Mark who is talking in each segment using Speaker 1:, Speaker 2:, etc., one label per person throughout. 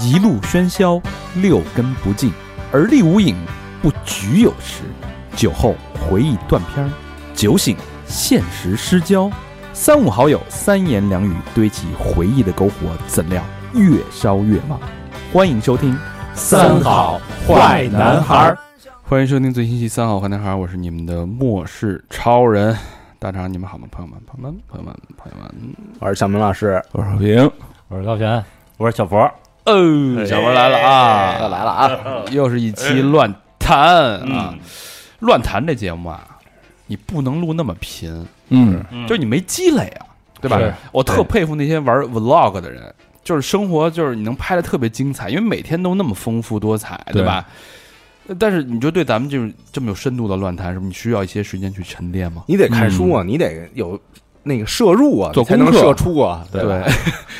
Speaker 1: 一路喧嚣，六根不净，而立无影，不局有时。酒后回忆断片儿，酒醒现实失焦。三五好友，三言两语堆起回忆的篝火，怎料越烧越旺。欢迎收听《
Speaker 2: 三好坏男孩儿》，
Speaker 3: 欢迎收听最新期《三好坏男孩》，我是你们的末世超人大肠，你们好吗？朋友们，朋友们，朋友们，朋友们，
Speaker 2: 我是小明老师，
Speaker 3: 我是平。
Speaker 4: 我是高璇，
Speaker 2: 我是小佛。
Speaker 3: 哦，小文来了啊，
Speaker 2: 来了啊！
Speaker 3: 又是一期乱谈啊，乱谈这节目啊，你不能录那么频，
Speaker 1: 嗯
Speaker 3: 就是你没积累啊，对吧
Speaker 4: 是？
Speaker 3: 我特佩服那些玩 vlog 的人，就是生活就是你能拍的特别精彩，因为每天都那么丰富多彩，对吧？但是你就对咱们这种这么有深度的乱谈，是不是你需要一些时间去沉淀吗？
Speaker 2: 你得看书
Speaker 4: 嗯
Speaker 2: 啊，你得有那个摄入啊，
Speaker 3: 做
Speaker 2: 你才
Speaker 3: 功
Speaker 2: 能
Speaker 3: 课
Speaker 2: 射出啊，对吧？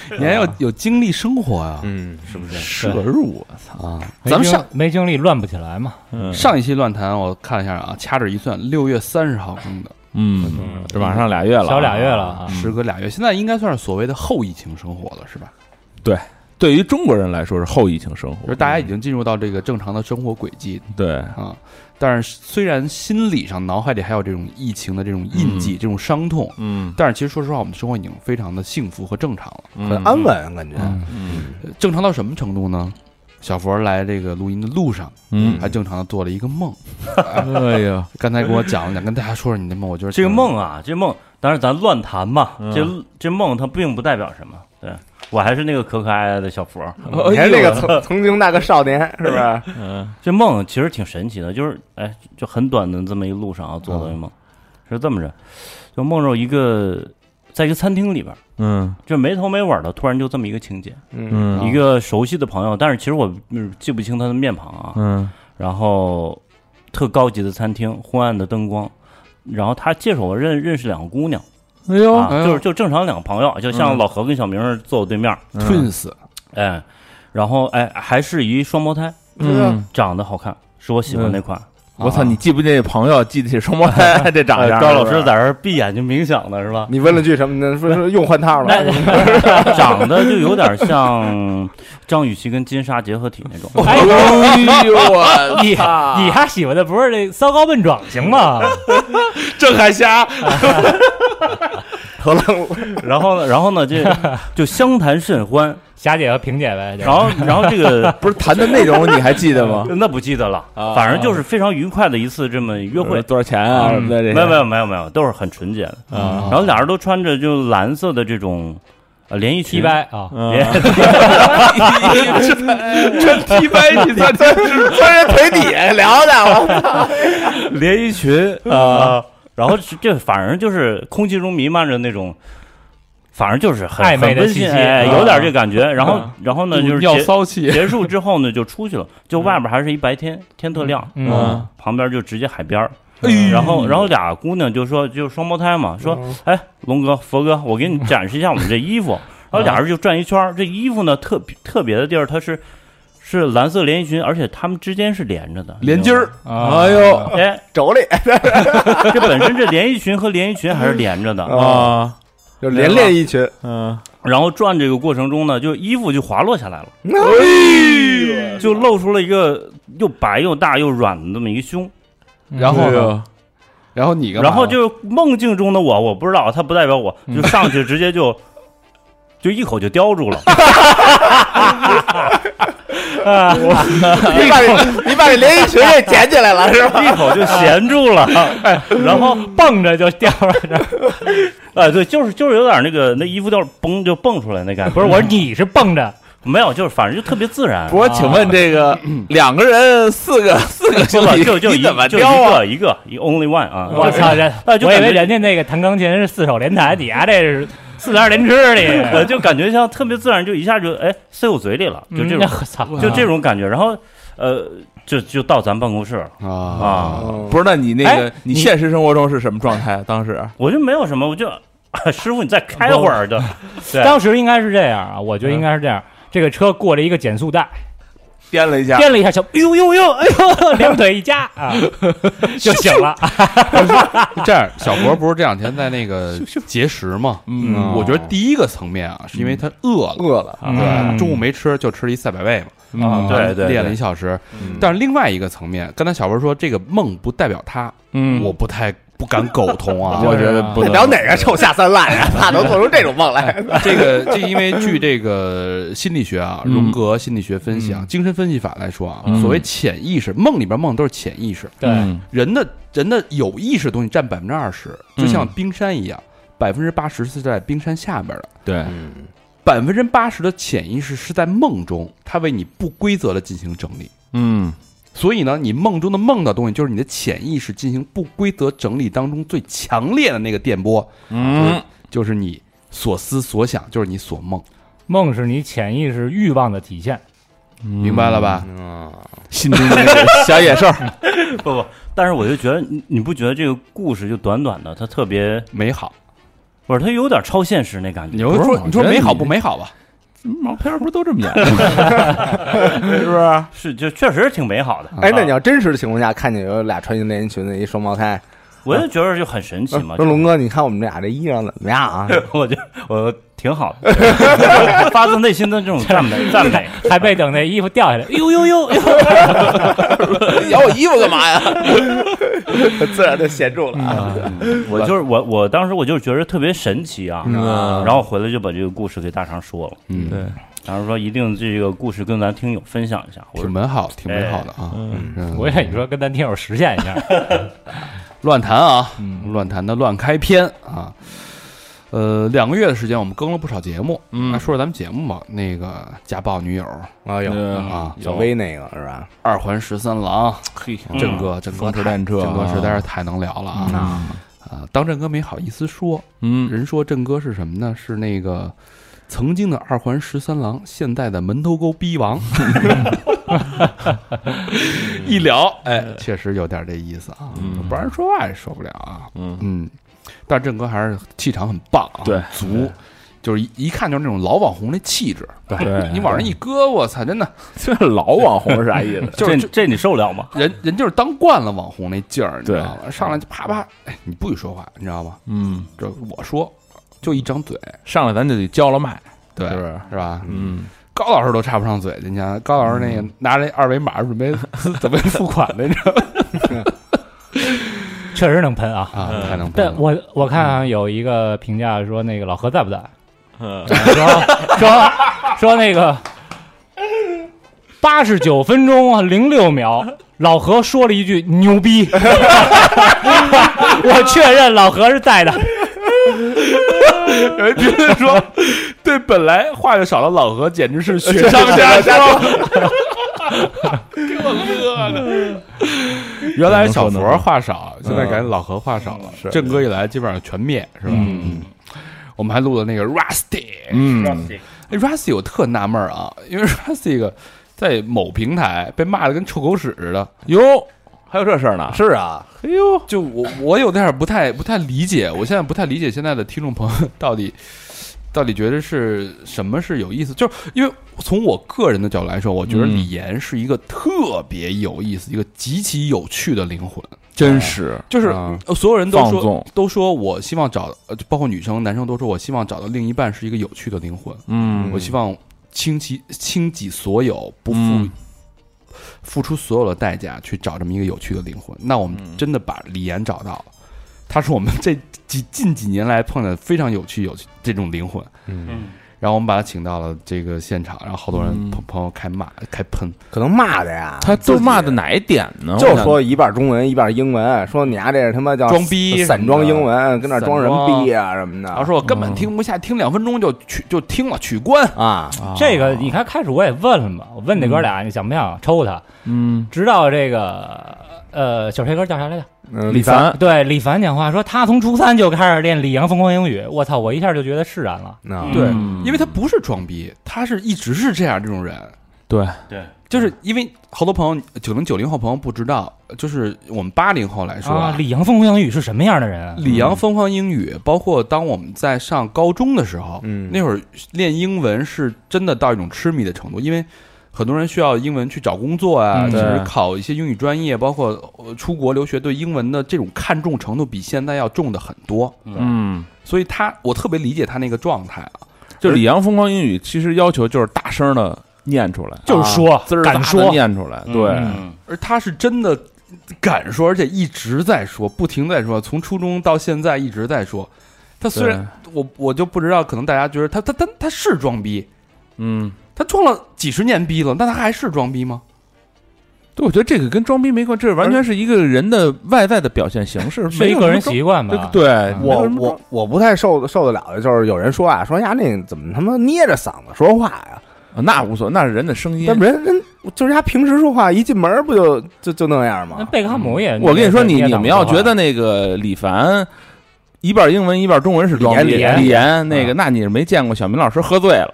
Speaker 3: 对，你还要有精力生活啊，
Speaker 2: 嗯，是不是？
Speaker 3: 摄入我操啊！咱
Speaker 4: 没
Speaker 3: 们
Speaker 4: 精
Speaker 3: 上
Speaker 4: 没精力乱不起来嘛。嗯，
Speaker 3: 上一期乱谈我看了一下啊，掐指一算，六月三十号更的，
Speaker 1: 嗯，这马上俩月了啊，
Speaker 4: 小俩月了啊，
Speaker 3: 时隔俩月，现在应该算是所谓的后疫情生活了，是吧？
Speaker 1: 对于中国人来说是后疫情生
Speaker 3: 就是
Speaker 1: 活，
Speaker 3: 大
Speaker 5: 嗯
Speaker 3: 家已经进入到这个正常的生活轨迹
Speaker 1: 对，
Speaker 3: 啊。但是虽然心理上、脑海里还有这种疫情的这种印记、这种伤痛，
Speaker 1: 嗯，
Speaker 3: 但是其实说实话，我们的生活已经非常的幸福和正常了。
Speaker 2: 很安稳啊，感觉。
Speaker 4: 嗯
Speaker 3: 呃正常到什么程度呢？小佛来这个录音的路上，
Speaker 1: 嗯，
Speaker 3: 还正常的做了一个梦。
Speaker 1: 哎呀，
Speaker 3: 刚才跟我讲了讲，跟大家说说你的梦，我觉得
Speaker 6: 这个梦啊，这梦当然咱乱谈嘛，
Speaker 1: 嗯
Speaker 6: 这这梦它并不代表什么。对我还是那个可可爱爱的小佛儿。
Speaker 1: 嗯
Speaker 2: 嗯你看那个
Speaker 4: 哎
Speaker 2: 曾曾经那个少年，是不是？
Speaker 6: 这梦其实挺神奇的，就是哎，就很短的这么一路上啊，做的
Speaker 1: 嗯
Speaker 6: 梦、是这么着，就梦着一个在一个餐厅里边儿，
Speaker 1: 嗯
Speaker 6: 就没头没尾的，突然就这么一个情节，
Speaker 2: 嗯
Speaker 1: 嗯
Speaker 6: 一个熟悉的朋友，但是其实我嗯记不清他的面庞啊，
Speaker 1: 嗯
Speaker 6: 然后特高级的餐厅，昏暗的灯光，然后他介绍我认认识两个姑娘。
Speaker 1: 哎
Speaker 4: 哦
Speaker 1: 呦
Speaker 6: 啊，
Speaker 3: 呦
Speaker 6: 就是就正常两个朋友，就像
Speaker 1: 嗯
Speaker 6: 老何跟小明儿坐我对面儿，
Speaker 3: twins，
Speaker 6: 哎，然后哎还是一双胞胎，
Speaker 2: 啊
Speaker 1: 嗯，
Speaker 6: 长得好看，是我喜欢那款。
Speaker 1: 我操，你记不记得朋友，记得起双胞 胎这长
Speaker 6: 哎
Speaker 1: 相？
Speaker 6: 啊高老师在这儿闭眼睛冥想呢，是 吧？
Speaker 2: 你问了句什么呢？说说又换套了
Speaker 6: 哎，
Speaker 4: 嗯
Speaker 6: 长得就有点像张雨绮跟金莎结合体那种。
Speaker 4: 哎，
Speaker 1: 哎呦我，
Speaker 4: 你你还喜欢的不是这骚高笨壮型吗？
Speaker 3: 郑海霞，
Speaker 2: 何浪，
Speaker 6: 然后呢，然后呢，这 就相谈甚欢。
Speaker 4: 霞姐和萍姐呗，
Speaker 6: 然后，然后这 个
Speaker 1: 不是谈的内容你还记得吗？
Speaker 6: 那不记得了，反正就是非常愉快的一次这么约
Speaker 5: 呃
Speaker 6: 会。嗯
Speaker 1: 多少钱啊什么的这些？
Speaker 6: 没有没有没有没有，都是很纯洁的。嗯
Speaker 4: 啊
Speaker 6: 然后俩人都穿着就蓝色的这种呃连衣
Speaker 4: 踢
Speaker 6: 裙，
Speaker 4: 掰啊，
Speaker 6: 连
Speaker 3: 穿 T 白你在
Speaker 2: 穿着腿底下聊聊，
Speaker 6: 连衣裙啊，然后这这反正就是空气中弥漫着那种，反正就是很
Speaker 4: 暧昧的
Speaker 6: 很温馨
Speaker 4: 气息
Speaker 6: 哎
Speaker 4: 啊嗯
Speaker 6: 有点这感觉。然后
Speaker 1: 啊
Speaker 6: 然后呢， 就是
Speaker 3: 要
Speaker 6: 结
Speaker 3: 骚气，
Speaker 6: 结束之后呢，就出去了，就外边还是一白天，天特亮，啊
Speaker 4: 嗯
Speaker 1: 嗯
Speaker 6: 旁边就直接海边儿。
Speaker 3: 哎呦
Speaker 6: 然后，然后俩姑娘就说，就是双胞胎嘛，说，
Speaker 2: 嗯
Speaker 6: 哎，龙哥、佛哥，我给你展示一下我们这衣服。然后俩人就转一圈儿，这衣服呢特别特别的地儿，它是是蓝色连衣裙，而且它们之间是连着的，
Speaker 3: 连 襟儿，
Speaker 4: 啊
Speaker 1: 哎呦
Speaker 6: 哎，
Speaker 2: 妯娌
Speaker 6: 这本身这连衣裙和连衣裙还是连 着的，
Speaker 1: 啊，
Speaker 2: 哦就连练一群。
Speaker 1: 嗯，
Speaker 6: 然后转这个过程中呢，就衣服就滑落下来了，
Speaker 2: 哎
Speaker 6: 就露出了一个又白又大又软的这么一个胸。嗯
Speaker 3: 然后
Speaker 1: 哎
Speaker 3: 呢？
Speaker 1: 呦
Speaker 3: 然后你干嘛
Speaker 6: 然后就是梦境中的我，我不知道，他不代表我，
Speaker 3: 嗯
Speaker 6: 就上去直接就就一口就叼住了。
Speaker 2: 你把这你把这连衣裙给捡起来了是 吧？
Speaker 6: 一口就衔住 了，
Speaker 3: 哎
Speaker 6: 然后
Speaker 4: 蹦着就掉上去。
Speaker 6: 哎，对，就是就是有点那个那衣服掉了嘣就蹦出来那感觉，
Speaker 4: 不 是，我说你是蹦 着，
Speaker 6: 没有，就是反正就特别自然。
Speaker 1: 不是，请问这 个两个人四 个四个兄弟，
Speaker 6: 就就
Speaker 1: 你
Speaker 6: 一
Speaker 1: 怎么
Speaker 6: 就
Speaker 1: 挑啊？
Speaker 6: 一个一个一 only one 啊！
Speaker 4: 我 操人！
Speaker 6: 哎就
Speaker 4: 我以
Speaker 6: 感
Speaker 4: 为
Speaker 6: 觉
Speaker 4: 人家那个弹钢琴是四手联弹，你丫这 是四点二连吃
Speaker 6: 我
Speaker 4: 你。
Speaker 6: 呃就感觉像特别自然，就一下就哎塞我嘴里了，就这
Speaker 4: 嗯那
Speaker 6: 种、
Speaker 4: 我操，
Speaker 6: 就这种感觉。然后呃，就就到咱办公室
Speaker 3: 啊，
Speaker 6: 了啊，
Speaker 2: 哦
Speaker 1: 不是，那你那个
Speaker 4: 哎
Speaker 1: 你
Speaker 4: 你
Speaker 1: 现实生活中是什么状态？当时
Speaker 6: 我就没有什么，我就、 啊、师傅你再开会儿就对嗯
Speaker 4: 当时应该是这样啊，我觉得应该是这样。这个车过了一个减速带，
Speaker 3: 颠了一下，
Speaker 4: 颠了一下小，呦呦呦，哎 呦，两腿一夹啊，就醒了。
Speaker 3: 这样，小博不是这两天在那 个节食嘛？
Speaker 6: 啊
Speaker 2: 嗯
Speaker 3: 我觉得第一个层面啊，是因为他饿了，
Speaker 2: 饿了，
Speaker 3: 对，
Speaker 4: 嗯
Speaker 3: 中午没吃就吃了一赛百味嘛，
Speaker 2: 嗯
Speaker 6: 对对嗯
Speaker 3: 练了一小时。
Speaker 4: 嗯
Speaker 3: 但是另外一个层面，刚才小博说这个梦不代表他，
Speaker 1: 嗯
Speaker 3: 我不太不敢苟同 啊。
Speaker 1: 我觉得不
Speaker 2: 代
Speaker 1: 能
Speaker 2: 表哪个臭下三滥呀？怕能做出这种梦来？
Speaker 3: 这个这因为据这个心理学啊，
Speaker 1: 嗯
Speaker 3: 荣格心理学分析啊，精神分析法来说啊，
Speaker 1: 嗯
Speaker 3: 所谓潜意识，梦里边梦都是潜意识，
Speaker 4: 对，
Speaker 1: 嗯
Speaker 3: 人的人的有意识的东西占百分之二十，就
Speaker 1: 嗯
Speaker 3: 像冰山一样，百分之八十是在冰山下边的。
Speaker 1: 对，
Speaker 2: 嗯
Speaker 3: 百分之八十的潜意识是在梦中，它为你不规则的进行整理。
Speaker 1: 嗯
Speaker 3: 所以呢，你梦中的梦到的东西，就是你的潜意识进行不规则整理当中最强烈的那个电波，
Speaker 1: 嗯，
Speaker 3: 就是你所思所想，就是你所梦，
Speaker 4: 梦是你潜意识欲望的体现。
Speaker 1: 明
Speaker 3: 明白了？吧？
Speaker 2: 嗯
Speaker 1: 心中的那个小野兽，
Speaker 6: 不不，但是我就觉得你你不觉得这个故事就短短的，它特别
Speaker 3: 美好，
Speaker 6: 不是它有点超现实那感觉
Speaker 3: 你。就
Speaker 1: 不是
Speaker 3: 说
Speaker 1: 我
Speaker 3: 你说
Speaker 1: 觉得
Speaker 3: 美好
Speaker 1: 你
Speaker 3: 不美好吧？
Speaker 1: 嗯毛片儿不是都这么演吗？
Speaker 3: 是不是？
Speaker 6: 是就确实挺美好的。啊
Speaker 2: 哎，那你要真实的情况下，看见有俩穿一连衣裙的一双胞胎，
Speaker 6: 我就觉得就很神奇嘛。
Speaker 2: 说嗯龙哥，你看我们俩这衣裳怎么样啊？
Speaker 6: 就 我觉得我挺好的， 发自内心的这种赞美赞美。
Speaker 4: 还被等那衣服掉下来，呦呦呦！呦
Speaker 2: 咬我衣服干嘛呀？ 自然的闲住了啊。
Speaker 6: 我就是我，我当时我就觉得特别神奇啊。
Speaker 1: 嗯
Speaker 6: 然后回来就把这个故事给大肠说了，
Speaker 3: 嗯，
Speaker 1: 对，
Speaker 6: 大肠说一定这个故事跟咱听友分享一下。我
Speaker 3: 挺
Speaker 6: 说
Speaker 3: 美好，挺美好的啊。
Speaker 1: 嗯
Speaker 3: 嗯
Speaker 4: 我也想说跟咱听友实现一下，
Speaker 3: 乱谈啊，乱谈的乱开篇啊。呃，两个月的时间，我们更了不少节目。
Speaker 1: 嗯
Speaker 3: 那说说咱们节目吧。那个家暴女友
Speaker 2: 哎呦，
Speaker 1: 啊，
Speaker 3: 啊，
Speaker 2: 小薇那个是吧？
Speaker 3: 二环十三郎，
Speaker 1: 嘿，
Speaker 3: 振哥，振哥
Speaker 1: 风驰
Speaker 3: 太
Speaker 1: 电掣
Speaker 3: 振哥
Speaker 1: 啊
Speaker 3: 实在是太能聊了啊。啊，当振哥没好意思说，
Speaker 1: 嗯，
Speaker 3: 人说振哥是什么呢？是那个曾经的二环十三郎，现在的门头沟 逼王。一聊，哎，确实有点这意思啊，
Speaker 1: 嗯
Speaker 3: 不然说话也受不了啊。
Speaker 1: 嗯
Speaker 3: 嗯，但振哥还是气场很棒啊，
Speaker 1: 对
Speaker 3: 足，就是一一看就是那种老网红的气质。
Speaker 1: 对
Speaker 3: 你往上一搁，我操，真的
Speaker 1: 这 老网红是啥意思？
Speaker 3: 就是
Speaker 6: 这这你受得了吗？
Speaker 3: 人人就是当惯了网红那劲儿，你知
Speaker 1: 对
Speaker 3: 道吗？上来就啪啪，哎，你不许说话，你知道吗？
Speaker 1: 嗯，
Speaker 3: 这我说，就一张嘴，
Speaker 1: 上来咱就得交了麦，
Speaker 3: 对，
Speaker 1: 是不是？
Speaker 3: 是吧？
Speaker 1: 嗯，
Speaker 3: 高老师都插不上嘴，你想高老师那个拿着二维码准备 准备付款来着
Speaker 4: 确实能喷啊。
Speaker 3: 啊，太能
Speaker 4: 但
Speaker 3: 喷了。
Speaker 4: 我我看啊有一个评价说那个老何在不在？
Speaker 1: 嗯
Speaker 4: 说说说那个八十九分钟零六秒，老何说了一句牛逼， 我确认老何是在的。
Speaker 3: 有人评论说，对本来话就少了老何简直是雪上
Speaker 2: 加 霜，
Speaker 3: 原来小佛话少，现在感觉老何话少了。
Speaker 1: 是
Speaker 3: 郑哥一来，基本上全灭，是吧？嗯，我们还录了那个 Rusty，Rusty
Speaker 1: 嗯，
Speaker 3: 我特纳闷儿啊，因为 Rusty 个在某平台被骂的跟臭狗屎似的，
Speaker 1: 哟，还有这事儿呢？
Speaker 2: 是啊，
Speaker 1: 哎呦，
Speaker 3: 就我我有点不太不太理解，我现在不太理解现在的听众朋友到底到底觉得是什么是有意思，就是因为从我个人的角度来说，我觉得
Speaker 1: 嗯
Speaker 3: 李岩是一个特别有意思、一个极其有趣的灵魂，
Speaker 1: 真是
Speaker 3: 就是
Speaker 1: 啊
Speaker 3: 呃所有人都
Speaker 1: 放
Speaker 3: 说
Speaker 1: 纵
Speaker 3: 都说我希望找，呃包括女生男生都说我希望找到另一半是一个有趣的灵魂，
Speaker 1: 嗯
Speaker 3: 我希望倾其倾己所有，不负、
Speaker 1: 嗯
Speaker 3: 付出所有的代价去找这么一个有趣的灵魂。那我们
Speaker 1: 嗯
Speaker 3: 真的把李岩找到了，他是我们这几近几年来碰的非常有趣有趣这种灵魂。
Speaker 6: 嗯，
Speaker 3: 然后我们把他请到了这个现场，然后好多人
Speaker 1: 嗯
Speaker 3: 朋朋友开骂开喷，
Speaker 2: 可能骂的呀，
Speaker 1: 他
Speaker 2: 自
Speaker 1: 都
Speaker 2: 己
Speaker 1: 骂的哪一点呢？
Speaker 2: 就
Speaker 1: 我想
Speaker 2: 说一半中文一半英文，说你丫这是他妈叫
Speaker 3: 装逼
Speaker 2: 散装英文，跟那
Speaker 3: 散
Speaker 2: 装什么逼啊什么的。
Speaker 3: 然后说我根
Speaker 1: 嗯
Speaker 3: 本听不下，听两分钟就取就听了取关。
Speaker 2: 啊，
Speaker 4: 这
Speaker 5: 哦
Speaker 4: 个你看，开始我也问了嘛，我问那哥俩你想不想抽他，
Speaker 1: 嗯，
Speaker 4: 直到这个呃小帅哥叫啥来着？
Speaker 2: 嗯
Speaker 1: 李凡
Speaker 4: 对李凡讲话说他从初三就开始练李阳疯狂英语，我操，我一下就觉得释然了。
Speaker 2: 啊，
Speaker 3: 对，
Speaker 1: 嗯
Speaker 3: 因为他不是装逼，他是一直是这样这种人。
Speaker 1: 对，
Speaker 6: 对，
Speaker 3: 就是因为好多朋友九零九零后朋友不知道，就是我们八零后来说
Speaker 4: 啊，李阳疯狂英语是什么样的人啊？
Speaker 3: 李阳疯狂英语，包括当我们在上高中的时候，
Speaker 2: 嗯
Speaker 3: 那会儿练英文是真的到一种痴迷的程度，因为很多人需要英文去找工作啊，
Speaker 4: 嗯
Speaker 3: 就
Speaker 2: 对
Speaker 3: 是考一些英语专业，包括呃出国留学，对英文的这种看重程度比现在要重的很多。
Speaker 5: 嗯，
Speaker 3: 所以他，我特别理解他那个状态啊。
Speaker 5: 就李阳疯狂英语，其实要求就是大声的念出来，
Speaker 4: 就是说
Speaker 5: 滋儿大
Speaker 4: 敢
Speaker 5: 地
Speaker 4: 说，
Speaker 5: 念出来，对，
Speaker 6: 嗯
Speaker 3: 而他是真的敢说，而且一直在说，不停在说，从初中到现在一直在说。他虽然我我就不知道，可能大家觉得他他他他是装逼，
Speaker 5: 嗯，
Speaker 3: 他装了几十年逼了，但他还是装逼吗？
Speaker 5: 对，我觉得这个跟装逼没关，这完全是一个人的外在的表现形式，
Speaker 4: 是
Speaker 5: 没
Speaker 4: 一
Speaker 5: 有
Speaker 4: 个人
Speaker 5: 什么
Speaker 4: 习惯吧
Speaker 5: 装。。对，没有
Speaker 2: 我
Speaker 5: 什么
Speaker 2: 我我不太受受得了的，就是有人说啊，说呀那怎么他妈捏着嗓子说话呀？
Speaker 5: 装那无所谓，那是人的声音
Speaker 2: 那。人人就是他平时说话，一进门不就就就那样
Speaker 4: 那
Speaker 2: 吗？
Speaker 4: 贝克汉姆也，
Speaker 5: 我跟你说，你
Speaker 4: 也
Speaker 5: 你
Speaker 4: 挡
Speaker 5: 们
Speaker 4: 不
Speaker 5: 要
Speaker 4: 住啊
Speaker 5: 觉得那个李凡一半英文一半中文是装逼，
Speaker 2: 李
Speaker 4: 岩
Speaker 5: 李岩那个，那你是没见过小明老师喝醉了，，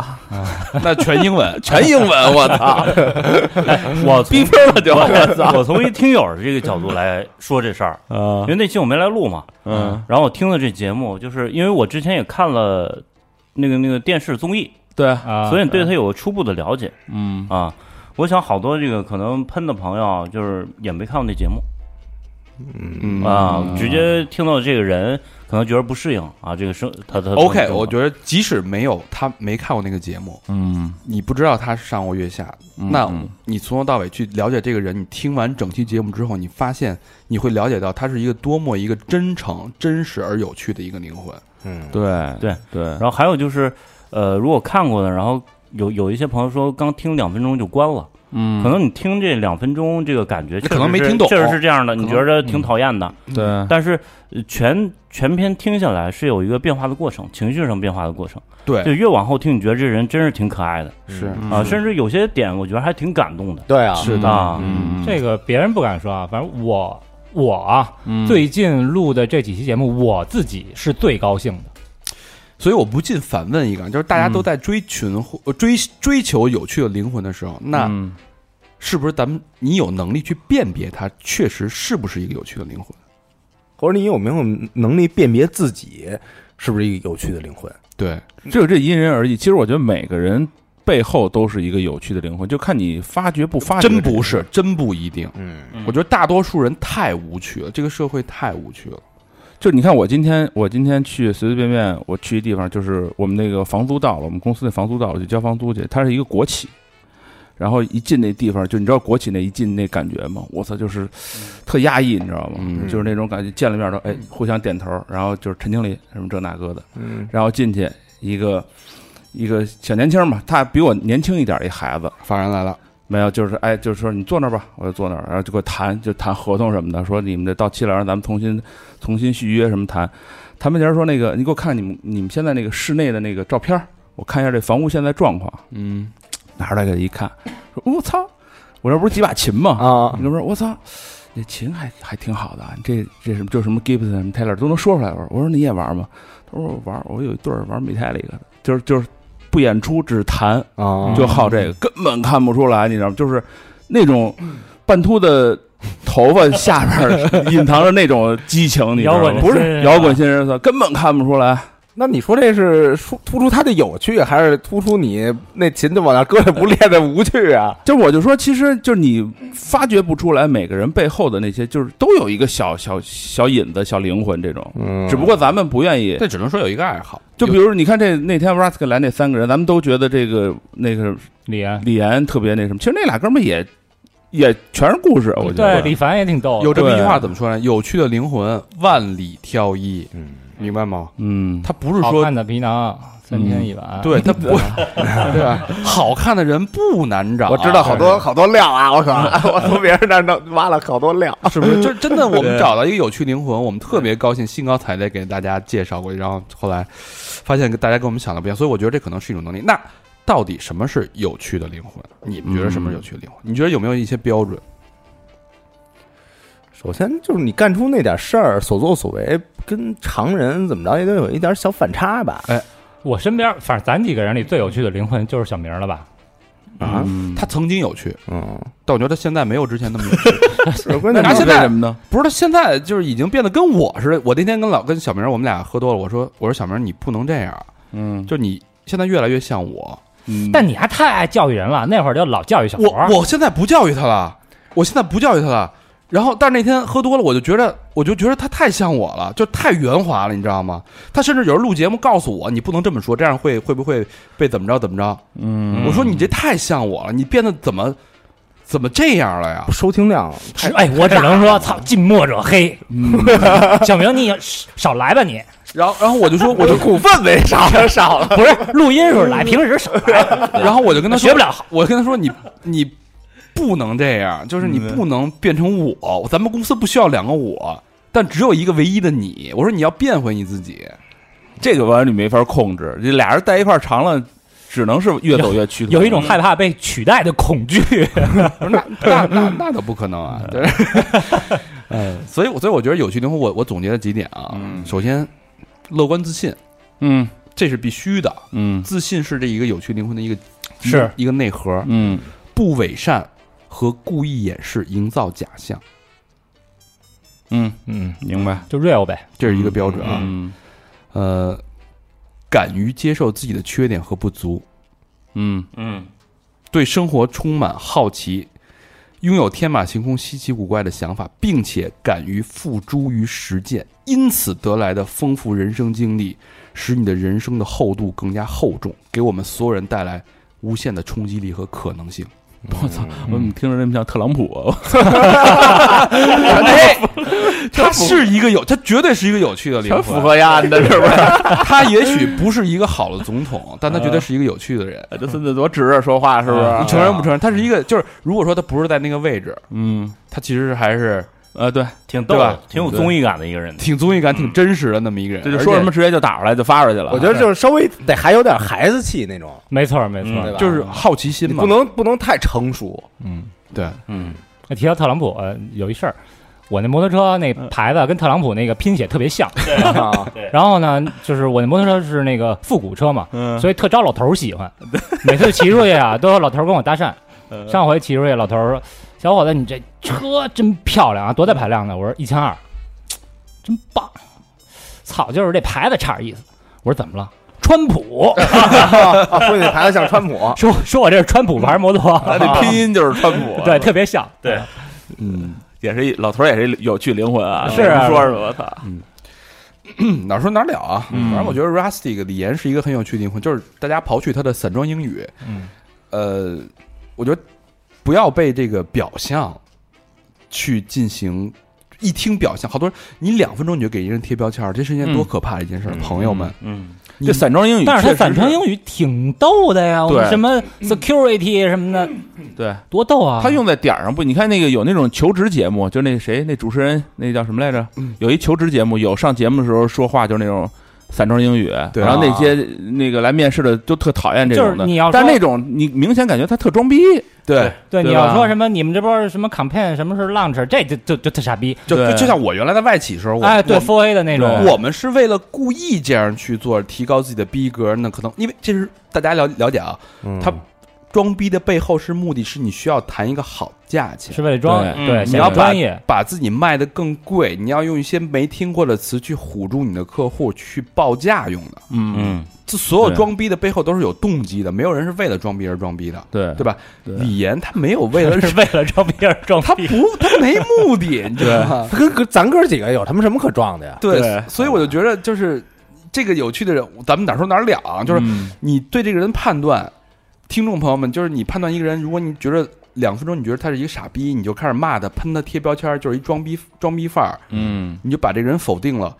Speaker 3: 那全英文
Speaker 5: 全英文，我操，
Speaker 6: 我
Speaker 5: 逼
Speaker 6: 从
Speaker 5: 疯了就， 我操，
Speaker 6: 我从一听友的这个角度来说这事儿，因为那期我没来录嘛，
Speaker 5: 嗯，
Speaker 6: 然后我听了这节目，就是因为我之前也看了那个那个电视综艺，
Speaker 5: 对，
Speaker 4: 啊，
Speaker 6: 所以对他有个初步的了解
Speaker 5: 嗯，
Speaker 6: 啊。我想好多这个可能喷的朋友，啊就是也没看过那节目
Speaker 3: 嗯
Speaker 6: 啊，直接听到这个人可能觉得不适应啊，这个生他他
Speaker 3: OK，我觉得即使没有他没看过那个节目，
Speaker 5: 嗯，
Speaker 3: 你不知道他是上过月下，
Speaker 5: 嗯
Speaker 3: 那
Speaker 5: 嗯
Speaker 3: 你从头到尾去了解这个人，你听完整期节目之后，你发现你会了解到他是一个多么一个真诚、真实而有趣的一个灵魂。
Speaker 2: 嗯，
Speaker 5: 对
Speaker 6: 对
Speaker 5: 对
Speaker 6: 然，后还有就是，呃，如果看过的，然后有有一些朋友说刚听两分钟就关了，
Speaker 5: 嗯
Speaker 6: 可能你听这两分钟这个感觉
Speaker 3: 你
Speaker 6: 确实是，
Speaker 3: 可能没听懂嗯
Speaker 6: 确实是这样的，你
Speaker 3: 可能
Speaker 6: 觉得挺讨厌的，
Speaker 5: 对，
Speaker 6: 但是呃全全篇听下来是有一个变化的过程，情绪上变化的过程，
Speaker 3: 对
Speaker 6: 就越往后听，你觉得这人真是挺可爱的
Speaker 3: 是
Speaker 5: 嗯
Speaker 6: 啊，甚至有些点我觉得还挺感动的，
Speaker 2: 对啊，
Speaker 5: 是的
Speaker 6: 啊
Speaker 5: 嗯，
Speaker 4: 这个别人不敢说啊，反正我我啊，
Speaker 5: 嗯
Speaker 4: 最近录的这几期节目，我自己是最高兴的。
Speaker 3: 所以我不禁反问一个，啊就是大家都在追寻或、呃追追求有趣的灵魂的时候，那
Speaker 5: 嗯
Speaker 3: 是不是咱们你有能力去辨别他确实是不是一个有趣的灵魂？
Speaker 2: 或者你有没有能力辨别自己是不是一个有趣的灵魂？
Speaker 3: 对，
Speaker 5: 这这因人而异。其实我觉得每个人背后都是一个有趣的灵魂，就看你发掘不发掘。
Speaker 3: 真不是，，真不一定。
Speaker 2: 嗯
Speaker 6: 嗯
Speaker 3: 我觉得大多数人太无趣了，这个社会太无趣了。
Speaker 5: 就你看我今天，我今天去随随便便我去一地方，就是我们那个房租到了，我们公司那房租到了，我去交房租去。它是一个国企，然后一进那地方，就你知道国企那一进那感觉吗？我操，就是特压抑，你知道吗？
Speaker 3: 嗯
Speaker 5: 就是那种感觉，见了面都哎互相点头，然后就是陈经理哎什么这那个的，
Speaker 2: 嗯
Speaker 5: 然后进去一个一个小年轻嘛，他比我年轻一点儿一孩子，
Speaker 3: 法人来了，
Speaker 5: 没有，就是哎，就是说你坐那儿吧，我就坐那儿，然后就给我谈，就谈合同什么的，说你们这到期了，让咱们重新重新续约什么谈。谈判前说那个，你给我看你们你们现在那个室内的那个照片儿，我看一下这房屋现在状况。
Speaker 3: 嗯，
Speaker 5: 拿出来给他一看，说我操，我这不是几把琴吗？
Speaker 2: 啊
Speaker 5: 你，哥们儿，我操，那琴还还挺好的啊，你这这什么就什么 Gibson 什么 Taylor 都能说出来。我说我说你也玩吗？他说我玩，我有一对儿玩美泰利克的，就是就是不演出只弹，
Speaker 2: 啊
Speaker 5: 嗯就好
Speaker 4: 嗯
Speaker 5: 这个，根本看不出来，你知道吗？就是那种半秃的头发下边儿 隐藏着那种激情，你知道
Speaker 4: 摇
Speaker 5: 吗
Speaker 4: 滚？
Speaker 5: 不
Speaker 4: 新
Speaker 5: 是
Speaker 4: 人
Speaker 5: 摇
Speaker 4: 啊
Speaker 5: 滚新人，根本看不出来。
Speaker 2: 那你说这是突突出他的有趣，还是突出你那琴就往那搁着不练的无趣啊？
Speaker 5: 就我就说，其实就是你发掘不出来每个人背后的那些，就是都有一个小小小引子、小灵魂这种。
Speaker 2: 嗯
Speaker 5: 只不过咱们不愿意，
Speaker 3: 这只能说有一个爱好，
Speaker 5: 就比如你看这那天 r a s k 来那三个人，咱们都觉得这个那个
Speaker 4: 李安，
Speaker 5: 李岩特别那什么，其实那俩哥们儿也也全是故事，我觉
Speaker 4: 对
Speaker 5: 得。
Speaker 4: 李凡也挺逗的，
Speaker 3: 有这么一句
Speaker 5: 对
Speaker 3: 话怎么说呢？有趣的灵魂万里挑一，
Speaker 2: 嗯，
Speaker 3: 明白吗？
Speaker 5: 嗯，
Speaker 3: 他不是
Speaker 4: 好
Speaker 3: 说
Speaker 4: 看的皮囊三天一晚，
Speaker 3: 对他不 对吧？好看的人不难找啊，
Speaker 2: 我知道好多好多料啊！我靠， 我从别人那儿弄挖了好多料。
Speaker 3: 是不是？就真的，我们找到一个有趣灵魂，我们特别高兴，兴高采烈给大家介绍过去，然后后来发现跟大家跟我们想的不一样，所以我觉得这可能是一种能力。那到底什么是有趣的灵魂？你们觉得什
Speaker 5: 嗯
Speaker 3: 么是有趣的灵魂？你觉得有没有一些标准？
Speaker 2: 首先就是你干出那点事儿，所作所为跟常人怎么着也得有一点小反 差吧？
Speaker 4: 我身边反正咱几个人里最有趣的灵魂就是小明了吧？
Speaker 3: 啊
Speaker 5: 嗯
Speaker 3: 他曾经有趣，
Speaker 2: 嗯，
Speaker 3: 但我觉得他现在没有之前那么有趣。
Speaker 2: 是关
Speaker 5: 那
Speaker 2: 键
Speaker 3: 拿
Speaker 5: 拿
Speaker 3: 拿
Speaker 5: 现
Speaker 3: 现
Speaker 5: 在
Speaker 3: 在
Speaker 5: 什么呢？
Speaker 3: 不是他现在就是已经变得跟我似的。我那天跟老跟小明，我们俩喝多了，我说我说小明，你不能这样，
Speaker 5: 嗯，
Speaker 3: 就你现在越来越像我。嗯
Speaker 4: 但你还太爱教育人了，那会儿就老教育小
Speaker 3: 我
Speaker 4: 佛儿。
Speaker 3: 我现在不教育他了，我现在不教育他了。然后，但是那天喝多了，我就觉得，我就觉得他太像我了，就太圆滑了，你知道吗？他甚至有时候录节目告诉我，你不能这么说，这样会会不会被怎么着怎么着？
Speaker 6: 嗯
Speaker 3: 我说你这太像我了，你变得怎么怎么这样了呀？
Speaker 2: 收听量
Speaker 4: 只哎，我只
Speaker 5: 啊
Speaker 4: 能说，操，近墨者黑。
Speaker 5: 嗯
Speaker 4: 小明，你少来吧你，
Speaker 3: 然后，然后我就 说，我
Speaker 2: 我
Speaker 3: 就
Speaker 2: 的股份没少，
Speaker 4: 少了。 不是录音时候来，平时少来。
Speaker 3: 然后我就跟他说
Speaker 4: 学不了好，
Speaker 3: 我跟他说你你不能这样，就是你
Speaker 4: 嗯
Speaker 3: 不能变成我，咱们公司不需要两个我，但只有一个唯一的你。我说你要变回你自己，
Speaker 5: 这个玩意儿你没法控制，这俩人在一块儿长了，只能是越走越嗯趋同。
Speaker 4: 有一种害怕被取代的恐惧。
Speaker 3: 我说那 那那那倒不可能啊，对， 嗯，所以我所以我觉得有趣灵活，我我总结了几点啊，
Speaker 5: 嗯
Speaker 3: 首先乐观自信，
Speaker 5: 嗯
Speaker 3: 这是必须的，
Speaker 5: 嗯
Speaker 3: 自信是这一个有趣灵魂的一个
Speaker 4: 是
Speaker 3: 一个内核，
Speaker 5: 嗯，
Speaker 3: 不伪善和故意掩饰、营造假象，
Speaker 5: 嗯，
Speaker 4: 嗯，
Speaker 5: 明白。
Speaker 4: 就 real 呗。
Speaker 3: 这是一个标准啊。
Speaker 5: 嗯
Speaker 3: 呃，敢于接受自己的缺点和不足，
Speaker 5: 嗯
Speaker 6: 嗯
Speaker 3: 对生活充满好奇，拥有天马行空、稀奇古怪的想法，并且敢于付诸于实践，因此得来的丰富人生经历，使你的人生的厚度更加厚重，给我们所有人带来无限的冲击力和可能性。
Speaker 5: 我操，我怎么听着这么像特朗普啊？
Speaker 3: 哎 他是一个有，他绝对是一个有趣的灵魂，啊
Speaker 5: 符合呀，你的是不是？
Speaker 3: 他也许不是一个好的总统，但他
Speaker 5: 嗯
Speaker 3: 绝对是一个有趣的人。
Speaker 5: 这孙子多直啊，说话是不
Speaker 3: 你
Speaker 5: 是？
Speaker 3: 承认不承认？他是一个，就是如果说他不是在那个位置，
Speaker 5: 嗯，
Speaker 3: 他其实还是
Speaker 5: 呃，对，
Speaker 6: 挺逗
Speaker 3: 对吧
Speaker 6: 的，挺有综艺感的一个人。
Speaker 3: 挺综艺感、挺真实的那么一个人。
Speaker 5: 嗯这就说什么直接就打出来就发出去了。
Speaker 2: 我觉得就是稍微得还有点孩子气那种，
Speaker 4: 没错儿没错
Speaker 5: 嗯
Speaker 4: 儿。
Speaker 2: 对吧？
Speaker 3: 就是好奇心
Speaker 2: 你
Speaker 3: 嘛，
Speaker 2: 不能不能太成 熟，
Speaker 5: 嗯
Speaker 3: 对，
Speaker 6: 嗯
Speaker 4: 那提到特朗普，呃，有一事儿，我那摩托车那牌子跟特朗普那个拼写特别像。
Speaker 2: 啊
Speaker 4: 然后呢，就是我那摩托车是那个复古车嘛，
Speaker 5: 嗯，
Speaker 4: 所以特招老头儿喜欢。每次骑出去啊，都有老头儿跟我搭讪。上回骑出去，老头儿说：“小伙子，你这车真漂亮啊，多大排量的？”我说：“一千二，真棒。”操，就是这牌子差点意思。我说：“怎么了？”川普，
Speaker 2: 啊，说你孩子像 川普
Speaker 4: 说说我这是川普牌摩托，
Speaker 5: 他这拼音就是川普
Speaker 4: ，对，，特别像。
Speaker 6: 对，
Speaker 3: 嗯，
Speaker 5: 也是一老头儿也是一有趣灵魂啊。
Speaker 4: 是啊
Speaker 5: 我说什么？我操，
Speaker 3: 哪说哪了啊？
Speaker 5: 嗯
Speaker 3: 反正我觉得 Rustic 李岩是一个很有趣的灵魂，就是大家刨去他的散装英语，
Speaker 4: 嗯，
Speaker 3: 呃，我觉得不要被这个表象去进行。一听表象，好多人，你两分钟你就给一个人贴标签儿，这是一件多可怕的一件事儿！朋友们，
Speaker 6: 嗯，
Speaker 3: 你
Speaker 5: 这散装英语确
Speaker 4: 但
Speaker 5: 实
Speaker 4: 是
Speaker 5: 是，
Speaker 4: 他反穿英语挺逗的呀，我们
Speaker 5: 对
Speaker 4: 什么 security 什么的，
Speaker 5: 对。
Speaker 4: 多逗啊！
Speaker 5: 他用在点儿上不？你看那个有那种求职节目，就那谁那主持人那叫什么来着？
Speaker 4: 嗯
Speaker 5: 有一求职节目，有上节目的时候说话就是那种散装英语，
Speaker 3: 对
Speaker 5: 然后那些那个来面试的就特讨厌这种
Speaker 4: 就是
Speaker 5: 的。
Speaker 4: 你要说
Speaker 5: 但那种你明显感觉他特装逼，
Speaker 3: 对，
Speaker 4: 对，
Speaker 5: 对
Speaker 4: 你要
Speaker 5: 吧
Speaker 4: 说什么你们这波什么 campaign，什么是 launch，这就就就特傻逼。
Speaker 3: 就
Speaker 5: 对
Speaker 3: 就像我原来在外企时候，我
Speaker 4: 哎，对
Speaker 3: 我
Speaker 4: f o A 的那种，
Speaker 5: 对
Speaker 3: 我们是为了故意这样去做，提高自己的逼格。那可能因为这是大家了了解啊，他装逼的背后是目的是你需要谈一个好价钱，
Speaker 4: 是为了装，
Speaker 5: 对
Speaker 4: 对，
Speaker 6: 嗯
Speaker 4: 显
Speaker 3: 你
Speaker 4: 得
Speaker 3: 要把
Speaker 4: 专业，
Speaker 3: 把自己卖的更贵，你要用一些没听过的词去唬住你的客户去报价用的。
Speaker 5: 嗯，
Speaker 6: 嗯
Speaker 3: 这所有
Speaker 5: 对
Speaker 3: 装逼的背后都是有动机的，没有人是为了装逼而装逼的。
Speaker 5: 对
Speaker 3: 对吧？
Speaker 5: 对
Speaker 3: 李岩他没有 为了
Speaker 4: 是为
Speaker 6: 嗯
Speaker 4: 了装逼而装
Speaker 3: 他
Speaker 4: 逼。
Speaker 3: 不他没目的，你知道吗？
Speaker 2: 他跟跟咱哥几个有他们什么可撞的呀？
Speaker 3: 对，
Speaker 5: 对
Speaker 3: 所以我就觉得就是这个有趣的人，咱们哪说哪儿了啊？就是
Speaker 5: 嗯
Speaker 3: 你对这个人判断，听众朋友们，就是你判断一个人，如果你觉得两分钟你觉得他是一个傻逼，你就开始骂他、喷他、贴标签儿，就是一装逼装逼范儿，
Speaker 5: 嗯
Speaker 3: 你就把这个人否定了。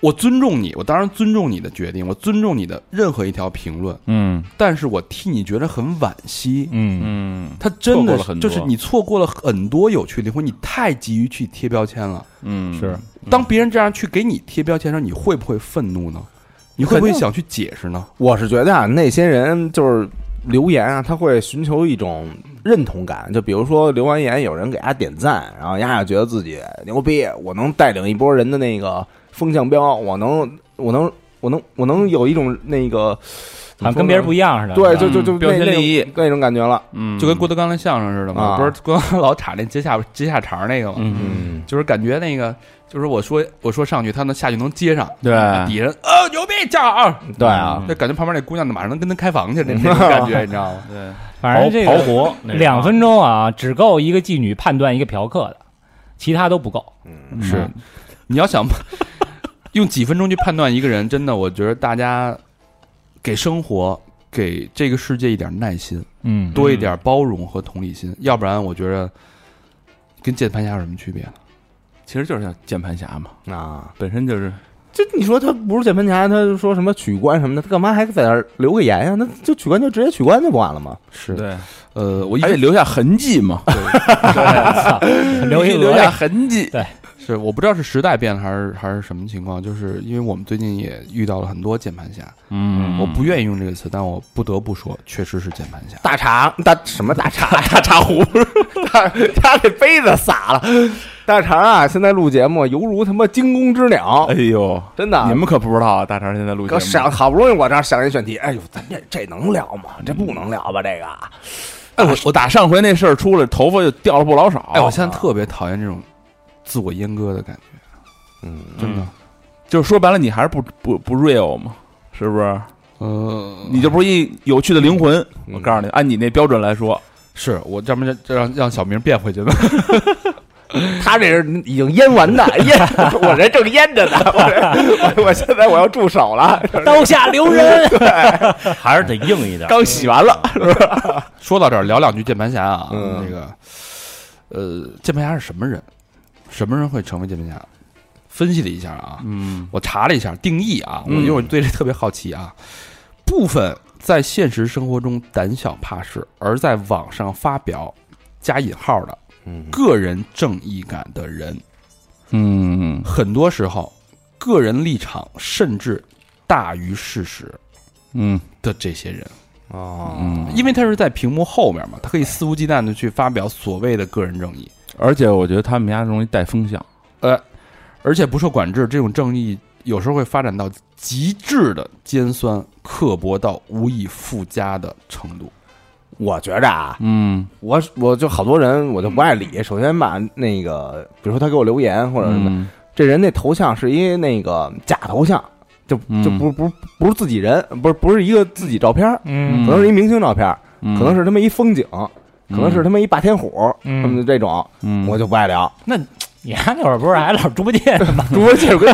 Speaker 3: 我尊重你，我当然尊重你的决定，我尊重你的任何一条评论，
Speaker 5: 嗯
Speaker 3: 但是我替你觉得很惋惜。
Speaker 4: 嗯，
Speaker 5: 嗯
Speaker 3: 他真
Speaker 5: 错过
Speaker 3: 的
Speaker 5: 了很多
Speaker 3: 就是你错过了很多有趣的灵魂，你太急于去贴标签了。
Speaker 5: 嗯，
Speaker 4: 是
Speaker 3: 当别人这样去给你贴标签的时，候，你会不会愤怒呢？你会不会
Speaker 2: 肯定
Speaker 3: 想去解释呢？
Speaker 2: 我是觉得啊，那些人就是留言啊，他会寻求一种认同感。就比如说留完言，有人给他点赞，然后丫丫觉得自己牛逼，我能带领一波人的那个风向标，我能，我能，我能，我能有一种那个
Speaker 4: 好像跟别人不一样似的。
Speaker 2: 对，
Speaker 4: 是吧
Speaker 2: 就就就
Speaker 5: 嗯标
Speaker 2: 那
Speaker 5: 新
Speaker 2: 那
Speaker 5: 立异
Speaker 2: 种那种感觉了。
Speaker 5: 嗯，
Speaker 3: 就跟郭德纲那相声似的嘛，
Speaker 2: 啊
Speaker 3: 不是郭德纲老插那接下接下茬儿那个嘛，
Speaker 6: 嗯，
Speaker 2: 嗯，
Speaker 3: 就是感觉那个就是我说我说上去，他能下去能接上，
Speaker 5: 对
Speaker 3: 底下人啊牛逼加油啊，
Speaker 2: 对啊，
Speaker 3: 就感觉旁边那姑娘马上能跟他开房 去那那种感觉，你知道吗？
Speaker 5: 对，
Speaker 4: 反正这
Speaker 6: 刨
Speaker 4: 个
Speaker 6: 活
Speaker 4: 两分钟啊，只够一个妓女判断一个嫖客的，其他都不够。
Speaker 5: 嗯
Speaker 3: 是，你要想用几分钟去判断一个人，真的，我觉得大家给生活、给这个世界一点耐心，
Speaker 4: 嗯，
Speaker 3: 多一点包容和同理心，要不然我觉得跟键盘侠有什么区别呢？
Speaker 5: 其实就是像键盘侠嘛，
Speaker 2: 啊，
Speaker 5: 本身就是
Speaker 2: 这你说他不是键盘侠，他就说什么取关什么的，他干嘛还在那儿留个言呀？那就取关就直接取关就完了嘛。
Speaker 3: 是
Speaker 5: 对，
Speaker 3: 呃，我一
Speaker 5: 还得
Speaker 3: 直
Speaker 5: 留下痕迹嘛，
Speaker 4: 留一
Speaker 5: 必须
Speaker 4: 额
Speaker 5: 留
Speaker 4: 呀
Speaker 5: 下痕迹。
Speaker 3: 是我不知道是时代变了还是还是什么情况，就是因为我们最近也遇到了很多键盘侠，
Speaker 5: 嗯
Speaker 3: 我不愿意用这个词，但我不得不说，确实是键盘侠。
Speaker 2: 大茶大什么大茶大茶壶，大 他这杯子洒了。大肠啊，现在录节目犹如他妈惊弓之鸟
Speaker 5: 哎，呦，
Speaker 2: 真的。
Speaker 5: 你们可不知道啊，大肠现在录节
Speaker 2: 哥
Speaker 5: 目，
Speaker 2: 想好不容易我这儿想一选题，哎呦，咱这这能聊吗？这不能聊吧？这个
Speaker 5: 哎，
Speaker 3: 啊
Speaker 5: 我我打上回那事儿出来，头发就掉了不老少。
Speaker 3: 哎，我现在特别讨厌这种自我阉割的感觉，
Speaker 2: 嗯，
Speaker 3: 真的。
Speaker 5: 就是说白了，你还是不不不 real 嘛，是不是？
Speaker 3: 呃，
Speaker 5: 你就不是一有趣的灵魂。我告诉你，按你那标准来说，
Speaker 3: 是我这么着这让让小明变回去吧。
Speaker 2: 他这是已经腌完的，腌，我这正腌着呢，我这我我现在我要住手了，
Speaker 4: 刀下留人。
Speaker 6: 还是得硬一点。
Speaker 2: 刚洗完了，
Speaker 3: 说到这儿，聊两句键盘侠啊，
Speaker 2: 嗯
Speaker 3: 那个，呃，键盘侠是什么人？什么人会成为键盘侠？分析了一下啊，
Speaker 5: 嗯，
Speaker 3: 我查了一下定义啊，我
Speaker 5: 嗯
Speaker 3: 因为我对这特别好奇啊。部分在现实生活中胆小怕事，而在网上发表加引号的
Speaker 2: 嗯
Speaker 3: 个人正义感的人，
Speaker 5: 嗯，
Speaker 3: 很多时候个人立场甚至大于事实
Speaker 5: 嗯，
Speaker 3: 的这些人。
Speaker 2: 哦，
Speaker 5: 嗯，
Speaker 3: 因为他是在屏幕后面嘛，他可以肆无忌惮的去发表所谓的个人正义，
Speaker 5: 而且我觉得他们家容易带风向，
Speaker 3: 而且不受管制，这种正义有时候会发展到极致的尖酸刻薄到无以复加的程度。
Speaker 2: 我觉着啊，
Speaker 5: 嗯
Speaker 2: 我我就好多人我就不爱理，首先把那个，比如说他给我留言或者什么，
Speaker 5: 嗯
Speaker 2: 这人那头像是一那个假头像，就
Speaker 5: 嗯
Speaker 2: 就不不不是自己人，不是不是一个自己照片，
Speaker 4: 嗯
Speaker 2: 可能是一明星照片，可能是他妈一风景，可能是他妈一霸天虎，
Speaker 4: 嗯
Speaker 2: 什么的这种，
Speaker 5: 嗯，
Speaker 2: 我就不爱聊。
Speaker 4: 你丫那会儿不是还老猪八 戒呢吗？
Speaker 2: 主播介绍跟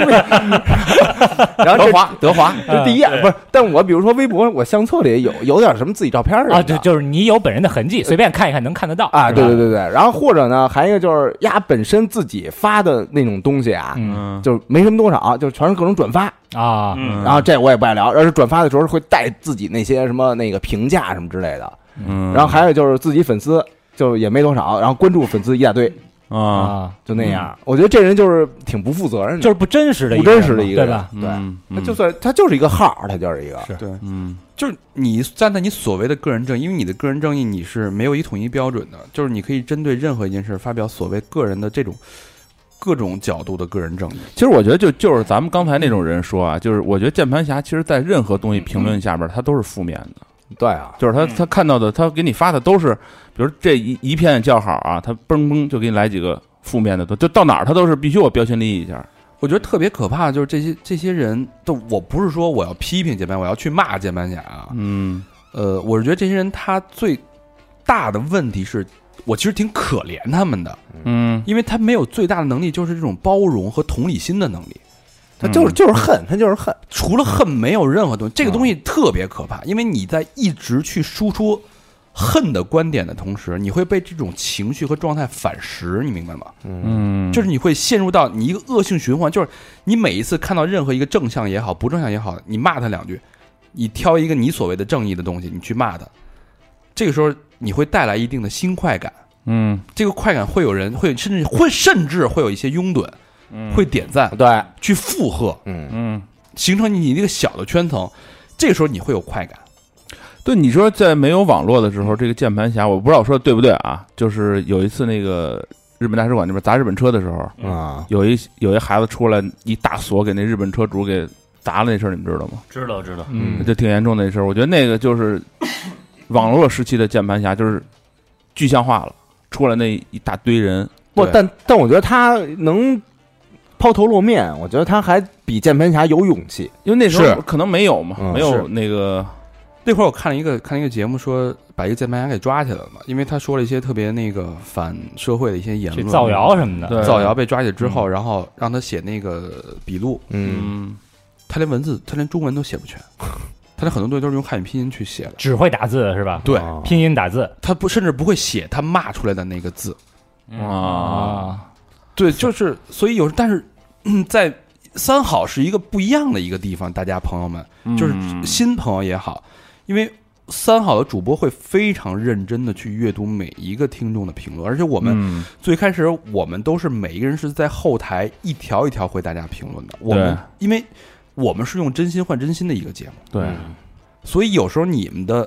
Speaker 2: 然后德华
Speaker 3: 德华，
Speaker 2: 这第一
Speaker 4: 啊
Speaker 2: 眼不是，但我比如说微博，我相册里有有点什么自己照片儿
Speaker 4: 啊，
Speaker 2: 什
Speaker 4: 对
Speaker 2: 么，的
Speaker 4: 就是你有本人的痕迹，随便看一看能看得到
Speaker 2: 啊，
Speaker 4: 是吧
Speaker 2: 对对对对，然后或者呢，还有一个就是丫本身自己发的那种东西啊，
Speaker 4: 嗯
Speaker 5: 嗯，
Speaker 2: 就是没什么多少，就是全是各种转发，
Speaker 4: 啊，
Speaker 6: 嗯
Speaker 2: 然后这我也不爱聊，而是转发的时候会带自己那些什么那个评价什么之类的，
Speaker 5: 嗯，
Speaker 2: 然后还有就是自己粉丝就也没多少，然后关注粉丝一大堆，
Speaker 5: 啊，
Speaker 4: 啊，
Speaker 2: 就那样，我觉得这人就是挺不负责任的，
Speaker 4: 就是不真实的，
Speaker 2: 嗯不真实的一个
Speaker 4: 对
Speaker 2: 人
Speaker 4: 吧？
Speaker 2: 对
Speaker 5: 嗯，
Speaker 2: 他就算他就是一个号儿，他就是一个，
Speaker 3: 对，
Speaker 5: 嗯
Speaker 3: 就是你站在你所谓的个人正义，因为你的个人正义你是没有一统一标准的，就是你可以针对任何一件事发表所谓个人的这种各种角度的个人正义。
Speaker 5: 其实我觉得就就是咱们刚才那种人说啊，就是我觉得键盘侠其实，在任何东西评论下边，他都是负面的，
Speaker 2: 对啊，
Speaker 5: 就是他
Speaker 6: 嗯
Speaker 5: 他看到的，他给你发的都是，比如这一一片叫好啊，他嘣嘣就给你来几个负面的，都就到哪儿他都是必须我标新立异一下，
Speaker 3: 我觉得特别可怕，就是这些这些人都，我不是说我要批评键盘，我要去骂键盘侠啊。
Speaker 5: 嗯
Speaker 3: 呃，我是觉得这些人他最大的问题是，我其实挺可怜他们的，
Speaker 5: 嗯，
Speaker 3: 因为他没有最大的能力，就是这种包容和同理心的能力。
Speaker 2: 他就是就是恨，他就是恨，
Speaker 3: 除了恨，没有任何东西。
Speaker 5: 啊
Speaker 3: 这个东西特别可怕，因为你在一直去输出恨的观点的同时，你会被这种情绪和状态反噬，你明白吗？
Speaker 5: 嗯，
Speaker 3: 就是你会陷入到你一个恶性循环，就是你每一次看到任何一个正向也好，不正向也好，你骂他两句，你挑一个你所谓的正义的东西，你去骂他，这个时候你会带来一定的新快感，
Speaker 5: 嗯
Speaker 3: 这个快感会有人会甚至会甚至会有一些拥趸，会点赞
Speaker 2: 对，
Speaker 3: 去附和，
Speaker 2: 嗯，
Speaker 5: 嗯。
Speaker 3: 形成你一个小的圈层，这个时候你会有快感。
Speaker 5: 对，你说在没有网络的时候，这个键盘侠，我不知道我说的对不对啊？就是有一次那个日本大使馆那边砸日本车的时候，
Speaker 2: 啊，
Speaker 5: 有一有一孩子出来一大锁给那日本车主给砸了那事儿，你们知道吗？
Speaker 6: 知道知道，
Speaker 2: 嗯
Speaker 5: 就挺严重的那事儿。我觉得那个就是 网络时期的键盘侠，就是具象化了，出来那一大堆人，
Speaker 2: 不，
Speaker 3: 对
Speaker 2: 但但我觉得他能抛头露面，我觉得他还比键盘侠有勇气。
Speaker 5: 因为那时
Speaker 3: 是
Speaker 5: 候可能没有嘛，
Speaker 2: 嗯
Speaker 5: 没有那个
Speaker 3: 那会儿我看了一个看了一个节目，说把一个键盘侠给抓起来了嘛，因为他说了一些特别那个反社会的一些言
Speaker 4: 去
Speaker 3: 论，
Speaker 4: 造谣嗯什么
Speaker 2: 嗯
Speaker 4: 的，
Speaker 5: 对
Speaker 3: 啊造谣被抓起来之后，然后让他写那个笔录，
Speaker 2: 嗯，
Speaker 5: 嗯，
Speaker 3: 他连文字他连中文都写不全，他连很多东西都是用汉语拼音去写的，
Speaker 4: 只会打字是吧？
Speaker 3: 对
Speaker 2: 啊
Speaker 4: 拼音打字
Speaker 3: 他不甚至不会写他骂出来的那个字，嗯
Speaker 2: 哦
Speaker 5: 啊，
Speaker 4: 啊，
Speaker 3: 对，就是所以有，但是、嗯、在三好是一个不一样的一个地方，大家朋友们，就是
Speaker 5: 嗯
Speaker 3: 新朋友也好，因为三好的主播会非常认真的去阅读每一个听众的评论，而且我们
Speaker 5: 嗯
Speaker 3: 最开始我们都是每一个人是在后台一条一条回大家评论的，我们
Speaker 5: 对
Speaker 3: 因为我们是用真心换真心的一个节目，
Speaker 5: 对，
Speaker 3: 所以有时候你们的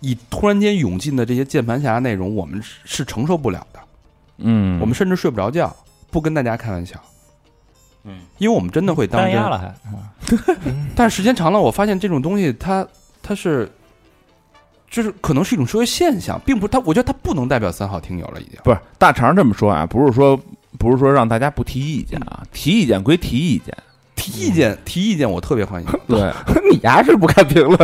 Speaker 3: 以突然间涌进的这些键盘侠内容，我们是是承受不了的。
Speaker 5: 嗯，
Speaker 3: 我们甚至睡不着觉，不跟大家开玩笑，
Speaker 6: 嗯，
Speaker 3: 因为我们真的会当
Speaker 4: 单
Speaker 3: 真
Speaker 4: 压。了还啊
Speaker 3: 但是时间长了，我发现这种东西它它是，就是可能是一种社会现象，并不它，我觉得它不能代表三好听友了，已经。
Speaker 5: 不是大肠这么说啊，不是说不是说让大家不提意见啊，提意见归提意见，
Speaker 3: 提意见，提意见，我特别欢迎。
Speaker 5: 对，
Speaker 2: 你丫是不看评论，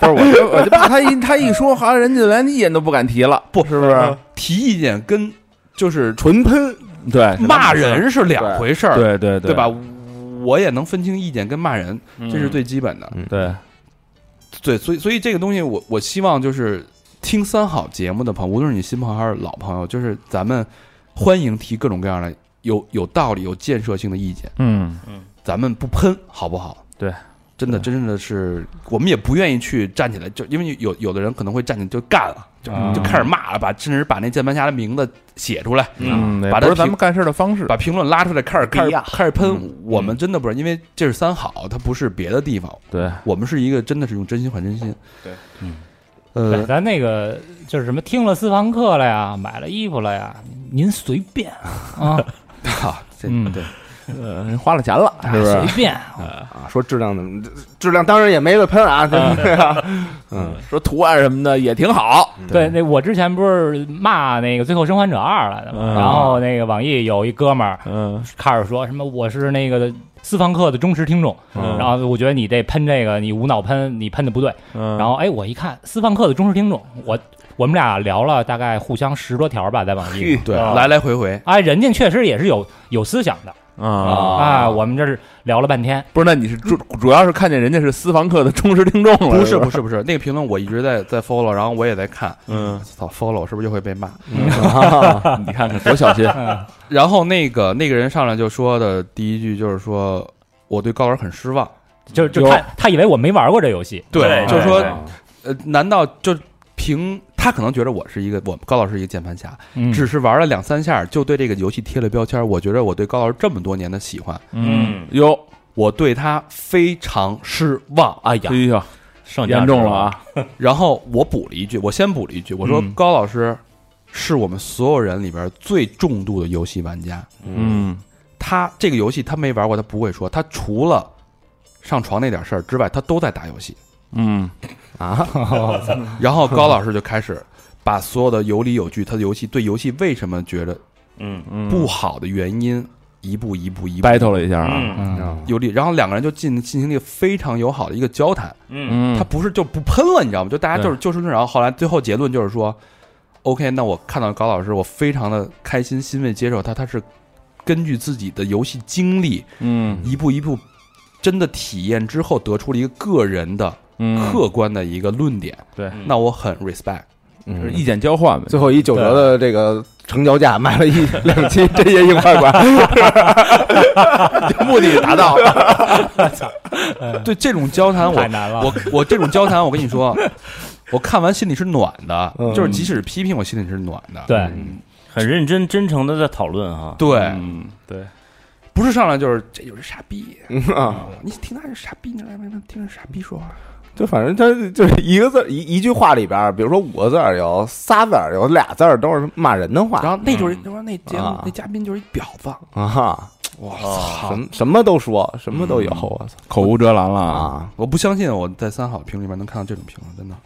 Speaker 5: 不是我就我就怕他一他一说，好像人家连意见都不敢提了，不是不是？
Speaker 3: 提意见跟就是
Speaker 2: 纯喷。
Speaker 5: 对，
Speaker 3: 骂人是两回事儿，
Speaker 5: 对对
Speaker 3: 对吧？？我也能分清意见跟骂人，这是最基本的。
Speaker 5: 对，
Speaker 3: 对，所以所以这个东西我，我希望就是听三好节目的朋友，无论是你新朋友还是老朋友，就是咱们欢迎提各种各样的有有道理、有建设性的意见，
Speaker 5: 嗯，
Speaker 3: 咱们不喷，好不好？
Speaker 5: 对，
Speaker 3: 真的真的是我们也不愿意去站起来，就因为有有的人可能会站起来就干了，就、
Speaker 5: 嗯
Speaker 4: 啊
Speaker 3: 就开始骂了，把甚至把那键盘侠的名字写出来，
Speaker 5: 嗯，
Speaker 3: 把
Speaker 5: 把
Speaker 3: 它
Speaker 5: 不是咱
Speaker 3: 评
Speaker 5: 们干事儿的方式，
Speaker 3: 把评论拉出来，开始开
Speaker 2: 不一
Speaker 3: 始
Speaker 2: 样
Speaker 3: 开始喷。我们真的不是，因为这是三好，它不是别的地方，
Speaker 5: 对，
Speaker 3: 我们是一个真的是用真心换真心。
Speaker 5: 对，
Speaker 6: 嗯，
Speaker 3: 呃
Speaker 4: 对，，咱那个就是什么听了私房课了呀，买了衣服了呀，您随便啊，
Speaker 3: 好，这
Speaker 5: 嗯
Speaker 3: 对，
Speaker 5: 呃，人花了钱了，是不
Speaker 4: 哎随
Speaker 5: 是？
Speaker 4: 便，
Speaker 2: 啊，说质量怎么，质量当然也没得喷啊，对不对啊？嗯，
Speaker 5: 说图案什么的也挺好，
Speaker 4: 对，那我之前不是骂那个《最后生还者二》来的嘛，
Speaker 5: 嗯
Speaker 4: 然后那个网易有一哥们儿
Speaker 5: 嗯，
Speaker 4: 开始说什么我是那个私房课的忠实听众，
Speaker 5: 嗯
Speaker 4: 然后我觉得你这喷这个你无脑喷，你喷的不对。
Speaker 6: 嗯
Speaker 5: 然
Speaker 4: 然后哎，我一看私房课的忠实听众，我我们俩聊了大概互相十多条吧，在网易。
Speaker 3: 对，
Speaker 4: 啊
Speaker 3: 来来回回，
Speaker 4: 哎，人家确实也是有有思想的
Speaker 2: 嗯
Speaker 5: 啊，
Speaker 4: 啊，我们这是聊了半天，
Speaker 5: 不是，那你是主主要是看见人家是私房课的忠实听众了，
Speaker 3: 不是
Speaker 5: 是吧
Speaker 3: 不是不是，那个评论我一直在在 follow，然后我也在看，
Speaker 5: 嗯，
Speaker 3: 操 follow 是不是就会被骂？
Speaker 5: 你看看多小心，
Speaker 3: 然后那个那个人上来就说的第一句就是说我对高玩很失望，
Speaker 4: 就就他他以为我没玩过这游戏，
Speaker 6: 对
Speaker 3: 就是说
Speaker 6: 对
Speaker 3: 呃，难道就凭他可能觉得我是一个我高老师一个键盘侠，
Speaker 4: 嗯
Speaker 3: 只是玩了两三下就对这个游戏贴了标签，我觉得我对高老师这么多年的喜欢，
Speaker 6: 嗯，
Speaker 5: 哟，
Speaker 3: 我对他非常失望，哎呀
Speaker 5: 哎，呦，
Speaker 6: 上价
Speaker 5: 严重
Speaker 6: 值
Speaker 5: 了！啊，
Speaker 3: 然后我补了一句，我先补了一句，我说
Speaker 5: 嗯
Speaker 3: 高老师是我们所有人里边最重度的游戏玩家，
Speaker 5: 嗯
Speaker 3: 他这个游戏他没玩过，他不会说，他除了上床那点事儿之外，他都在打游戏。
Speaker 5: 嗯，
Speaker 2: 啊，
Speaker 3: 然后高老师就开始把所有的有理有据，他的游戏对游戏为什么觉得
Speaker 6: 嗯
Speaker 5: 嗯
Speaker 3: 不好的原因，一步一步一步
Speaker 5: battle 了一下啊，
Speaker 6: 嗯
Speaker 4: 嗯
Speaker 3: 有理，然后两个人就进进行了一个非常友好的一个交谈。
Speaker 6: 嗯
Speaker 5: 嗯，
Speaker 3: 他不是就不喷了，你知道吗？就大家就是就事论事。然后后来最后结论就是说，OK，那我看到高老师，我非常的开心、欣慰，接受他，他是根据自己的游戏经历
Speaker 5: 嗯
Speaker 3: 一步一步真的体验之后，得出了一个个人的
Speaker 5: 嗯，
Speaker 3: 客观的一个论点。
Speaker 5: 对
Speaker 6: 嗯
Speaker 3: 那我很 respect。
Speaker 5: 就是
Speaker 2: 嗯
Speaker 5: 意见交换呗，
Speaker 2: 最后以九折的这个成交价买了一两期这些硬块 管，
Speaker 5: 目的达到了，
Speaker 3: 对这种交谈我，
Speaker 4: 嗯太难了，
Speaker 3: 我我这种交谈，我跟你 说，我看完心里是暖的，
Speaker 2: 嗯
Speaker 3: 就是即使是批评，我心里是暖的。嗯
Speaker 4: 对
Speaker 6: 很认真真诚的在讨论哈，
Speaker 3: 对，
Speaker 5: 嗯对，
Speaker 3: 不是上来就是这有人傻逼，
Speaker 2: 啊，
Speaker 3: 你听他是傻逼，你来来来听着傻逼说话。
Speaker 2: 就反正他就是一个字儿一一句话里边儿，比如说五个字儿有仨字儿有俩字儿都是骂人的话
Speaker 3: 然后那就是
Speaker 6: 嗯
Speaker 3: 就说那节目
Speaker 2: 啊
Speaker 3: 那嘉宾就是一婊子，
Speaker 2: 啊哈，
Speaker 3: 我操！
Speaker 2: 什什么都说，什么都有，我操
Speaker 5: 口无遮拦了！
Speaker 2: 嗯啊！
Speaker 3: 我不相信我在三好的评论里面能看到这种评论，真的。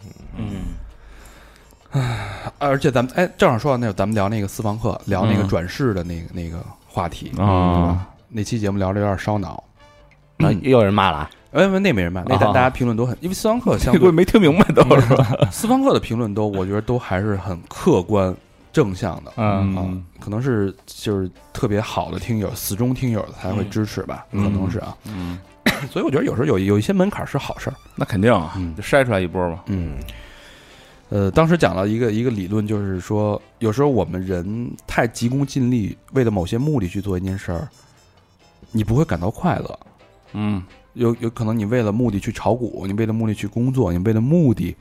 Speaker 6: 嗯，
Speaker 3: 而且咱们哎，正好说到那个，咱们聊那个私房课，聊那个
Speaker 5: 嗯
Speaker 3: 转世的那个、那个话题
Speaker 5: 啊。
Speaker 3: 那期节目聊的有点烧脑，
Speaker 2: 那又有人骂了啊，
Speaker 3: 哎，不那没人骂，那大
Speaker 2: 啊
Speaker 3: 大家评论都很，因为私房课相
Speaker 5: 这
Speaker 3: 对
Speaker 5: 个没听明白都是吧？
Speaker 3: 私房课的评论都，我觉得都还是很客观正向的。
Speaker 4: 嗯，
Speaker 3: 啊
Speaker 5: 嗯，
Speaker 3: 可能是就是特别好的听友、死忠听友才会支持吧，可能是啊。
Speaker 5: 嗯，
Speaker 3: 所以我觉得有时候有有一些门槛是好事儿。
Speaker 5: 那肯定啊
Speaker 3: 嗯，
Speaker 5: 就筛出来一波嘛。
Speaker 3: 嗯，呃，当时讲了一个一个理论，就是说，有时候我们人太急功近利，为了某些目的去做一件事儿，你不会感到快乐。
Speaker 5: 嗯，
Speaker 3: 有有可能你为了目的去炒股，你为了目的去工作，你为了目的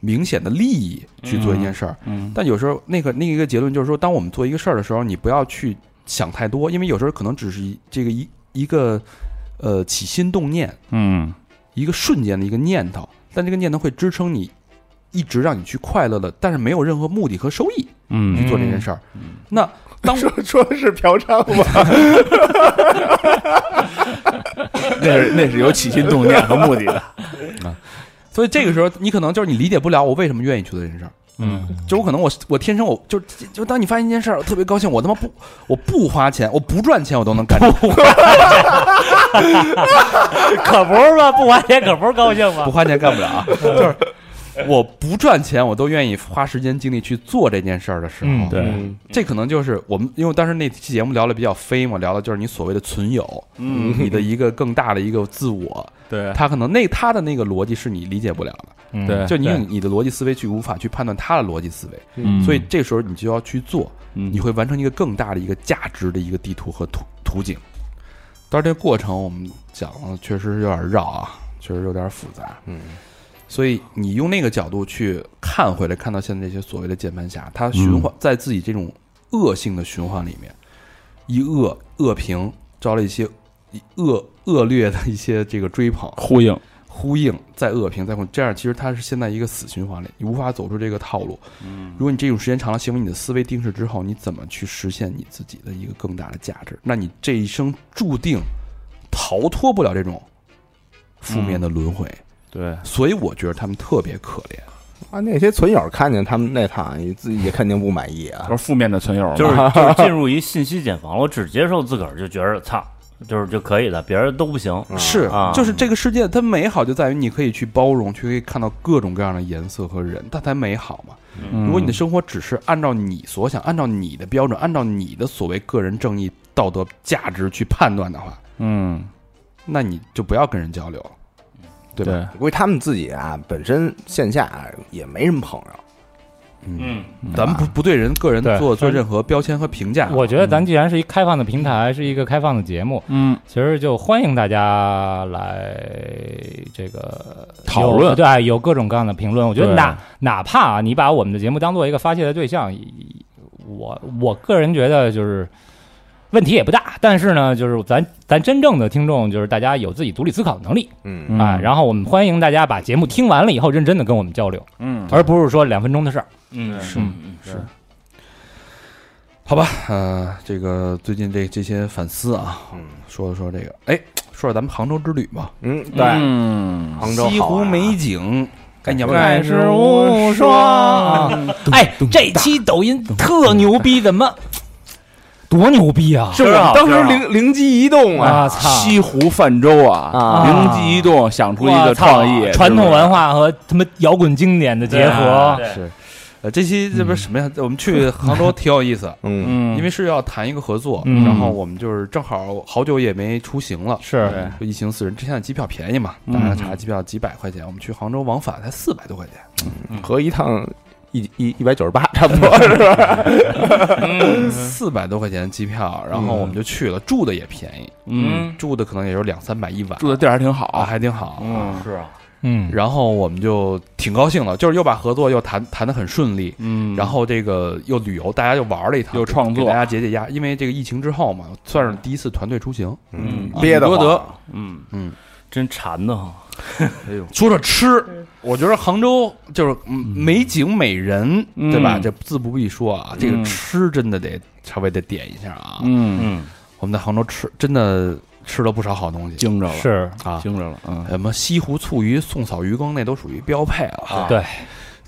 Speaker 3: 明显的利益去做一件事儿。
Speaker 5: 嗯
Speaker 3: 但有时候那个那一个结论就是说，当我们做一个事儿的时候，你不要去想太多，因为有时候可能只是一这个一一个呃起心动念，
Speaker 5: 嗯
Speaker 3: 一个瞬间的一个念头，但这个念头会支撑你，一直让你去快乐的，但是没有任何目的和收益去
Speaker 5: 嗯，
Speaker 3: 做这件事儿。那当
Speaker 2: 说说是嫖娼吗？
Speaker 5: 那是那是有起心动念和目的的。
Speaker 3: 所以这个时候，你可能就是你理解不了我为什么愿意去做这件事儿。
Speaker 5: 嗯
Speaker 3: 就我可能我我天生我就就当你发现一件事儿，我特别高兴，我他妈不我不花钱，我不赚钱，我都能干。
Speaker 6: 可不是吗？不花钱可不是高兴
Speaker 3: 不
Speaker 6: 吗？
Speaker 3: 花钱干不了 啊，就是我不赚钱，我都愿意花时间精力去做这件事儿的时候，
Speaker 4: 嗯
Speaker 5: 对
Speaker 2: 嗯
Speaker 3: 这可能就是我们，因为当时那期节目聊的比较飞嘛，聊的就是你所谓的存有，
Speaker 6: 嗯，
Speaker 3: 你的一个更大的一个自我，
Speaker 5: 对
Speaker 3: 他可能那他的那个逻辑是你理解不了的，
Speaker 4: 嗯
Speaker 5: 对，
Speaker 3: 就你用你的逻辑思维去无法去判断他的逻辑思维，
Speaker 5: 嗯
Speaker 3: 所以这时候你就要去做，你
Speaker 6: 嗯
Speaker 5: 你
Speaker 3: 会完成一个更大的一个价值的一个地图和图图景。当然，这个过程我们讲了，确实有点绕啊，确实有点复杂。
Speaker 2: 嗯，
Speaker 3: 所以你用那个角度去看回来，看到现在这些所谓的键盘侠，他循环在自己这种恶性的循环里面，一恶恶评，招了一些一恶恶劣的一些这个追捧
Speaker 5: 呼应，
Speaker 3: 呼应，再恶评再呼，这样其实它是现在一个死循环里，你无法走出这个套路。嗯，如果你这种时间长了，形成你的思维定式之后，你怎么去实现你自己的一个更大的价值？那你这一生注定逃脱不了这种负面的轮回。
Speaker 5: 对，
Speaker 3: 所以我觉得他们特别可怜。
Speaker 2: 啊，那些存友看见他们那趟，你自己也肯定不满意啊
Speaker 5: 都。是负面的存友嘛，
Speaker 6: 就是就是进入一信息茧房，我只接受自个儿，就觉得操，就是就可以了，别人都不行。
Speaker 3: 是
Speaker 6: 啊，
Speaker 3: 就是这个世界它美好就在于你可以去包容，去可以看到各种各样的颜色和人，它才美好嘛。
Speaker 5: 嗯
Speaker 3: 如果你的生活只是按照你所想，按照你的标准，按照你的所谓个人正义、道德价值去判断的话，
Speaker 5: 嗯，
Speaker 3: 那你就不要跟人交流了，对吧？
Speaker 5: 对，
Speaker 2: 估计他们自己啊，本身线下也没什么朋友，
Speaker 6: 嗯，
Speaker 3: 咱们不不对人个人
Speaker 4: 对
Speaker 3: 做做任何标签和评价。
Speaker 4: 我觉得咱既然是一开放的平台，是一个开放的节目，
Speaker 5: 嗯，
Speaker 4: 其实就欢迎大家来这个
Speaker 5: 讨论
Speaker 4: 有对，有各种各样的评论。我觉得
Speaker 5: 对
Speaker 4: 哪哪怕啊，你把我们的节目当做一个发泄的对象，以我我个人觉得就是问题也不大。但是呢，就是咱咱真正的听众，就是大家有自己独立思考的能力
Speaker 2: 嗯
Speaker 5: 嗯
Speaker 4: 啊。然后我们欢迎大家把节目听完了以后，认真的跟我们交流，
Speaker 5: 嗯，
Speaker 4: 而不是说两分钟的事儿。
Speaker 6: 嗯是是，
Speaker 3: 好吧，呃，这个最近这这些反思啊，
Speaker 2: 嗯
Speaker 3: 说了说这个，哎，说说咱们杭州之旅吧，
Speaker 2: 嗯，对，
Speaker 5: 嗯
Speaker 2: 杭州
Speaker 3: 西
Speaker 2: 好
Speaker 3: 湖
Speaker 2: 玩啊
Speaker 3: 美景，哎，你要不要
Speaker 4: 盖世无双。哎，这期抖音特牛逼，怎么多牛逼啊？
Speaker 6: 是啊，
Speaker 2: 当
Speaker 6: 是
Speaker 2: 时
Speaker 6: 啊
Speaker 2: 灵灵机一动啊，
Speaker 4: 啊操！
Speaker 5: 西湖泛舟啊，
Speaker 2: 啊
Speaker 5: 灵机一动想出一
Speaker 4: 我
Speaker 5: 个
Speaker 4: 操
Speaker 5: 创意，
Speaker 4: 传统
Speaker 5: 是不是
Speaker 4: 文化和他妈摇滚经典的结合。
Speaker 6: 对啊
Speaker 3: 呃，这期这不是什么呀？ 我们去杭州挺有意思，
Speaker 2: 嗯，
Speaker 5: 嗯，
Speaker 3: 因为是要谈一个合作，
Speaker 4: 嗯
Speaker 3: 然后我们就是正好好久也没出行了，
Speaker 4: 是，
Speaker 3: 就一行四人。这现在机票便宜嘛，
Speaker 5: 嗯
Speaker 3: 大家查机票几百块钱，我们去杭州往返才四百多块钱。
Speaker 2: 合一趟一一一百九十八，差不多是吧？
Speaker 5: 嗯
Speaker 3: 四百多块钱机票，然后我们就去了，住的也便宜，
Speaker 5: 嗯，
Speaker 3: 住的可能也就两三百一晚，
Speaker 5: 住的地儿还挺好
Speaker 4: 哎
Speaker 3: 啊还挺好。
Speaker 5: 嗯
Speaker 6: 是啊，
Speaker 4: 嗯，
Speaker 3: 然后我们就挺高兴了，就是又把合作又谈谈的很顺利，
Speaker 5: 嗯，
Speaker 3: 然后这个又旅游，大家又玩了一趟，
Speaker 5: 又创作
Speaker 3: 给大家解解压。因为这个疫情之后嘛，算是第一次团队出行。
Speaker 6: 嗯
Speaker 2: 憋得
Speaker 3: 多
Speaker 2: 慌
Speaker 3: 得
Speaker 6: 嗯
Speaker 3: 嗯，
Speaker 6: 真馋的慌。
Speaker 3: 说说吃，我觉得杭州就是嗯美景美人，
Speaker 5: 嗯
Speaker 3: 对吧？这自不必说啊，这个
Speaker 5: 嗯
Speaker 3: 吃真的得稍微得点一下啊。
Speaker 5: 嗯
Speaker 6: 嗯，
Speaker 3: 我们在杭州吃，真的吃了不少好东西
Speaker 5: 惊着了，
Speaker 4: 是
Speaker 3: 啊，
Speaker 5: 惊着了，嗯，
Speaker 3: 什么西湖醋鱼、宋嫂鱼羹，那都属于标配了啊。
Speaker 4: 对，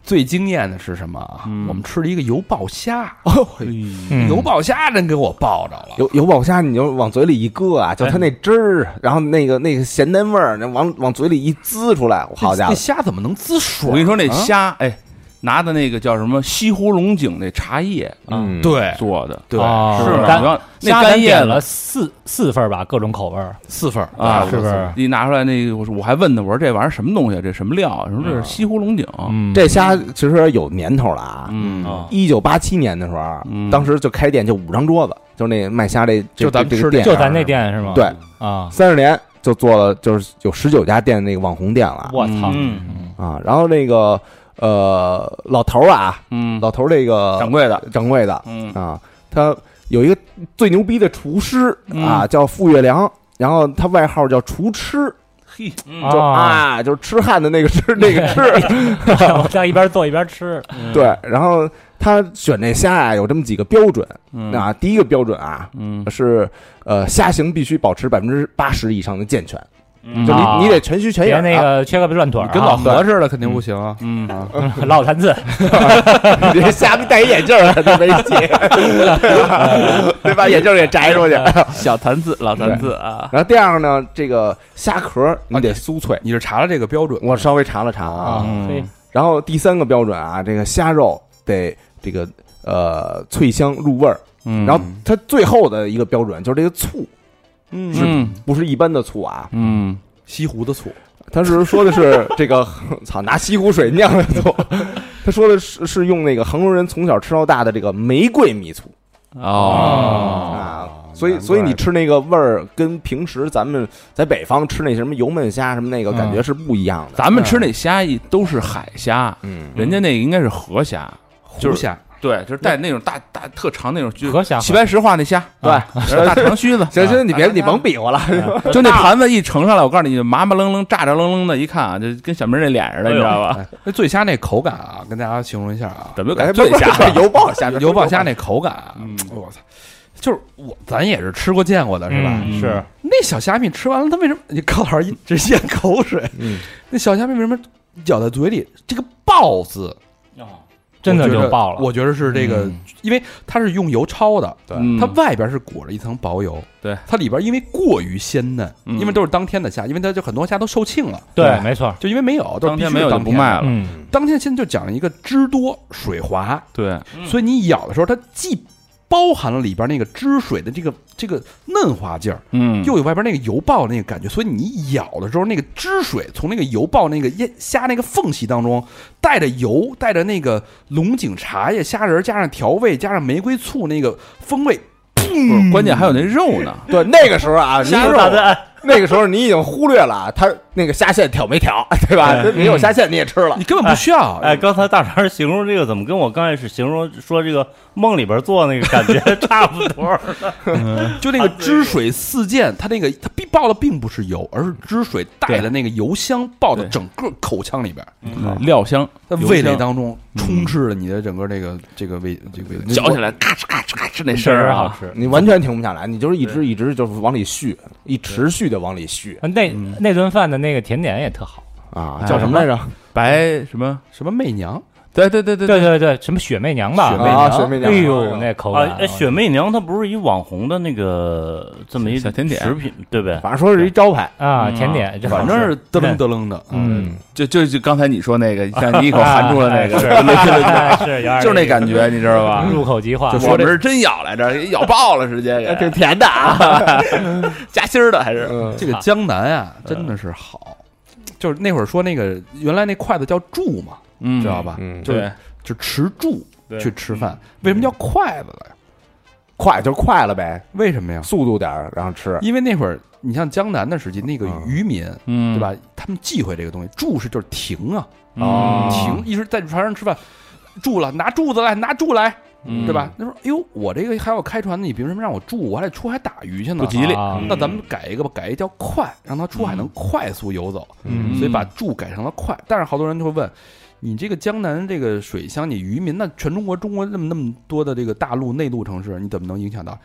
Speaker 3: 最惊艳的是什么啊？
Speaker 5: 嗯哦
Speaker 3: 我们吃了一个油爆虾，
Speaker 5: 哎
Speaker 4: 嗯
Speaker 3: 油爆虾真给我爆着了。
Speaker 2: 油油爆虾，你就往嘴里一搁啊，就它那汁儿，然后那个那个咸淡味儿，那往往嘴里一滋出来，好
Speaker 3: 这
Speaker 2: 家伙
Speaker 3: 这，虾怎么能滋水？
Speaker 5: 我跟你说那
Speaker 3: 啊
Speaker 5: 虾，哎，拿的那个叫什么西湖龙井那茶叶
Speaker 2: 嗯，
Speaker 3: 对
Speaker 5: 做的，
Speaker 3: 对
Speaker 4: 哦
Speaker 5: 是
Speaker 4: 干
Speaker 5: 吗？那
Speaker 4: 虾咱
Speaker 5: 干叶
Speaker 4: 点
Speaker 5: 子
Speaker 4: 了四四份儿吧，各种口味儿
Speaker 3: 四份儿
Speaker 5: 啊，
Speaker 4: 是不是？
Speaker 5: 一拿出来那个，我说我还问他，我说这玩意儿什么东西啊？这什么料啊？什么这是西湖龙井？
Speaker 4: 嗯哦
Speaker 2: 这虾其实有年头了啊。
Speaker 5: 嗯，
Speaker 6: 啊，
Speaker 2: 一九八七年的时候，啊
Speaker 5: 嗯
Speaker 2: 当时就开店就五张桌子，就那卖虾这这
Speaker 3: 就咱们
Speaker 2: 这
Speaker 3: 吃
Speaker 2: 个
Speaker 3: 的
Speaker 2: 店，
Speaker 4: 就咱那店是吗？
Speaker 2: 对
Speaker 4: 啊，
Speaker 2: 三十年就做了，就是有十九家店那个网红店了
Speaker 4: 我操，
Speaker 6: 嗯
Speaker 2: 啊。然后那个呃老头儿啊，
Speaker 5: 嗯，
Speaker 2: 老头儿这个
Speaker 5: 掌柜的，
Speaker 2: 掌柜的
Speaker 5: 嗯
Speaker 2: 啊，他有一个最牛逼的厨师啊，叫傅月良，然后他外号叫厨痴，
Speaker 5: 嘿，
Speaker 4: 啊
Speaker 2: 就啊就是痴汉的那个痴那个痴，
Speaker 4: 我在一边做一边吃，
Speaker 2: 对。然后他选这虾啊有这么几个标准啊，第一个标准啊
Speaker 5: 嗯
Speaker 2: 是呃虾型必须保持百分之八十以上的健全，
Speaker 6: 嗯
Speaker 2: 就
Speaker 4: 啊
Speaker 2: 你你得全须全
Speaker 4: 别
Speaker 2: 眼
Speaker 4: 那个缺个乱腿儿啊，
Speaker 3: 跟老何似的，肯定不行啊。
Speaker 5: 嗯，
Speaker 4: 老坛子，
Speaker 2: 啊别瞎逼戴一眼镜儿都没戏， 对吧？得把眼镜儿给摘出去。
Speaker 5: 小坛子，老坛子啊，
Speaker 2: 然后第二个呢，这个虾壳儿你得酥脆，
Speaker 3: 你是查了这个标准，
Speaker 2: 我稍微查了查啊，
Speaker 5: 嗯
Speaker 4: 嘿
Speaker 2: 然后第三个标准啊，这个虾肉得这个呃脆香入味儿。
Speaker 5: 嗯
Speaker 2: 然后它最后的一个标准就是这个醋，
Speaker 3: 嗯
Speaker 5: 嗯
Speaker 2: 不是一般的醋啊，
Speaker 5: 嗯，
Speaker 3: 西湖的醋，
Speaker 2: 它是说的是这个， 操，拿西湖水酿的醋。他说的是是用那个杭州人从小吃到大的这个玫瑰米醋
Speaker 5: 哦，
Speaker 2: 啊，所以所以你吃那个味儿跟平时咱们在北方吃那什么油焖虾什么那个感觉是不一样的。
Speaker 5: 咱们吃那虾一都是海虾，
Speaker 2: 嗯，
Speaker 5: 人家那个应该是河虾，就
Speaker 3: 湖
Speaker 5: 是
Speaker 3: 虾，
Speaker 5: 对，就是带那种大大特长那种，就
Speaker 4: 河虾
Speaker 5: 齐白石画那虾，对，大长须子，
Speaker 2: 行
Speaker 5: 啊
Speaker 2: 行，你 别你甭比划了，
Speaker 5: 就那盘子一盛上来，我告诉你，麻麻愣愣、炸炸愣愣的，一看啊，就跟小明那脸似的，你知道吧？
Speaker 3: 哎那醉虾那口感啊，跟大家形容一下啊，
Speaker 5: 怎么又
Speaker 2: 哎
Speaker 5: 敢醉虾？
Speaker 2: 不是油爆 虾，
Speaker 3: 油爆虾那口感啊，
Speaker 5: 嗯
Speaker 3: 我操，就是我咱也是吃过见过的，是吧？
Speaker 4: 嗯是
Speaker 3: 那小虾米吃完了，它为什么？你高老师一直咽口水，
Speaker 2: 嗯
Speaker 3: 那小虾米为什么咬在嘴里？这个“爆”字，
Speaker 4: 真的
Speaker 3: 我觉
Speaker 4: 就
Speaker 3: 得
Speaker 4: 爆了，
Speaker 3: 我觉得是这个
Speaker 5: 嗯，
Speaker 3: 因为它是用油焯的，
Speaker 2: 对
Speaker 5: 嗯
Speaker 3: 它外边是裹着一层薄油，
Speaker 5: 对，
Speaker 3: 它里边因为过于鲜嫩，
Speaker 5: 嗯
Speaker 3: 因为都是当天的虾，因为它就很多虾都售罄了，
Speaker 4: 对，没错，
Speaker 3: 就因为没有，都是
Speaker 5: 当
Speaker 3: 必须
Speaker 5: 天没有就
Speaker 3: 当
Speaker 5: 不卖
Speaker 3: 的。
Speaker 5: 了。
Speaker 4: 嗯，
Speaker 3: 当天现在就讲了一个汁多水滑，
Speaker 5: 对，
Speaker 6: 嗯
Speaker 3: 所以你咬的时候，它既包含了里边那个汁水的这个这个嫩滑劲儿，
Speaker 5: 嗯，
Speaker 3: 又有外边那个油爆那个感觉，所以你咬的时候，那个汁水从那个油爆那个烟虾那个缝隙当中，带着油，带着那个龙井茶叶、虾仁儿，加上调味，加上玫瑰醋那个风味，
Speaker 5: 不是关键还有那肉呢。
Speaker 2: 对，那个时候 啊，你
Speaker 6: 虾
Speaker 2: 已经
Speaker 6: 肉大餐，
Speaker 2: 那个时候你已经忽略了它那个虾线挑没挑，对吧？没有虾线你也吃了
Speaker 3: 你，根本不需要。
Speaker 6: 哎，刚才大肠形容这个怎么跟我刚开始形容说这个梦里边做那个感觉差不多？
Speaker 3: 就那个汁水四溅，它那个它必爆的并不是油，而是汁水带的那个油香爆到
Speaker 5: 对
Speaker 3: 整个口腔里边，
Speaker 5: 嗯
Speaker 6: 啊
Speaker 5: 料香，
Speaker 3: 在
Speaker 5: 油
Speaker 3: 味蕾
Speaker 5: 香
Speaker 3: 当中充斥了你的整个这个这个味这个味道。
Speaker 5: 嚼起来咔哧咔哧咔哧那声
Speaker 4: 确
Speaker 5: 儿
Speaker 4: 实好
Speaker 5: 啊，
Speaker 4: 吃。
Speaker 2: 你完全停不下来，你就是一直一直就是往里续，一持续的往里续
Speaker 4: 呃那那顿饭的那个甜点也特好，
Speaker 2: 啊，
Speaker 5: 哎
Speaker 2: 叫什么来着？
Speaker 5: 白什么？
Speaker 3: 什么媚娘，
Speaker 5: 对对对对
Speaker 4: 对，对对，什么雪媚娘
Speaker 5: 雪
Speaker 4: 吧
Speaker 5: 媚？
Speaker 2: 啊，水媚
Speaker 4: 哎
Speaker 2: 娘，
Speaker 4: 呦，那口
Speaker 6: 啊，哎
Speaker 4: 感，
Speaker 6: 雪媚娘她不是一网红的那个这么一
Speaker 5: 小甜点
Speaker 6: 食品，对呗？
Speaker 2: 反正说是一招牌，
Speaker 4: 啊，
Speaker 5: 嗯
Speaker 4: 甜点，这好
Speaker 3: 反
Speaker 4: 吃
Speaker 3: 正是嘚楞嘚楞的，
Speaker 4: 嗯，
Speaker 5: 就就就刚才你说那个，像你一口含住了那 个，
Speaker 4: 啊哎是哎是有点儿
Speaker 5: 就是那
Speaker 4: 个
Speaker 5: 感觉，你知道吧？
Speaker 4: 入口即化，
Speaker 5: 我们是真咬来着，给咬爆了，直 接给
Speaker 2: 甜的啊，
Speaker 5: 夹心儿的还是
Speaker 2: 嗯
Speaker 3: 这个江南啊，真的是好。就是那会儿说那个原来那筷子叫箸嘛，
Speaker 5: 嗯
Speaker 3: 知道？吧？
Speaker 2: 嗯，
Speaker 3: 就
Speaker 5: 对
Speaker 3: 是，就持箸
Speaker 6: 对
Speaker 3: 去吃饭，为什么叫筷子呢？
Speaker 2: 快就快了呗，
Speaker 3: 为什么呀？
Speaker 2: 速度点儿，然后吃，
Speaker 3: 因为那会儿你像江南的时期，那个
Speaker 2: 嗯
Speaker 3: 渔民
Speaker 5: 嗯
Speaker 3: 对？吧？他们忌讳这个东西，箸是就是停啊，
Speaker 5: 哦
Speaker 3: 停，一直在船上吃饭，住了拿柱子来，拿柱来，
Speaker 5: 嗯
Speaker 3: 对吧？他说：“哎呦，我这个还要开船呢，你凭什么让我住？我还得出海打鱼去呢。”
Speaker 5: 不吉利
Speaker 4: 啊
Speaker 3: 那咱们改一个吧，改一叫快，让它出海能快速游走。
Speaker 5: 嗯
Speaker 3: 所以把住改成了快。但是好多人就会问，你这个江南这个水乡，你渔民，那全中国中国那么那么多的这个大陆内陆城市，你怎么能影响到？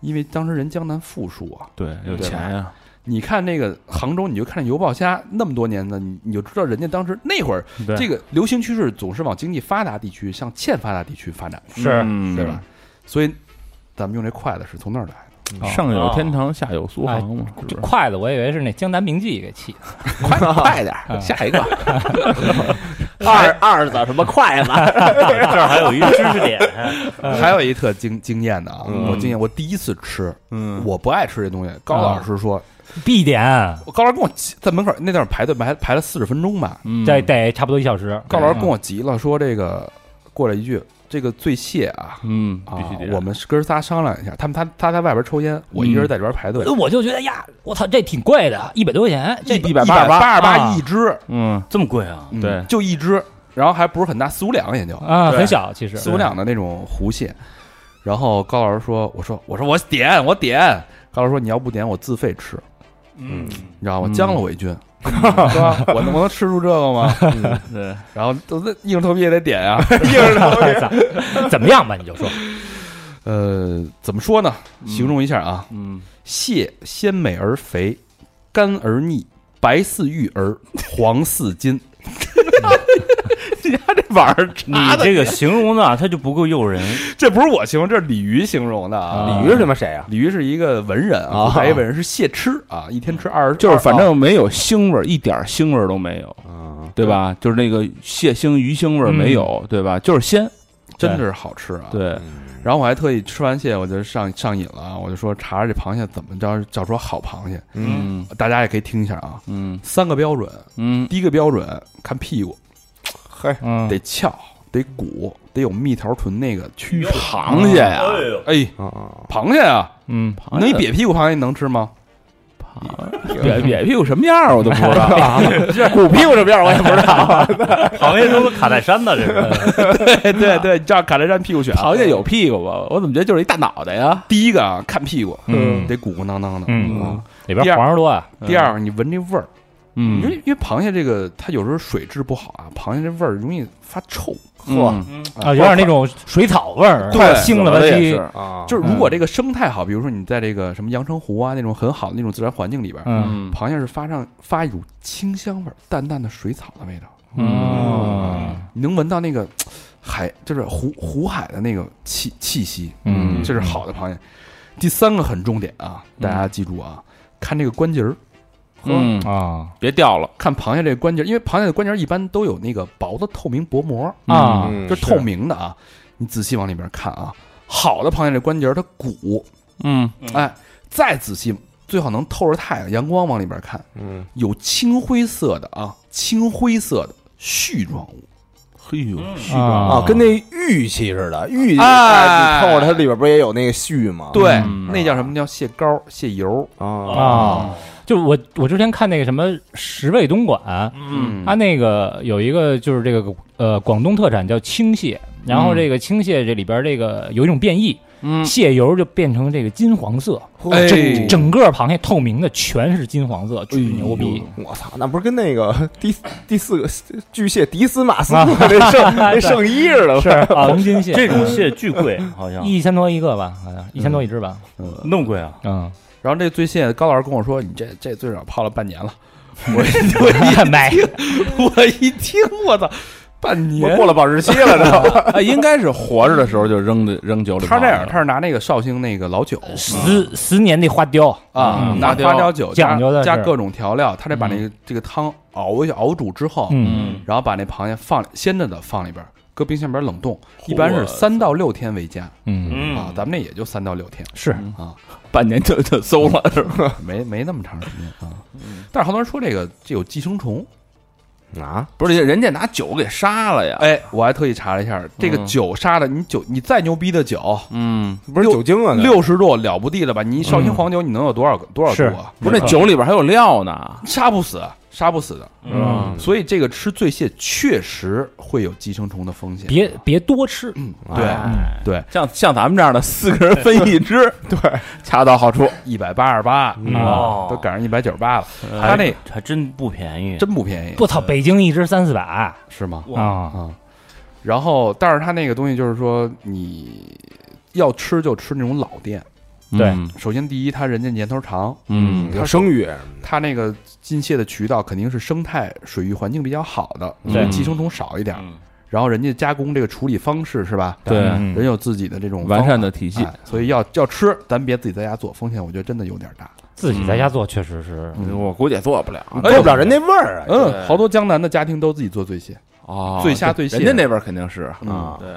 Speaker 3: 因为当时人江南富庶啊，
Speaker 5: 对，有钱呀，
Speaker 3: 你看那个杭州，你就看这油爆虾那么多年呢，你你就知道人家当时那会儿
Speaker 5: 对
Speaker 3: 这个流行趋势总是往经济发达地区向欠发达地区发展，
Speaker 4: 是
Speaker 5: 嗯
Speaker 3: 对吧？？所以咱们用这筷子是从那 儿来的，
Speaker 5: 上有天堂，下有苏杭嘛，是
Speaker 4: 这
Speaker 5: 不是
Speaker 4: 筷子，我以为是那江南名妓给起的。
Speaker 3: 快快点儿，
Speaker 4: 嗯
Speaker 3: 下一个。
Speaker 2: 二二子什么筷子？
Speaker 6: 这儿还有一个知识点，
Speaker 3: 还有一特惊惊艳的啊，
Speaker 2: 嗯
Speaker 3: 我惊艳，我第一次吃，
Speaker 5: 嗯，
Speaker 3: 我不爱吃这东西。高老师说，
Speaker 4: 必点，
Speaker 3: 我高老师跟我急在门口那段排队排排了四十分钟吧，
Speaker 5: 嗯
Speaker 4: 这得差不多一小时。
Speaker 3: 高老师
Speaker 4: 嗯
Speaker 3: 跟我急了，说这个过来一句，这个醉蟹啊。
Speaker 5: 嗯，
Speaker 3: 啊
Speaker 5: 必须得，
Speaker 3: 我们是哥仨商量一下，他们他他在外边抽烟，我一个人在里边排队，
Speaker 4: 呃我就觉得呀，我操，这挺贵的，一百多块钱，这
Speaker 3: 一百八十八十八
Speaker 4: 啊
Speaker 3: 一只，
Speaker 5: 嗯
Speaker 6: 这么贵啊？
Speaker 3: 嗯
Speaker 5: 对
Speaker 3: 就一只，然后还不是很大，四五两也就
Speaker 4: 啊，
Speaker 3: 对
Speaker 4: 很小其实。
Speaker 3: 四五 两的那种湖蟹。然后高老师说：“我说我说我点我点。”高老师说：“你要不点我自费吃。”
Speaker 6: 嗯，
Speaker 3: 你知道吗？
Speaker 5: 嗯
Speaker 3: 将了我一军，是吧？我能我能吃出这个 吗？
Speaker 5: 对，
Speaker 3: 然后都那硬着头皮也得点啊。
Speaker 4: 怎么样吧？你就说，
Speaker 3: 呃，怎么说呢？形容一下啊，
Speaker 5: 嗯，
Speaker 3: 蟹鲜美而肥，干而腻，白似玉儿，黄似金。 你家这玩意儿
Speaker 6: 你
Speaker 3: 查的，
Speaker 6: 这个形容的啊它就不够诱人。
Speaker 3: 这不是我形容，这是鲤鱼形容的啊。
Speaker 2: 鲤鱼是他妈谁呀？
Speaker 3: 鲤鱼是一个文人啊，
Speaker 2: 啊
Speaker 3: 古代一文人是蟹吃啊，一天吃二十，
Speaker 5: 就是反正没有腥味儿，一点儿腥味儿都没有，
Speaker 2: 嗯，
Speaker 5: 对吧？就是那个蟹腥、鱼腥味儿没有，对吧？就是鲜，
Speaker 3: 真的是好吃啊。
Speaker 5: 对，
Speaker 2: 嗯
Speaker 3: 然后我还特意吃完蟹，我就上上瘾了啊，我就说查查这螃蟹怎么着叫出好螃蟹，
Speaker 5: 嗯
Speaker 3: 大家也可以听一下啊。
Speaker 5: 嗯
Speaker 3: 三个标准，
Speaker 5: 嗯，
Speaker 3: 第一个标准看屁股，
Speaker 4: 嗯，
Speaker 3: 得翘，得鼓，得有蜜桃臀那个曲线。
Speaker 5: 螃蟹呀，
Speaker 6: 呦，
Speaker 3: 哎，
Speaker 2: 啊，
Speaker 3: 螃蟹啊，
Speaker 5: 嗯，
Speaker 3: 能一瘪屁股螃蟹能吃吗？
Speaker 5: 瘪瘪屁股什么样儿我都不知道，
Speaker 2: 骨屁股什么样我也不知道。
Speaker 6: 螃蟹都是卡戴珊的，这是。
Speaker 3: 对对对，这样卡着站屁股选啊。
Speaker 5: 螃蟹有屁股吧？我怎么觉得就是一大脑袋呀？
Speaker 3: 第一个啊，看屁股，
Speaker 4: 嗯
Speaker 3: 得鼓鼓囊囊的。
Speaker 4: 嗯
Speaker 3: 啊
Speaker 4: 里边黄油多啊，
Speaker 3: 第二，你闻这味儿，因为
Speaker 5: 嗯，
Speaker 3: 因为螃蟹这个它有时候水质不好啊，螃蟹这味儿容易发臭。
Speaker 5: 嗯，
Speaker 4: 啊，有点那种水草味儿，啊
Speaker 3: 对
Speaker 4: 腥了吧
Speaker 5: 的也
Speaker 4: 唧。
Speaker 5: 是，
Speaker 2: 啊，
Speaker 3: 就是如果
Speaker 4: 嗯
Speaker 3: 这个生态好，比如说你在这个什么阳澄湖啊那种很好的那种自然环境里边，
Speaker 4: 嗯
Speaker 5: 嗯
Speaker 3: 螃蟹是发上发一股清香味儿，淡淡的水草的味道，
Speaker 4: 嗯
Speaker 3: 你能闻到那个海，就是湖湖海的那个气气息，
Speaker 4: 嗯嗯
Speaker 3: 这是好的螃蟹。第三个很重点啊，大家记住啊，看这个关节儿，
Speaker 5: 嗯，
Speaker 4: 啊
Speaker 5: 别掉了
Speaker 3: 看螃蟹这个关节儿，因为螃蟹的关节儿一般都有那个薄的透明薄膜，
Speaker 4: 啊
Speaker 2: 嗯
Speaker 3: 就是透明的啊，你仔细往里边看啊，好的螃蟹这关节儿它鼓，
Speaker 5: 嗯
Speaker 6: 嗯
Speaker 3: 哎，再仔细最好能透着太阳阳光往里边看，
Speaker 2: 嗯，
Speaker 3: 有青灰色的啊，青灰色的絮状物，啊
Speaker 5: 嘿呦，
Speaker 6: 嗯
Speaker 2: 啊
Speaker 4: 啊，，
Speaker 2: 跟那玉器似的，玉
Speaker 3: 哎
Speaker 2: 哎你透着它里边不是也有那个絮吗？
Speaker 3: 对，
Speaker 5: 嗯
Speaker 3: 那叫什么叫蟹膏、蟹油，
Speaker 2: 啊，
Speaker 4: 啊，就我我之前看那个什么十味东馆，
Speaker 3: 嗯
Speaker 4: 它那个有一个就是这个呃广东特产叫青蟹，然后这个青蟹这里边这个有一种变异，
Speaker 5: 嗯
Speaker 4: 蟹油就变成这个金黄色，
Speaker 3: 哎
Speaker 4: 整整个螃蟹透明的全是金黄色，巨牛逼！
Speaker 2: 我操，那不是跟那个第第四个巨蟹迪斯马斯克那圣那圣衣似的吗？
Speaker 4: 是啊，黄金蟹，
Speaker 6: 这种蟹巨贵，好像
Speaker 4: 一千多一个吧，好像一千多一只吧，
Speaker 6: 那么贵啊？
Speaker 4: 嗯，
Speaker 3: 然后这醉蟹，高老师跟我说，你这这最少泡了半年了。 我一
Speaker 4: 没
Speaker 3: 我我一听，我操，半年
Speaker 2: 过了保质期 了都。
Speaker 5: 哎，应该是活着的时候就扔的扔酒里。
Speaker 3: 他这样，他是拿那个绍兴那个老酒
Speaker 4: 十十年的花雕，
Speaker 3: 啊，拿花雕酒加
Speaker 4: 嗯讲究的是
Speaker 3: 加各种调料，他得把那个这个汤熬一下熬煮之后，
Speaker 4: 嗯，
Speaker 5: 嗯，
Speaker 3: 然后把那螃蟹放鲜着的放里边，搁冰箱里边冷冻，一般是三到六天为佳
Speaker 4: 嗯
Speaker 3: 啊，咱们那也就三到六天
Speaker 4: 是
Speaker 3: 啊，
Speaker 5: 半年就就馊了，是吧？
Speaker 3: 没没那么长时间啊。
Speaker 4: 嗯
Speaker 3: 但是好多人说这个这有寄生虫，
Speaker 2: 啊，
Speaker 5: 不是，人家拿酒给杀
Speaker 4: 啊
Speaker 5: 了呀。
Speaker 3: 哎，我还特意查了一下，这个
Speaker 5: 嗯
Speaker 3: 酒杀的，你酒你再牛逼的酒，
Speaker 5: 嗯，
Speaker 2: 不是酒精啊，那
Speaker 3: 六十度了不地了吧？你绍兴
Speaker 4: 嗯
Speaker 3: 黄酒你能有多少个多少
Speaker 4: 是
Speaker 3: 度啊？
Speaker 5: 不是那酒里边还有料呢。
Speaker 3: 杀不死，杀不死的。
Speaker 4: 啊
Speaker 6: 嗯，
Speaker 3: 所以这个吃醉蟹确实会有寄生虫的风险。
Speaker 4: 别别多吃，
Speaker 2: 啊
Speaker 3: 对对，
Speaker 5: 像像咱们这样的四个人分一只，对，恰到好处。
Speaker 3: 一百八十八
Speaker 2: 啊嗯
Speaker 6: 哦哎
Speaker 3: 都赶上一百九十八了，
Speaker 6: 还
Speaker 3: 他那
Speaker 6: 还真不便宜，
Speaker 3: 真不便宜，
Speaker 4: 我操，北京一只三四百啊
Speaker 3: 是吗？
Speaker 4: 啊
Speaker 6: 嗯
Speaker 3: 啊，然后但是他那个东西就是说你要吃就吃那种老店，
Speaker 4: 对
Speaker 5: 嗯
Speaker 3: 首先第一，它人家年头长，
Speaker 5: 嗯
Speaker 2: 有生育，
Speaker 3: 它那个进卸的渠道肯定是生态水域环境比较好的，
Speaker 5: 嗯
Speaker 3: 所以寄生虫少一点
Speaker 6: 嗯
Speaker 3: 儿。然后人家加工这个处理方式是吧？
Speaker 5: 对
Speaker 2: 嗯
Speaker 3: 人有自己的这种
Speaker 5: 完善
Speaker 3: 的
Speaker 5: 的体系，嗯
Speaker 3: 所以要要吃，咱别自己在家做，风险我觉得真的有点大。
Speaker 4: 自己在家做确实是，
Speaker 5: 我估计也做不了
Speaker 2: 做不了人那味儿啊。
Speaker 3: 嗯，好多江南的家庭都自己做醉蟹，
Speaker 5: 哦
Speaker 3: 醉虾醉蟹
Speaker 5: 人家那边肯定是啊
Speaker 3: 嗯，
Speaker 5: 对，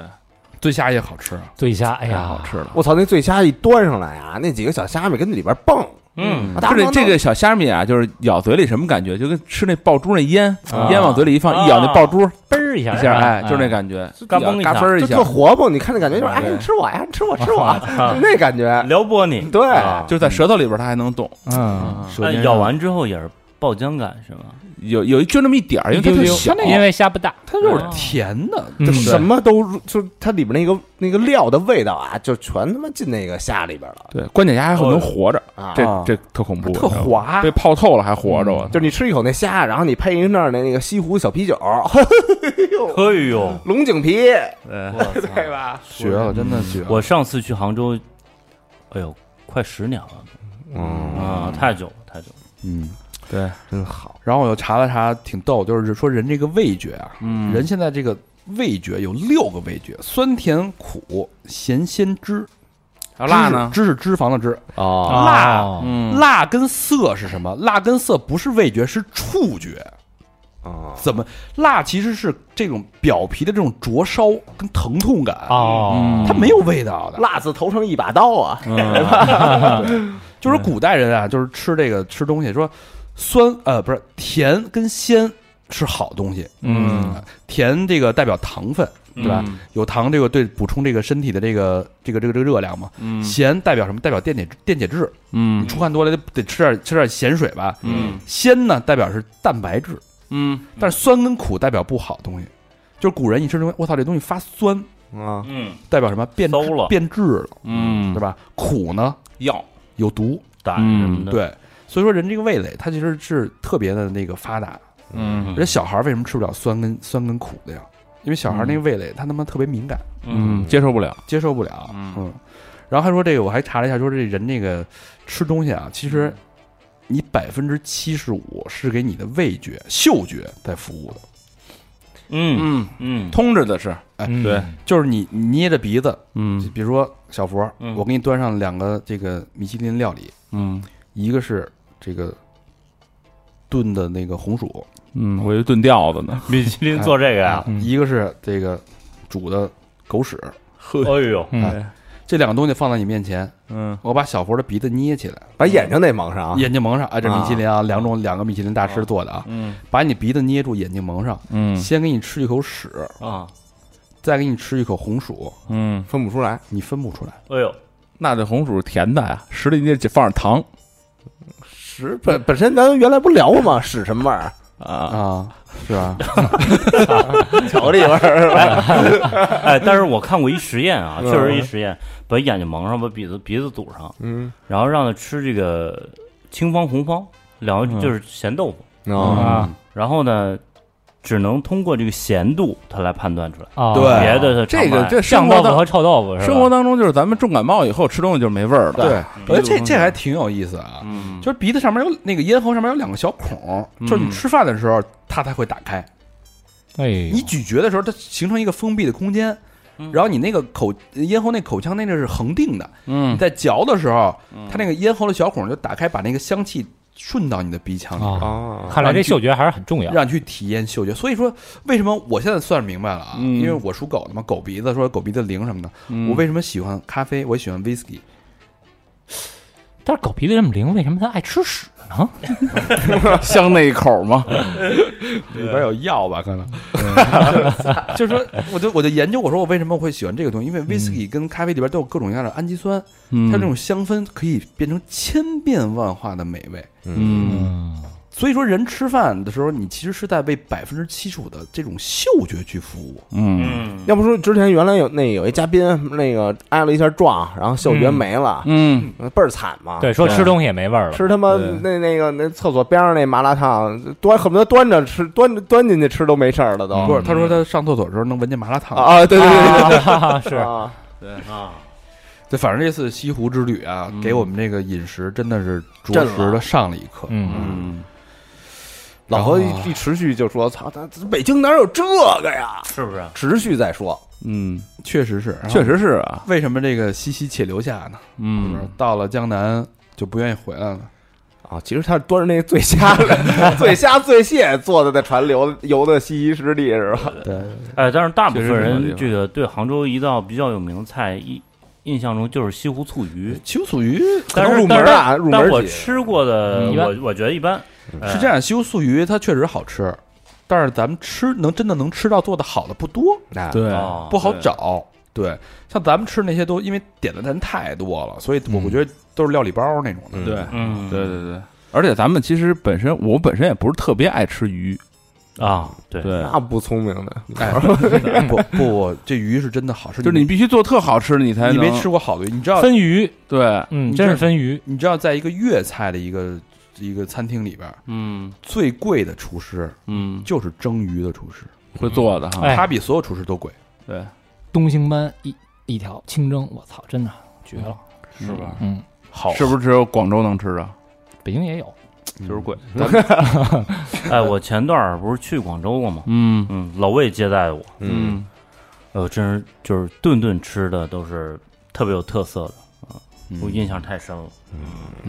Speaker 3: 醉虾也好吃啊。
Speaker 4: 醉虾，哎
Speaker 5: 太
Speaker 4: 呀，
Speaker 5: 好吃了。
Speaker 2: 我操，那醉虾一端上来啊，那几个小虾米跟那里边蹦，
Speaker 6: 嗯，
Speaker 2: 啊
Speaker 5: 不是这个小虾米啊，就是咬嘴里什么感觉？就跟吃那爆珠那烟，
Speaker 4: 啊
Speaker 5: 烟往嘴里一放，
Speaker 6: 啊
Speaker 5: 一咬那爆珠一
Speaker 4: 嘣儿一下，
Speaker 5: 下，哎，就是那感觉，
Speaker 6: 嘎嘣一下
Speaker 5: 嘎嘣
Speaker 2: 就
Speaker 5: 一下
Speaker 2: 特，活泼。你看那感觉就是，哎，
Speaker 5: 对
Speaker 2: 你吃我呀，你吃我，吃我，
Speaker 6: 啊
Speaker 2: 就那感觉。
Speaker 6: 撩拨你，
Speaker 2: 对，
Speaker 6: 啊
Speaker 5: 就是在舌头里边它还能动。
Speaker 4: 嗯，
Speaker 3: 舌
Speaker 6: 那
Speaker 3: 尖上
Speaker 6: 咬完之后也是爆浆感是吗？
Speaker 5: 有有一就那么一点儿，因为它特小，
Speaker 4: 因为虾不大，
Speaker 3: 它
Speaker 6: 啊哦
Speaker 3: 就是甜的，
Speaker 4: 嗯
Speaker 2: 就什么都入就是它里边那个那个料的味道啊，就全他妈进那个虾里边了
Speaker 5: 对，关键还还能活着，
Speaker 2: 啊！
Speaker 5: 这这哦特嗯恐怖，啊
Speaker 2: 特滑
Speaker 5: 被，泡透了还活着，我操
Speaker 2: 就是你吃一口那虾，然后你配一那儿的那个西湖小啤酒，哦
Speaker 6: 哎呦，
Speaker 2: 龙井啤，
Speaker 6: 哎
Speaker 2: 对吧？
Speaker 3: 绝了，真的绝了。
Speaker 6: 我上次去杭州，哎呦，快十年了
Speaker 2: 嗯，
Speaker 6: 啊，太久了太久了。
Speaker 3: 嗯，
Speaker 5: 对，
Speaker 2: 真好。
Speaker 3: 然后我又查了查，挺逗，就是说人这个味觉啊，
Speaker 5: 嗯
Speaker 3: 人现在这个味觉有六个味觉：酸、甜、苦、咸、鲜、汁。
Speaker 5: 然后啊辣呢？
Speaker 3: 脂是脂肪的脂，
Speaker 2: 哦，
Speaker 3: 辣
Speaker 4: 哦
Speaker 5: 嗯，
Speaker 3: 辣跟涩是什么？辣跟涩不是味觉，是触觉。
Speaker 2: 啊
Speaker 3: 怎么辣其实是这种表皮的这种灼烧跟疼痛感，
Speaker 4: 哦，
Speaker 5: 嗯
Speaker 3: 它没有味道的。
Speaker 2: 辣子头成一把刀啊！
Speaker 5: 嗯
Speaker 3: 就是古代人啊，就是吃这个吃东西，说酸呃不是甜跟鲜是好东西，
Speaker 5: 嗯，
Speaker 3: 甜这个代表糖分，对吧？有糖这个对补充这个身体的这个这个这个这个热量嘛，
Speaker 5: 嗯
Speaker 3: 咸代表什么？代表电解电解质，
Speaker 5: 嗯
Speaker 3: 你出汗多了得吃点吃点咸水吧。
Speaker 5: 嗯
Speaker 3: 鲜呢代表是蛋白质，
Speaker 5: 嗯，
Speaker 3: 但是酸跟苦代表不好东西，就是古人一吃东西，我操，这东西发酸，
Speaker 2: 啊，
Speaker 6: 嗯，
Speaker 3: 代表什么？变质
Speaker 6: 馊了
Speaker 3: 变质了，
Speaker 5: 嗯
Speaker 3: 对，吧？苦呢
Speaker 5: 药，
Speaker 3: 有毒，
Speaker 6: 胆什么的，，
Speaker 3: 对，所以说人这个味蕾它其实是特别的那个发达。
Speaker 5: 嗯
Speaker 3: 人小孩为什么吃不了酸跟酸跟苦的呀？因为小孩那个味蕾他他妈特别敏感，
Speaker 5: 嗯，接受不了，
Speaker 3: 接受不了。
Speaker 5: 嗯
Speaker 3: 然后还说这个，我还查了一下，说这人那个吃东西啊，其实
Speaker 5: 嗯
Speaker 3: 你百分之七十五是给你的味觉、嗅觉在服务的。
Speaker 6: 嗯
Speaker 5: 嗯，
Speaker 6: 嗯
Speaker 5: 通着的是，
Speaker 4: 嗯
Speaker 5: 对，
Speaker 3: 就是你你捏着鼻子，
Speaker 5: 嗯
Speaker 3: 比如说小佛，
Speaker 6: 嗯
Speaker 3: 我给你端上两个这个米其林料理，
Speaker 5: 嗯
Speaker 3: 一个是这个炖的那个红薯，
Speaker 5: 嗯，我以为炖吊子呢，
Speaker 6: 米其林做这个呀，
Speaker 5: 嗯
Speaker 3: 啊一个是这个煮的狗屎，
Speaker 6: 哎呦，
Speaker 4: 嗯
Speaker 3: 这两个东西放在你面前，
Speaker 5: 嗯
Speaker 3: 我把小佛的鼻子捏起来，
Speaker 2: 把眼睛得蒙上啊！
Speaker 3: 眼睛蒙上，哎，这
Speaker 2: 啊
Speaker 3: 米其林啊，两种两个米其林大师做的啊，
Speaker 5: 嗯
Speaker 3: 把你鼻子捏住，眼睛蒙上，
Speaker 5: 嗯
Speaker 3: 先给你吃一口屎，
Speaker 6: 啊，
Speaker 3: 再给你吃一口红薯，
Speaker 5: 嗯，
Speaker 2: 分不出来，
Speaker 3: 你分不出来，
Speaker 6: 哎呦，
Speaker 5: 那这红薯甜的呀，实里得放点糖
Speaker 2: 屎本本身咱原来不聊过吗？屎什么味儿？
Speaker 5: 啊，
Speaker 3: 啊，是吧？
Speaker 2: 巧克力味儿。
Speaker 6: 哎，但是我看过一实验啊，
Speaker 2: 嗯
Speaker 6: 确实一实验，把眼睛蒙上，把鼻子鼻子堵上，
Speaker 2: 嗯，
Speaker 6: 然后让他吃这个青方红方，两个就是咸豆腐，
Speaker 5: 嗯
Speaker 2: 哦，
Speaker 4: 啊
Speaker 3: 嗯
Speaker 6: 然后呢，只能通过这个咸度它来判断出来，
Speaker 4: 哦，
Speaker 2: 对
Speaker 6: 别的它尝
Speaker 5: 这
Speaker 6: 不
Speaker 5: 个
Speaker 6: 来
Speaker 5: 这
Speaker 4: 酱
Speaker 5: 生活
Speaker 4: 豆腐
Speaker 5: 当
Speaker 4: 和臭豆腐是吧？
Speaker 5: 生活当中就是咱们重感冒以后吃东西就没味儿了，
Speaker 3: 对，我觉得这
Speaker 5: 嗯
Speaker 3: 这还挺有意思啊，
Speaker 5: 嗯
Speaker 3: 就是鼻子上面有那个咽喉上面有两个小孔，就是你
Speaker 5: 嗯
Speaker 3: 吃饭的时候它才会打开，
Speaker 4: 哎呦，
Speaker 3: 你咀嚼的时候，它形成一个封闭的空间，
Speaker 6: 嗯
Speaker 3: 然后你那个口咽喉那口腔那个是恒定的，你
Speaker 5: 嗯
Speaker 3: 在嚼的时候，它那个咽喉的小孔就打开，把那个香气顺到你的鼻腔里，
Speaker 4: 啊，
Speaker 2: 哦，
Speaker 4: 看来这嗅觉还是很重要。
Speaker 3: 让你去体验嗅觉。所以说，为什么我现在算是明白了啊？
Speaker 5: 嗯
Speaker 3: 因为我属狗的嘛，狗鼻子说狗鼻子灵什么的，
Speaker 5: 嗯
Speaker 3: 我为什么喜欢咖啡，我也喜欢 whisky，
Speaker 4: 但是狗鼻子这么灵，为什么它爱吃屎呢？
Speaker 5: 香那一口 嘛，
Speaker 3: 里边有药吧？可能，就 是说，我就我就研究，我说我为什么会喜欢这个东西，因为 whisky 跟咖啡里边都有各种各样的氨基酸。
Speaker 5: 嗯
Speaker 3: 它这种香氛可以变成千变万化的美味。
Speaker 5: 嗯
Speaker 4: 嗯，
Speaker 3: 所以说，人吃饭的时候，你其实是在为百分之七十五的这种嗅觉去服务。
Speaker 5: 嗯
Speaker 6: 嗯，
Speaker 2: 要不说之前原来有那有一嘉宾那个挨了一下撞，然后嗅觉没了，
Speaker 5: 嗯
Speaker 2: 倍儿惨嘛。
Speaker 4: 啊对，说吃东西也没味儿了。
Speaker 2: 吃他妈
Speaker 5: 对
Speaker 2: 那那个那厕所边上那麻辣烫，端恨不得端着吃，端着端进去吃都没事儿了都。啊
Speaker 5: 嗯
Speaker 3: 不是，他说他上厕所的时候能闻见麻辣烫，
Speaker 2: 啊，对对对对
Speaker 4: 啊，
Speaker 2: 对，
Speaker 4: 是
Speaker 2: 啊，
Speaker 6: 啊，
Speaker 3: 对，反正这次西湖之旅啊，
Speaker 6: 嗯
Speaker 3: 给我们这个饮食真的是着
Speaker 2: 震了
Speaker 3: 实的上了一课。
Speaker 4: 嗯，
Speaker 6: 嗯，
Speaker 2: 老何
Speaker 3: 然后
Speaker 2: 一一持续就说：“操，他他北京哪有这个呀
Speaker 6: 是不是？？”
Speaker 2: 持续在说，
Speaker 5: 嗯，
Speaker 3: 确实是，
Speaker 5: 确。实是啊，
Speaker 3: 为什么这个西西且留下呢？是不是
Speaker 5: 嗯，
Speaker 3: 到了江南就不愿意回来了？
Speaker 2: 啊，其实他端着那醉虾的 醉虾醉蟹坐在那船流游的西溪湿地是吧？
Speaker 3: 对，
Speaker 6: 哎，但是大部分
Speaker 5: 确实是
Speaker 6: 人
Speaker 5: 这
Speaker 6: 这个对杭州一道比较有名的菜印印象中就是西湖醋鱼，
Speaker 3: 西湖醋鱼
Speaker 2: 可
Speaker 6: 但
Speaker 2: 能
Speaker 6: 是
Speaker 2: 入门啊
Speaker 6: 但
Speaker 2: 入门
Speaker 6: 但我
Speaker 2: 级
Speaker 6: 吃过的，
Speaker 4: 嗯一般
Speaker 6: 我我觉得一般。
Speaker 3: 是这样，西湖醋鱼它确实好吃，但是咱们吃能真的能吃到做的好的不多，
Speaker 2: 那
Speaker 5: 对
Speaker 6: 哎，，哦
Speaker 3: 不好
Speaker 6: 对
Speaker 3: 找。对，像咱们吃那些都因为点的人太多了，所以我
Speaker 2: 嗯
Speaker 3: 觉得都是料理包那种的。
Speaker 2: 嗯
Speaker 5: 对，
Speaker 6: 嗯，
Speaker 5: 对对对，而且咱们其实本身我本身也不是特别爱吃鱼，
Speaker 6: 啊，对，
Speaker 5: 对，
Speaker 2: 那不聪明的，
Speaker 3: 哎，不不，这鱼是真的好吃，
Speaker 5: 就是你必须做特好吃的你才
Speaker 3: 你
Speaker 5: 能
Speaker 3: 没吃过好的鱼，你知道
Speaker 4: 分鱼，
Speaker 5: 对，
Speaker 4: 嗯，
Speaker 3: 你
Speaker 4: 真
Speaker 3: 这
Speaker 4: 是分鱼，
Speaker 3: 你知道，在一个粤菜的一个一个餐厅里边，
Speaker 6: 嗯
Speaker 3: 最贵的厨师
Speaker 6: 嗯，
Speaker 3: 就是蒸鱼的厨师，
Speaker 5: 会做的哈，
Speaker 4: 哎
Speaker 3: 他比所有厨师都贵。
Speaker 5: 对，
Speaker 4: 东星斑一一条清蒸，我操，真的绝了，
Speaker 5: 是吧？
Speaker 4: 嗯，
Speaker 3: 好
Speaker 5: 是不是只有广州能吃啊？
Speaker 4: 北京也有，
Speaker 5: 就是贵，
Speaker 6: 哎，我前段儿不是去广州了吗？
Speaker 5: 嗯
Speaker 6: 嗯，老魏接待我，
Speaker 2: 嗯，
Speaker 6: 哎呦，真是就是顿顿吃的都是特别有特色的，
Speaker 3: 嗯
Speaker 6: 我印象太深了。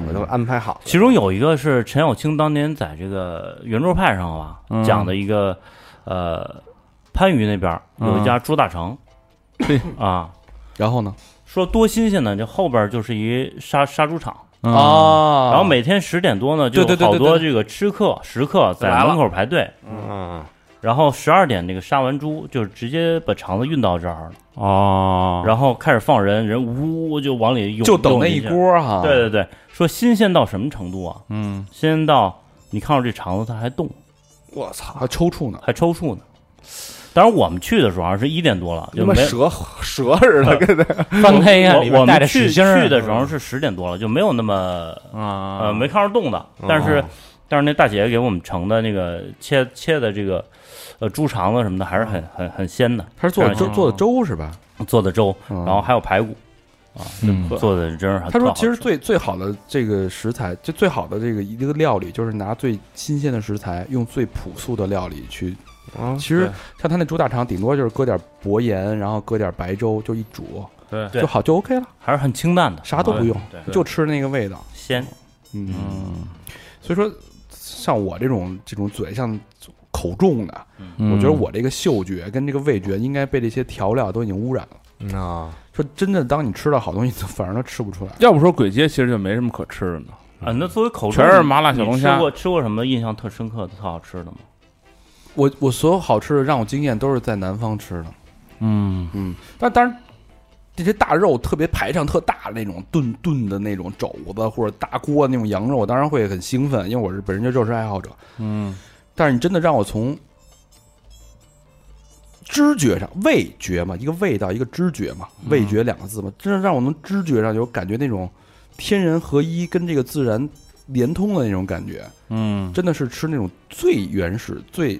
Speaker 2: 我都安排好了，
Speaker 6: 其中有一个是陈小青当年在这个圆桌派上吧、
Speaker 5: 嗯
Speaker 6: 讲的一个，呃，番禺那边儿
Speaker 3: 嗯
Speaker 6: 有一家猪大肠，
Speaker 5: 嘿
Speaker 6: 啊，
Speaker 3: 然后呢？
Speaker 6: 说多新鲜呢！这后边就是一杀杀猪场，
Speaker 5: 啊，
Speaker 6: 然后每天十点多呢，就
Speaker 3: 对对对
Speaker 6: 好多
Speaker 3: 对
Speaker 6: 这个吃客食客在
Speaker 5: 来了
Speaker 6: 门口排队，
Speaker 2: 嗯，
Speaker 6: 然后十二点这个杀完猪，就直接把肠子运到这儿了，
Speaker 5: 哦，
Speaker 6: 然后开始放人，人呜呜就往里
Speaker 3: 啊
Speaker 6: 涌，
Speaker 3: 就等那一
Speaker 6: 涌
Speaker 3: 锅哈。
Speaker 6: 进去。对对对，说新鲜到什么程度啊？
Speaker 5: 嗯，
Speaker 6: 新鲜到你看到这肠子它还动，
Speaker 2: 我操，
Speaker 3: 还抽搐呢。
Speaker 6: 还抽搐呢。当然我们去的时候啊是一点多了，
Speaker 2: 他
Speaker 6: 就
Speaker 2: 妈
Speaker 6: 没
Speaker 2: 蛇蛇似的，跟那
Speaker 4: 翻开呀，里
Speaker 6: 我我
Speaker 4: 边带着
Speaker 6: 们
Speaker 4: 屎
Speaker 6: 去
Speaker 4: 星儿啊
Speaker 6: 去的时候是十点多了，就没有那么
Speaker 5: 啊
Speaker 6: 呃，没看着动的，
Speaker 2: 哦
Speaker 6: 但是、但是那大姐给我们盛的那个切切的这个呃猪肠子什么的，还是很很很鲜的，
Speaker 3: 他是做的
Speaker 6: 这
Speaker 3: 粥，
Speaker 6: 样
Speaker 3: 做的粥是吧？
Speaker 6: 做的粥，然后还有排骨，
Speaker 4: 嗯
Speaker 6: 做的真是很
Speaker 3: 哦他说
Speaker 6: 啊特好，吃
Speaker 3: 其实最最好的这个食材，就最好的这个一个料理，就是拿最新鲜的食材，用最朴素的料理去。
Speaker 2: 啊
Speaker 3: 其实像他那猪大肠，顶多就是搁点薄盐，然后搁点白粥，就一煮，
Speaker 5: 对
Speaker 6: 对
Speaker 3: 就好，就 OK 了，
Speaker 6: 还是很清淡的，
Speaker 3: 啥都不用，
Speaker 6: 对，
Speaker 3: 就吃那个味道。
Speaker 6: 鲜，
Speaker 3: 嗯，
Speaker 5: 嗯，
Speaker 3: 所以说像我这种这种嘴像口重的，
Speaker 5: 嗯
Speaker 3: 我觉得我这个嗅觉跟这个味觉应该被这些调料都已经污染了。
Speaker 2: 啊，
Speaker 3: 说真的，当你吃到好东西，反而都吃不出来。
Speaker 5: 要不说鬼街其实就没什么可吃的呢，
Speaker 6: 啊，那作为口中
Speaker 5: 全是麻辣小
Speaker 6: 你
Speaker 5: 龙
Speaker 6: 吃
Speaker 5: 虾
Speaker 6: 过吃过什么印象特深刻的、特好吃的吗？
Speaker 3: 我我所有好吃的让我惊艳都是在南方吃的，
Speaker 5: 嗯，
Speaker 3: 嗯，但当然这些大肉特别排场特大的那种炖炖的那种肘子或者大锅那种羊肉，我当然会很兴奋，因为我是本身就肉食爱好者。
Speaker 5: 嗯，
Speaker 3: 但是你真的让我从知觉上，味觉嘛，一个味道，一个知觉嘛，
Speaker 5: 嗯
Speaker 3: 味觉两个字嘛，真的让我能知觉上有感觉那种天人合一，跟这个自然连通的那种感觉。
Speaker 5: 嗯，
Speaker 3: 真的是吃那种最原始、最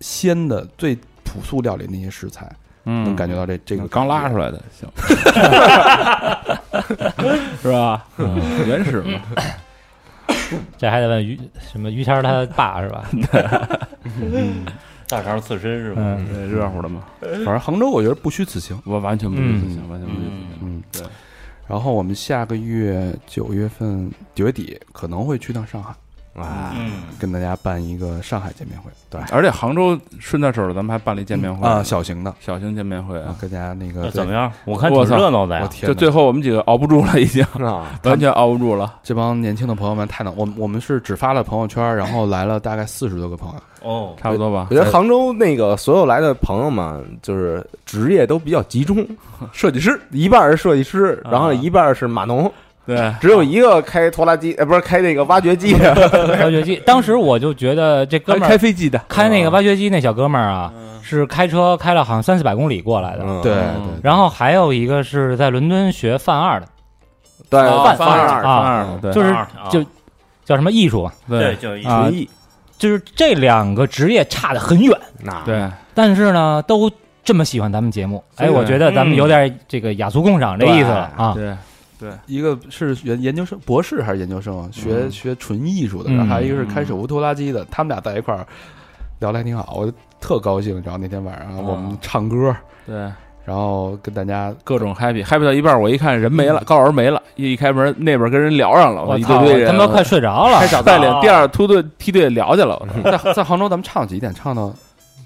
Speaker 3: 鲜的、最朴素料理那些食材，
Speaker 5: 嗯，
Speaker 3: 能感觉到这这个
Speaker 5: 刚拉
Speaker 3: 来。
Speaker 5: 出来 的，行， 是吧？
Speaker 4: 嗯
Speaker 5: 原始嘛，
Speaker 4: 这还得问于什么于谦儿他爸是吧？
Speaker 6: 大肠刺身是吧？
Speaker 4: 嗯，
Speaker 5: 对热乎的嘛，
Speaker 3: 反正杭州我觉得不虚此行。
Speaker 5: 我完全不是自信，完全不是自信，
Speaker 3: 嗯，
Speaker 5: 对。
Speaker 3: 然后我们下个月九月份九月底可能会去趟上海，
Speaker 2: 啊，
Speaker 6: 嗯，
Speaker 3: 跟大家办一个上海见面会。对
Speaker 5: 而且杭州顺带手，咱们还办了一见面
Speaker 4: 嗯
Speaker 5: 会
Speaker 3: 啊，小型的，
Speaker 5: 小型见面会啊，
Speaker 3: 跟大家那
Speaker 6: 那
Speaker 3: 个
Speaker 6: 怎么样？我看挺
Speaker 5: 我操
Speaker 6: 热闹的
Speaker 3: 我
Speaker 6: 呀，
Speaker 3: 天
Speaker 5: 就
Speaker 3: 哪，
Speaker 5: 最后我们几个熬不住了，已经
Speaker 2: 啊，
Speaker 5: 完全熬不住了。
Speaker 3: 这帮年轻的朋友们太难，我们我们是只发了朋友圈，然后来了大概四十多个朋友，
Speaker 6: 哦，
Speaker 5: 差不多吧
Speaker 2: 我。觉得杭州那个所有来的朋友们，就是职业都比较集中，
Speaker 5: 设计师，
Speaker 2: 一半是设计师，
Speaker 6: 啊
Speaker 2: 然后一半是码农，
Speaker 5: 对，
Speaker 2: 只有一个开拖拉机，呃，不是开那个挖掘机的，
Speaker 4: 嗯挖掘机，当时我就觉得这哥
Speaker 5: 开啊
Speaker 4: 们儿
Speaker 5: 开飞机的，
Speaker 4: 开那个挖掘机那小哥们儿啊，是开车开了好像三四百公里过来的。
Speaker 2: 嗯
Speaker 3: 啊对
Speaker 5: 嗯
Speaker 4: 然后还有一个是在伦敦学泛二的，
Speaker 2: 对，
Speaker 5: 哦
Speaker 2: 范
Speaker 5: 范
Speaker 2: 范
Speaker 4: 二
Speaker 2: 二
Speaker 4: 啊
Speaker 5: 范二的，对，
Speaker 4: 就是
Speaker 6: 大肠啊
Speaker 4: 就叫什么艺术啊？
Speaker 6: 对，
Speaker 5: 对
Speaker 6: 就一
Speaker 4: 啊
Speaker 2: 纯艺，
Speaker 4: 就是这两个职业差得很远，
Speaker 2: 那
Speaker 5: 对，
Speaker 4: 但是呢，都这么喜欢咱们节目，
Speaker 5: 所以嗯
Speaker 4: 哎，我觉得咱们有点这个雅俗共赏这意思了啊。
Speaker 5: 对，哦
Speaker 3: 一个是研研究生博士还是研究生啊，学、学纯艺术的，然后还有一个是开手无拖拉机的，他们俩在一块儿聊得还挺好，我特高兴。然后那天晚上我们唱歌，
Speaker 5: 对，
Speaker 3: 然后跟大家
Speaker 5: 各种 happy，happy 到一半，我一看人没了，高老师没了，一一开门那边跟人聊上了，
Speaker 4: 嗯我
Speaker 5: 一
Speaker 4: 操，
Speaker 5: 堆堆
Speaker 4: 我
Speaker 5: 人，
Speaker 4: 他妈快睡着了
Speaker 5: 开。小带领第二突队梯队聊去了，我说
Speaker 3: 在在 杭州咱们唱几点？唱到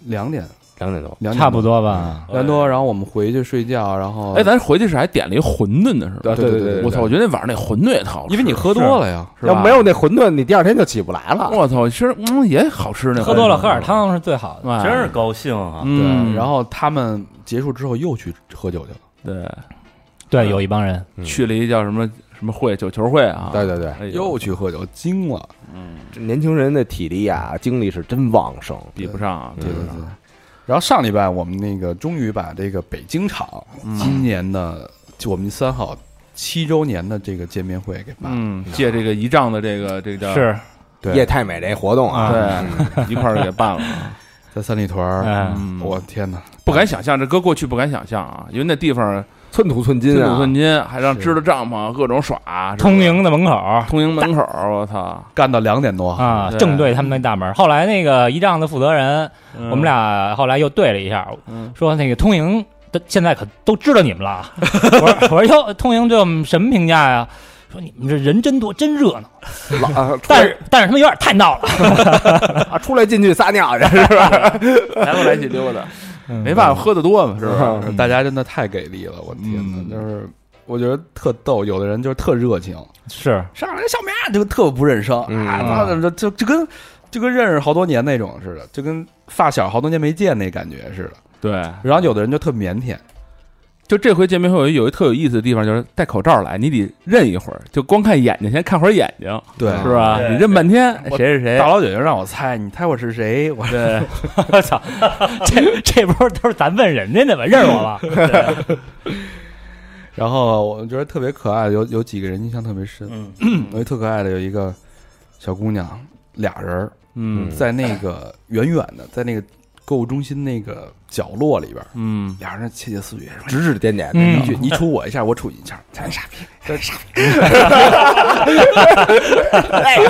Speaker 3: 两点，
Speaker 2: 两点多，
Speaker 5: 嗯
Speaker 3: 两点
Speaker 4: 差不多吧，
Speaker 3: 两点多。然后我们回去睡觉，然后
Speaker 5: 哎，咱回去是还点了一馄饨呢，是吧？
Speaker 3: 哦啊对对对对对
Speaker 5: 我操，我觉得那晚上那馄饨也特好吃，
Speaker 3: 因为你喝多了呀，
Speaker 5: 是吧
Speaker 2: 要没有那馄饨，你第二天就起不来了。
Speaker 5: 我操，其实嗯也好吃那嗯
Speaker 4: 喝多了喝点
Speaker 5: 点，
Speaker 4: 汤是最好的。
Speaker 5: 哎
Speaker 6: 真是高兴啊！
Speaker 5: 嗯，
Speaker 3: 对。然后他们结束之后又去喝酒去了，嗯
Speaker 5: 对
Speaker 4: 对，有一帮人，
Speaker 2: 嗯
Speaker 5: 去了一叫什么什么会九球会啊，
Speaker 2: 对对对，
Speaker 5: 哎呦，
Speaker 3: 又去喝酒，惊了。
Speaker 2: 这年轻人的体力啊，精力是真旺盛。
Speaker 5: 比不上啊，
Speaker 3: 对对对。然后上礼拜我们那个终于把这个北京场今年的就我们三号七周年的这个见面会给办了，
Speaker 5: 嗯，借这个仪仗的这个这个叫
Speaker 4: 是
Speaker 3: 对
Speaker 2: 夜太美这活动啊，
Speaker 5: 对，一块儿给办 了。
Speaker 3: 在三里屯儿，
Speaker 4: 哎，
Speaker 5: 嗯，
Speaker 3: 我天哪！
Speaker 5: 不敢想象，这搁过去不敢想象啊，因为那地方
Speaker 2: 寸土
Speaker 5: 寸
Speaker 2: 寸金
Speaker 5: 土
Speaker 2: 啊，
Speaker 5: 寸金，还让支着帐篷各种耍，是吧
Speaker 4: 通营的门口
Speaker 5: 通营门口，我操，
Speaker 3: 干到两点多，
Speaker 4: 啊，
Speaker 5: 对
Speaker 4: 正对他们那大门。后来那个仪仗的负责人，我们俩后来又对了一下，
Speaker 5: 嗯
Speaker 4: 说那个通营的现在可都知道你们了啊。我说我说哟，通营对我们什么评价呀？说你们这人真多，真热闹，
Speaker 2: 老啊出
Speaker 4: 但
Speaker 2: 来
Speaker 4: 是但是他们有点太闹了。
Speaker 2: 啊出来进去撒尿去是吧？
Speaker 5: 来回来去溜达，没
Speaker 4: 没
Speaker 5: 办法，喝的多嘛，是不
Speaker 2: 嗯
Speaker 5: 是？
Speaker 3: 大家真的太给力了，我天哪！
Speaker 5: 嗯
Speaker 3: 就是我觉得特逗，有的人就是特热情，
Speaker 4: 是
Speaker 3: 上来小明啊就特不认生，
Speaker 2: 嗯
Speaker 3: 啊，妈的，就就跟就跟认识好多年那种似的，就跟发小好多年没见那感觉似的。
Speaker 5: 对。
Speaker 3: 然后有的人就特腼腆，
Speaker 5: 就这回见面会有一有一特有意思的地方，就是戴口罩来，你得认一会儿，就光看眼睛，先看会儿眼睛，
Speaker 3: 对
Speaker 5: 是吧？
Speaker 6: 对
Speaker 5: 你认半天，哎
Speaker 3: 我
Speaker 5: 谁是谁
Speaker 3: 大？老远就让我猜，你猜我是谁？我
Speaker 5: 对，
Speaker 4: 我操，这这不是都是咱问人家的吗？认识我吧？
Speaker 3: 然后我觉得特别可爱，有有几个人印象特别深。
Speaker 6: 嗯，
Speaker 3: 有一特可爱的有一个小姑娘，俩人儿
Speaker 5: 嗯
Speaker 3: 在那个远远的，在那个购物中心那个角落里边儿，
Speaker 5: 嗯，
Speaker 3: 俩人窃窃私语，说
Speaker 2: 指指点点的，
Speaker 4: 嗯
Speaker 3: 你你杵我一下，我杵你一下，咱傻逼，咱傻哎逼，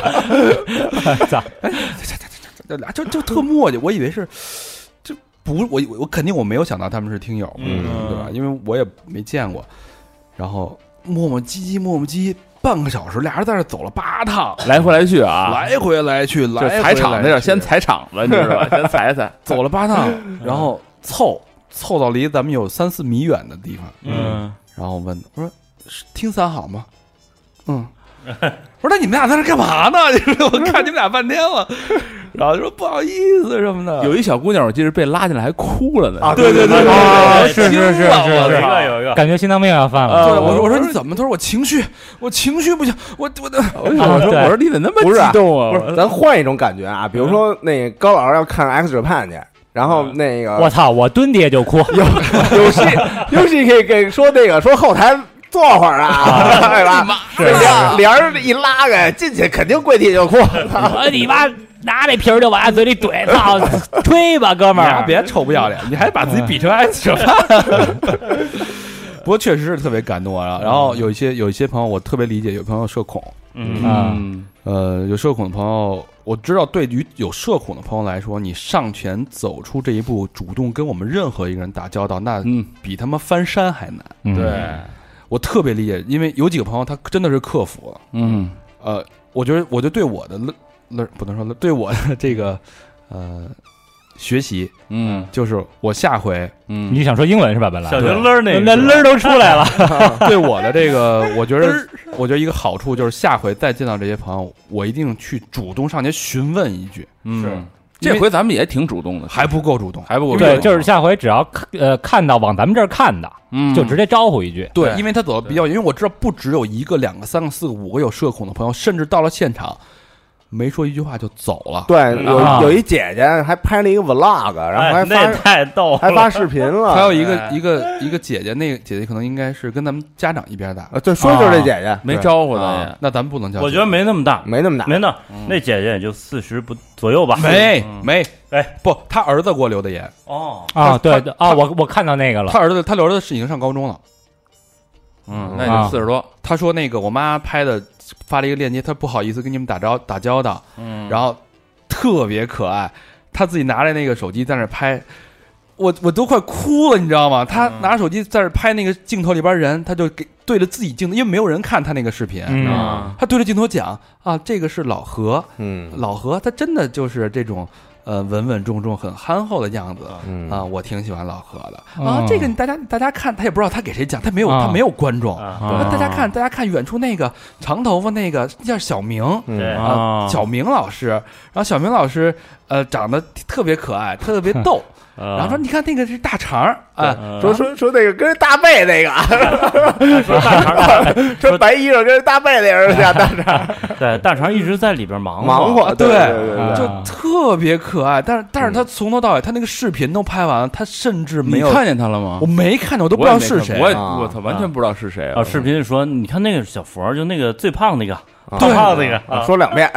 Speaker 3: 哎呀，就就特磨叽，我以为是这不，我我我肯定我没有想到他们是听友，
Speaker 6: 嗯
Speaker 3: 对吧？因为我也没见过，然后磨磨唧唧磨磨唧唧，半个小时，俩人在这走了八趟，
Speaker 5: 来回来去啊，
Speaker 3: 来回来去，
Speaker 5: 就
Speaker 3: 来
Speaker 5: 踩场
Speaker 3: 那
Speaker 5: 子，点，先踩场子，你知道 吧？先踩踩，
Speaker 3: 走了八趟，然后凑凑到离咱们有三四米远的地方，
Speaker 6: 嗯，
Speaker 3: 然后我问他，我说是听三好吗？嗯，我说那你们俩在这干嘛呢？ 就是我看你们俩半天了，然后就说不好意思什么的。
Speaker 5: 有一小姑娘，我记得被拉进来还哭了呢。
Speaker 2: 啊
Speaker 6: 对对对
Speaker 4: 啊，
Speaker 6: 对，
Speaker 4: 是是是是
Speaker 6: 有一
Speaker 4: 是，
Speaker 6: 个有一个，
Speaker 4: 感觉心脏病要犯
Speaker 3: 对，
Speaker 4: 了。
Speaker 5: 啊
Speaker 3: 呃我说我说你怎么？他说我情绪，我情绪不行，我我的
Speaker 5: 我说 我说
Speaker 4: 对
Speaker 5: 我说你怎么那
Speaker 2: 不
Speaker 5: 么
Speaker 2: 是啊
Speaker 5: 激动啊？
Speaker 2: 不是，咱换一种感觉啊，比如说那高老师要看 X 九判去，然后那个
Speaker 4: 嗯我操，我蹲爹就哭。
Speaker 2: 有戏有戏可以给说那个说后台坐会儿啊，对吧？帘帘儿一拉开进去，肯定跪地就哭。
Speaker 4: 我你妈拿这皮儿就往俺嘴里怼，操，推吧，哥
Speaker 3: 你
Speaker 5: 啊
Speaker 4: 们
Speaker 3: 还
Speaker 4: 儿，
Speaker 3: 别臭不要脸，你还把 自己比成 X 扯淡。不过确实是特别感动啊。然后有一些有一些朋友，我特别理解，有朋友社恐，
Speaker 6: 嗯，
Speaker 4: 啊，
Speaker 3: 呃，有社恐的朋友，我知道，对于有社恐的朋友来说，你上前走出这一步，主动跟我们任何一个人打交道，那
Speaker 5: 嗯，
Speaker 3: 比他妈翻山还难。
Speaker 4: 嗯
Speaker 5: 对，
Speaker 3: 我特别理解，因为有几个朋友他真的是克服了。
Speaker 5: 嗯，
Speaker 3: 呃，我觉得，我就对我的乐乐不能说乐，对我的这个呃学习，
Speaker 5: 嗯
Speaker 3: 就是我下回
Speaker 5: 嗯，
Speaker 4: 你想说英文是吧，本来
Speaker 6: 小学乐儿那
Speaker 4: 那
Speaker 6: 个，
Speaker 4: 勒儿都出来了，
Speaker 3: 对我的这个，我觉得，我觉得一个好处就是下回再见到这些朋友，我一定去主动上前询问一句，
Speaker 5: 是
Speaker 6: 是
Speaker 5: 嗯这回咱们也挺主动的，
Speaker 3: 还不够主动。
Speaker 5: 还不够主动
Speaker 4: 对，就是下回只要看呃看到往咱们这儿看的，
Speaker 5: 嗯
Speaker 4: 就直接招呼一句，
Speaker 3: 对，
Speaker 5: 对
Speaker 3: 因为他走的比较远，因为我知道不只有一个、两个、三个、四个、五个有社恐的朋友，甚至到了现场，没说一句话就走了。
Speaker 2: 对，有
Speaker 4: 啊
Speaker 2: 有一姐姐还拍了一个 vlog，然后
Speaker 6: 哎
Speaker 2: 还
Speaker 6: 那也
Speaker 2: 发
Speaker 6: 太逗了，
Speaker 2: 还发视频了。
Speaker 3: 还有一个
Speaker 6: 哎
Speaker 3: 一个一个姐姐，那个姐姐可能应该是跟咱们家长一边大，
Speaker 2: 啊，对，说就是这姐姐，
Speaker 5: 没
Speaker 2: 对
Speaker 5: 招呼
Speaker 2: 啊
Speaker 5: 他
Speaker 3: 那咱们不能叫姐姐。
Speaker 6: 我觉得没那么大，
Speaker 2: 没那么大，
Speaker 6: 没那那姐姐也就四十不左右吧，
Speaker 3: 没没
Speaker 6: 哎
Speaker 3: 不，他儿子给我留的言，
Speaker 6: 哦，
Speaker 4: 啊，
Speaker 3: 他
Speaker 4: 对
Speaker 3: 他
Speaker 4: 啊，
Speaker 3: 他
Speaker 4: 我我看到那个了
Speaker 3: 他儿子他留的是已经上高中了。
Speaker 5: 嗯，那也就四十多，
Speaker 3: 他说那个我妈拍的，发了一个链接，他不好意思跟你们打招打交道，
Speaker 6: 嗯，
Speaker 3: 然后特别可爱，他自己拿着那个手机在那拍，我我都快哭了，你知道吗？他拿手机在那拍那个镜头里边人，他就给对着自己镜头，因为没有人看他那个视频，
Speaker 4: 嗯
Speaker 6: 啊
Speaker 3: 他对着镜头讲啊，这个是老何，
Speaker 2: 嗯
Speaker 3: 老何他真的就是这种呃稳稳重重、很憨厚的样子。
Speaker 2: 嗯
Speaker 3: 啊，我挺喜欢老何的
Speaker 4: 哦
Speaker 3: 啊。这个你大家大家看，他也不知道他给谁讲，他没有
Speaker 4: 啊
Speaker 3: 他没有观众，
Speaker 6: 啊
Speaker 4: 啊
Speaker 3: 大家看，大家看远处那个长头发那个叫小明
Speaker 6: 对
Speaker 2: 嗯，
Speaker 6: 啊
Speaker 3: 啊，小明老师。然后小明老师呃长得特别可爱，特别逗。
Speaker 6: 嗯
Speaker 3: 然后说你看那个是大肠儿啊，
Speaker 6: 啊
Speaker 2: 说说说那个跟人搭背那个，
Speaker 6: 说大 肠，
Speaker 2: 说白衣裳跟人搭背那人家的，
Speaker 6: 对大肠一直在里边忙
Speaker 2: 忙活，对
Speaker 3: 对
Speaker 2: 对对对，
Speaker 3: 就特别可爱。但是但是他从头到尾，他那个视频都拍完了，他甚至没
Speaker 5: 你
Speaker 3: 有
Speaker 5: 看见他了吗
Speaker 3: 我？没看见，我
Speaker 5: 都
Speaker 3: 都不知道是谁。
Speaker 5: 我也
Speaker 2: 啊
Speaker 5: 我操，完全不知道是谁
Speaker 6: 啊，视频里说你看那个小佛儿，就那个最胖那个，
Speaker 2: 啊
Speaker 6: 最胖那个啊
Speaker 2: 说两遍，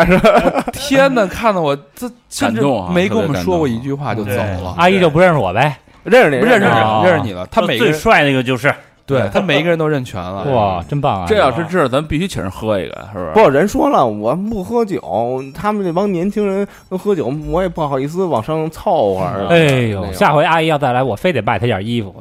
Speaker 3: 天哪，看得我这甚
Speaker 5: 感
Speaker 3: 至
Speaker 5: 动啊
Speaker 3: 没跟我
Speaker 5: 特别
Speaker 3: 们
Speaker 5: 感
Speaker 3: 说过
Speaker 5: 动
Speaker 3: 一句话就走
Speaker 6: 对
Speaker 5: 啊
Speaker 3: 了。
Speaker 4: 阿姨就不认识我呗。
Speaker 2: 认识你，
Speaker 3: 不认识你
Speaker 2: 你，
Speaker 3: 了，
Speaker 4: 啊
Speaker 3: 认识你了。他
Speaker 6: 说
Speaker 3: 每个
Speaker 6: 最
Speaker 3: 人
Speaker 6: 帅那个就是
Speaker 3: 对他每一个人都认全了。
Speaker 4: 哇，真棒啊！
Speaker 5: 这要是这，咱必须请人喝一个，是不是？
Speaker 2: 不，人说了，我不喝酒，他们那帮年轻人都喝酒，我也不好意思往上凑合。啊
Speaker 4: 哎
Speaker 2: 那
Speaker 4: 呦，
Speaker 2: 个
Speaker 4: 下回阿姨要再来，我非得卖她件 衣服。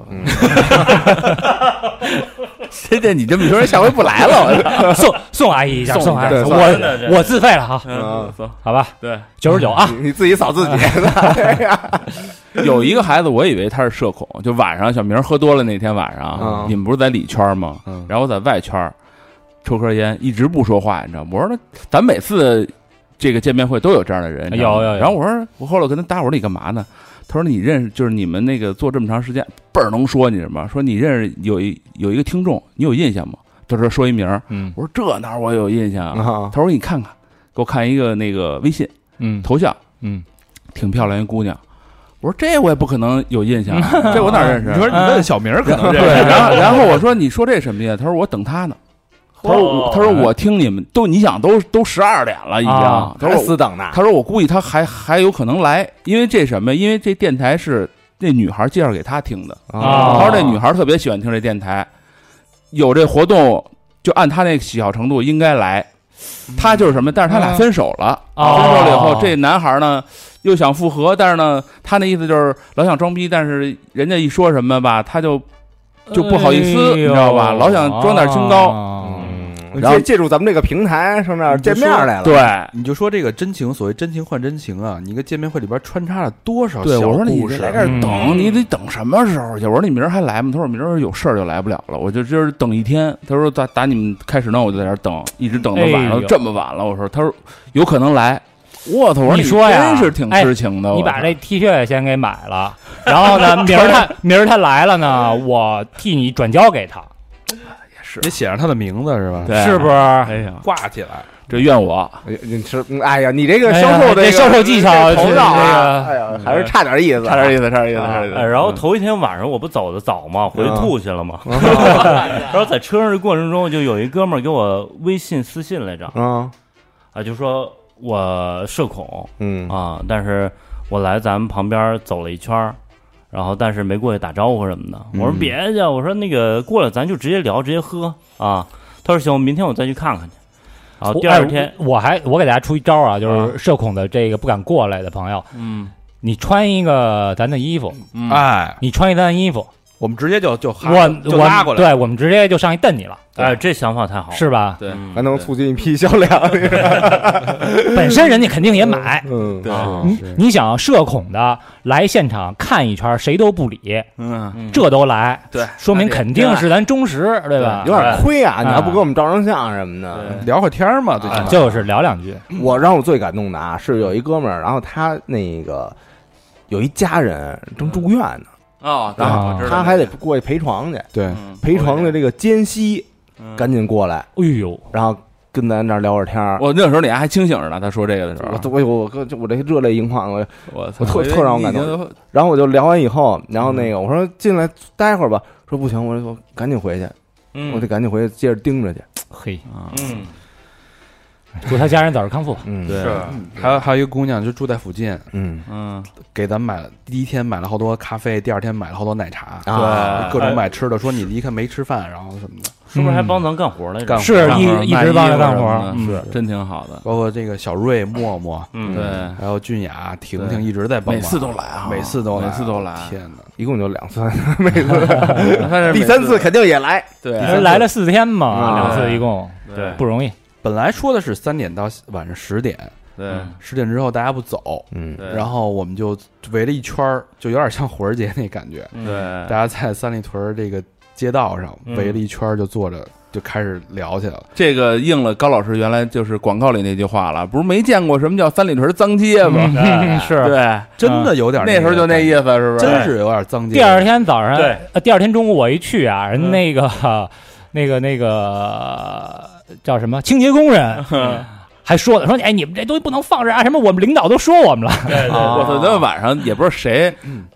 Speaker 5: 这 这你这么一说，
Speaker 2: 下回不来了，
Speaker 4: 送送阿姨一下，
Speaker 5: 送
Speaker 4: 送阿姨，
Speaker 2: 对送
Speaker 6: 阿姨真的真
Speaker 4: 我
Speaker 6: 的
Speaker 4: 我自费了哈，
Speaker 2: 嗯
Speaker 5: 嗯，走
Speaker 4: 好吧，
Speaker 5: 对，
Speaker 4: 九十九啊
Speaker 2: 我，你自己扫自己哎的。
Speaker 5: 有一个孩子，我以为他是社恐，就晚上小明喝多了那天晚上
Speaker 4: 啊
Speaker 2: 嗯，
Speaker 5: 你们不是在里圈吗
Speaker 3: 嗯？
Speaker 5: 然后我在外圈抽根烟，一直不说话，你知道吗？我说那咱每次这个见面会都有这样的人，你知道吗
Speaker 4: 有有有
Speaker 5: 然后我说我后来我跟他搭伙，你干嘛呢？他说你认识，就是你们那个做这么长时间倍儿能说，你知道吗？说你认识有一有一个听众，你有印象吗？他说说一名儿，
Speaker 3: 嗯
Speaker 5: 我说这哪儿我有印象啊？
Speaker 2: 啊
Speaker 5: 他说你看看，给我看一个那个微信
Speaker 3: 嗯
Speaker 5: 头像，
Speaker 3: 嗯，
Speaker 5: 挺漂亮一姑娘。我说这我也不可能有印象啊， 这我哪认识
Speaker 3: 你？说你问小明儿可 能
Speaker 5: 对，
Speaker 3: 认识。
Speaker 5: 然后然后我说你说这什么呀？他说我等他呢。他说我他说
Speaker 3: 哎
Speaker 5: 我听你们都你想都都十二点了已经。
Speaker 4: 啊
Speaker 5: 他
Speaker 2: 还
Speaker 5: 说我
Speaker 2: 死等呢，
Speaker 5: 他说我估计他还还有可能来，因为这什么？因为这电台是那女孩介绍给他听的。
Speaker 4: 啊
Speaker 5: 他说
Speaker 2: 哦
Speaker 5: 这女孩特别喜欢听这电台，有这活动就按他那喜好程度应该来。他就是什么？但是他俩分手了，
Speaker 4: 哦
Speaker 5: 分手了以后，这男孩呢又想复合，但是呢，他那意思就是老想装逼，但是人家一说什么吧，他就就不好意思，
Speaker 4: 哎呦
Speaker 5: 你知道吧？老想装点清高，
Speaker 4: 啊
Speaker 2: 嗯，
Speaker 5: 然后
Speaker 2: 借借助咱们这个平台上面见面来了。
Speaker 5: 对
Speaker 3: 你就说这个真情，所谓真情换真情啊！你个见面会里边穿插了多
Speaker 2: 啊
Speaker 3: 少
Speaker 5: 对，
Speaker 3: 小
Speaker 5: 我说你
Speaker 3: 故事啊
Speaker 5: 在这儿等，
Speaker 4: 嗯
Speaker 5: 你得等什么时候去？我说你明儿还来吗？他说我明儿有事儿就来不了了，我就就是等一天。他说打打你们开始弄，我就在这儿等，一直等到晚
Speaker 4: 哎
Speaker 5: 上
Speaker 4: 呦
Speaker 5: 这么晚了。我说他说有可能来，我操！我
Speaker 4: 你
Speaker 5: 你
Speaker 4: 说呀哎
Speaker 5: 真是挺痴情的。
Speaker 4: 你
Speaker 5: 我操
Speaker 4: 把这 T 恤先给买了，然 后呢，明儿他明儿他来了呢，我替你转交给他，
Speaker 3: 得写上他的名字是吧？
Speaker 5: 对
Speaker 4: 是不是？
Speaker 5: 哎呀，
Speaker 3: 挂起来，
Speaker 5: 这怨我。
Speaker 2: 哎你是嗯哎呀，你这个
Speaker 4: 哎呀
Speaker 2: 销售
Speaker 4: 这
Speaker 2: 这
Speaker 4: 销售技巧
Speaker 2: 头
Speaker 4: 是
Speaker 2: 脑
Speaker 4: 这
Speaker 2: 啊，
Speaker 4: 个
Speaker 2: 哎呀，还是差点意思，啊
Speaker 5: 差点意思，差点意思，差点意思。
Speaker 6: 呃然后头一天晚上我不走的早嘛，回
Speaker 2: 嗯
Speaker 6: 吐去了嘛。 然后在车上的过程中，就有一哥们儿给我微信私信来着，
Speaker 2: 啊，
Speaker 6: 啊，就说我社恐
Speaker 2: 嗯
Speaker 6: 啊，但是我来咱们旁边走了一圈儿，然后但是没过去打招呼什么的。
Speaker 2: 嗯
Speaker 6: 我说别去，我说那个过来咱就直接聊，直接喝啊。他说行，明天我再去看看去。然后第二天
Speaker 4: 哎，我还我给大家出一招啊，就
Speaker 6: 啊
Speaker 4: 是社恐的这个不敢过来的朋友，
Speaker 6: 嗯，
Speaker 4: 你穿一个咱的衣服，
Speaker 5: 嗯
Speaker 3: 哎，
Speaker 4: 你穿一咱的衣服，
Speaker 3: 我们直接就就
Speaker 4: 我
Speaker 3: 哈就
Speaker 4: 我
Speaker 3: 拉过来，
Speaker 4: 对我们直接就上去瞪你了，
Speaker 6: 哎，这想法太好了，
Speaker 4: 是吧？
Speaker 5: 对
Speaker 6: 嗯
Speaker 2: 还能促进一批销量。你说
Speaker 4: 本身人家肯定也买。
Speaker 2: 嗯，
Speaker 5: 对，
Speaker 6: 啊
Speaker 4: 你你想社恐的来现场看一圈，谁都不理，
Speaker 5: 嗯，
Speaker 6: 嗯
Speaker 4: 这都来，
Speaker 5: 对，
Speaker 4: 说明肯定是咱忠实，对吧？
Speaker 2: 有点亏啊！
Speaker 4: 哎
Speaker 2: 你还不给我们照张相啊什么的。
Speaker 3: 聊会儿天儿嘛，最起
Speaker 4: 哎
Speaker 5: 啊
Speaker 3: 码
Speaker 4: 就是聊两句，
Speaker 2: 我让我最感动的啊，是有一哥们儿，然后他那个有一家人正住院呢，
Speaker 5: 哦，
Speaker 2: 然
Speaker 4: 后
Speaker 5: 我知道
Speaker 2: 啊他还得过去陪床去，
Speaker 3: 对
Speaker 5: 嗯
Speaker 2: 陪床的这个间隙
Speaker 5: 嗯
Speaker 2: 赶紧过来，
Speaker 4: 哎呦，
Speaker 2: 然后跟咱这儿聊会儿天儿。
Speaker 5: 我那时候你还清醒着呢，他说这个的时候，
Speaker 2: 我我我我我这热泪盈眶，我
Speaker 5: 我
Speaker 2: 我特特让我感动
Speaker 5: 动。
Speaker 2: 然后我就聊完以后，然后那个我说进来待会儿吧，说不行，我说我赶紧回去，
Speaker 6: 嗯，
Speaker 2: 我得赶紧回去接着盯着去。
Speaker 4: 嘿，
Speaker 6: 嗯，
Speaker 4: 祝他家人早日康复。
Speaker 2: 嗯，
Speaker 5: 对，
Speaker 3: 还有还有一个姑娘就住在附近，
Speaker 2: 嗯
Speaker 6: 嗯，
Speaker 3: 给咱买了第一天买了好多咖啡，第二天买了好多奶茶，
Speaker 2: 啊
Speaker 3: 各种买吃的，说你离开没吃饭，然后什
Speaker 5: 啊
Speaker 3: 么的，
Speaker 6: 是不是还帮咱干活来着？
Speaker 4: 是
Speaker 3: 干活
Speaker 4: 一
Speaker 3: 卖
Speaker 4: 一直帮着干活
Speaker 3: 衣服什
Speaker 4: 儿
Speaker 3: 么的
Speaker 5: 是
Speaker 3: 嗯
Speaker 5: 真挺好的。
Speaker 3: 包括这个小瑞、默默，
Speaker 6: 嗯，
Speaker 5: 对，
Speaker 3: 还有俊雅、婷
Speaker 5: 对
Speaker 3: 婷一直在帮忙，
Speaker 5: 每次都来啊
Speaker 3: 每次都来，
Speaker 5: 每次都来
Speaker 3: 天哪！
Speaker 2: 一共就两次，
Speaker 5: 他是
Speaker 2: 第三次肯定也来。
Speaker 5: 对
Speaker 4: 人来了四天嘛，
Speaker 2: 啊
Speaker 4: 两次一共
Speaker 6: 对
Speaker 4: 不容易。
Speaker 3: 本来说的是三点到晚上十点，
Speaker 5: 对
Speaker 3: 十点之后大家不走，
Speaker 2: 嗯，
Speaker 6: 对，
Speaker 3: 然后我们就围了一圈儿，就有点像火儿节那感觉，
Speaker 6: 对
Speaker 5: 嗯哎
Speaker 3: 大，家在三里屯儿这个街道上
Speaker 6: 嗯
Speaker 3: 围了一圈儿，就坐着就开始聊起来了。
Speaker 5: 这个应了高老师原来就是广告里那句话了，不是没见过什么叫三里屯脏街吗？
Speaker 4: 嗯是。
Speaker 5: 对，
Speaker 3: 真的有点儿
Speaker 5: 啊那时候就那意
Speaker 3: 思，
Speaker 5: 思，是不是？
Speaker 3: 真是有点脏街。
Speaker 4: 第二天早上，
Speaker 6: 对
Speaker 4: 呃，第二天中午我一去啊，人
Speaker 6: 嗯
Speaker 4: 那个、那个那个叫什么清洁工人 还说呢，说哎你们这东西不能放这儿啊，什么我们领导都说我们了，
Speaker 6: 对对
Speaker 5: 我操！那晚上也不知道谁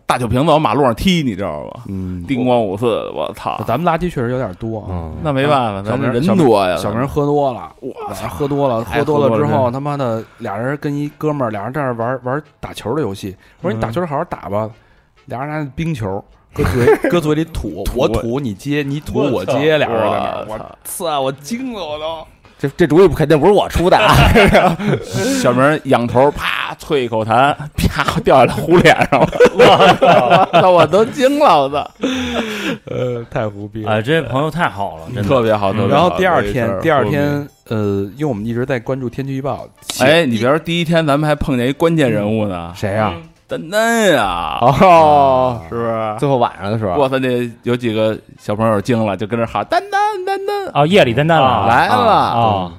Speaker 5: 大酒瓶子往马路上踢，你知道吗？
Speaker 3: 嗯，
Speaker 5: 叮咣五四，我操！
Speaker 3: 咱们垃圾确实有点多啊。
Speaker 2: 嗯，
Speaker 5: 那没办法，
Speaker 3: 小
Speaker 5: 咱们
Speaker 3: 明
Speaker 5: 人多呀，
Speaker 3: 小明喝多了，晚上喝多了，
Speaker 5: 太
Speaker 3: 喝多了之
Speaker 5: 喝多
Speaker 3: 后，他妈的俩人跟一哥们儿，俩人在那玩玩打球的游戏。我说你打球好好打吧，俩人拿冰球搁嘴搁嘴里吐，我吐你接，你吐我接，俩人在那儿，
Speaker 5: 我
Speaker 3: 我
Speaker 5: 操
Speaker 3: 操，我惊了我都。
Speaker 2: 这这主意肯定不是我出的啊。
Speaker 5: 小明仰头啪啐一口 痰，啪掉下来糊脸上了，我操！我都惊了，我操！
Speaker 3: 呃，太胡逼
Speaker 6: 啊，这朋友太好了，真的
Speaker 5: 特别好，特别好
Speaker 3: 然后第二
Speaker 5: 这事
Speaker 3: 天，
Speaker 5: 儿
Speaker 3: 第二天，呃，因为我们一直在关注天气预报，
Speaker 5: 哎，你别说，第一天咱们还碰见一关键人物呢，
Speaker 2: 谁啊呀？
Speaker 6: 嗯
Speaker 5: 丹丹啊呀，
Speaker 2: 哦，
Speaker 5: 是不是？
Speaker 2: 最后晚上的时候，啊
Speaker 5: 我操，那有几个小朋友惊了，就跟这喊丹丹丹丹
Speaker 4: 哦，夜里在那了，
Speaker 5: 来
Speaker 4: 啊、
Speaker 5: 了，
Speaker 4: 哦，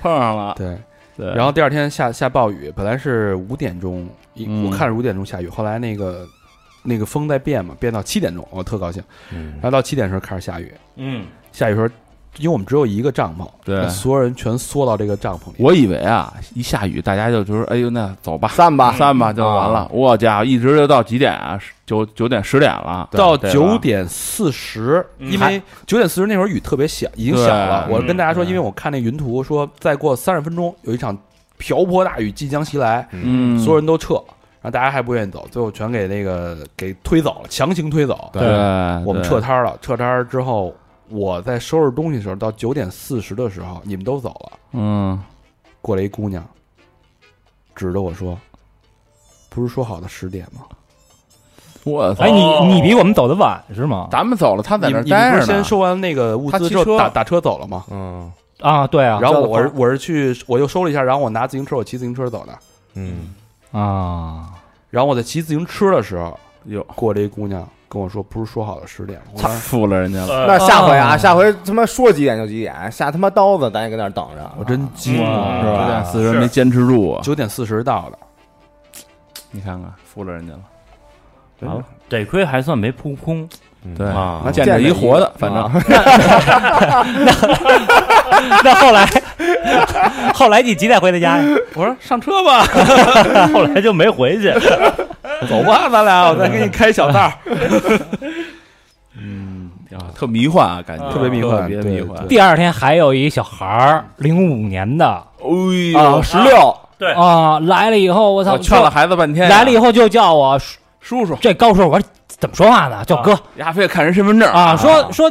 Speaker 5: 碰上了。
Speaker 3: 对，
Speaker 5: 对，
Speaker 3: 然后第二天下下暴雨，本来是五点钟，一
Speaker 5: 嗯
Speaker 3: 我看是五点钟下雨，后来那个那个风在变嘛，变到七点钟，我特高兴。
Speaker 2: 嗯
Speaker 3: 然后到七点的时候开始下雨，
Speaker 6: 嗯，
Speaker 3: 下雨的时候，因为我们只有一个帐篷，
Speaker 5: 对
Speaker 3: 所有人全缩到这个帐篷里。
Speaker 5: 我以为啊，一下雨大家就就说，哎呦，那走吧，
Speaker 2: 散吧，
Speaker 5: 散吧，就完了。我家伙，一直就到几点啊？十九九点十点了，
Speaker 3: 到
Speaker 5: 对吧
Speaker 3: 九。点四十，
Speaker 6: 嗯
Speaker 3: 因为
Speaker 6: 还
Speaker 3: 九点四十那会儿雨特别小，已经小了。
Speaker 5: 对
Speaker 3: 我跟大家说，
Speaker 5: 嗯
Speaker 3: 因为我看那云图说，再过三十分钟有一场瓢泼大雨即将袭来，
Speaker 5: 嗯，
Speaker 3: 所有人都撤，然后大家还不愿意走，最后全给那个给推走了，强行推走。
Speaker 5: 对，啊对
Speaker 3: 我们撤摊儿了，撤摊儿之后，我在收拾东西的时候，到九点四十的时候，你们都走了，
Speaker 5: 嗯，
Speaker 3: 过来一姑娘，指着我说：“不是说好的十点吗？
Speaker 5: 我操
Speaker 4: 哎，，你你比我们走的晚是吗？
Speaker 5: 咱们走了，他在
Speaker 3: 你
Speaker 5: 那
Speaker 3: 们
Speaker 5: 儿
Speaker 3: 你们
Speaker 5: 待
Speaker 3: 不
Speaker 5: 着
Speaker 3: 是先
Speaker 5: 呢。
Speaker 3: 收完那个物
Speaker 5: 他
Speaker 3: 资
Speaker 5: 骑
Speaker 3: 之后
Speaker 5: 车
Speaker 3: 打打车走了吗？
Speaker 2: 嗯
Speaker 4: 啊，对啊，
Speaker 3: 然后
Speaker 2: 交了
Speaker 3: 我是
Speaker 2: 货
Speaker 3: 我是去我又收了一下，然后我拿自行车，我骑自行车走的。
Speaker 2: 嗯，
Speaker 4: 啊，
Speaker 3: 然后我在骑自行车的时候，
Speaker 5: 哟，
Speaker 3: 过来一姑娘跟我说：不是说好的十点吗？我
Speaker 5: 操，
Speaker 3: 说
Speaker 5: 服了人家了。
Speaker 2: 那
Speaker 6: 呃
Speaker 2: 下回啊，
Speaker 4: 啊
Speaker 2: 下回他妈说几点就几点，下他妈刀子，咱也搁那儿等着。
Speaker 3: 我真惊了，
Speaker 2: 是
Speaker 5: 九
Speaker 2: 吧
Speaker 5: 点四十没坚持住啊！
Speaker 3: 啊九点四十到的，
Speaker 5: 你看看，服了人家了。
Speaker 6: 完了，得亏还算没扑空
Speaker 5: 对
Speaker 6: 啊
Speaker 5: 那见着一活的，反正
Speaker 2: 正
Speaker 4: 那后来后来你几点回的家呀？
Speaker 3: 我说上车 吧，
Speaker 6: 后来就没回去。
Speaker 3: 走吧，咱俩，我再给你开小道。
Speaker 5: 啊特迷幻啊，感觉
Speaker 3: 特别迷幻
Speaker 5: 特别迷幻
Speaker 3: 对。
Speaker 4: 第二天还有一小孩儿，零五年的
Speaker 5: 哎
Speaker 2: 啊，
Speaker 5: 呦，
Speaker 2: 十六
Speaker 6: 对，
Speaker 4: 啊，来了以后我操，
Speaker 5: 我劝了孩子半天呀，
Speaker 4: 来了以后就叫我叔
Speaker 5: 叔叔，
Speaker 4: 这高叔，我说怎么说话呢？叫哥
Speaker 5: 呀，非得看人身份证
Speaker 4: 啊，说说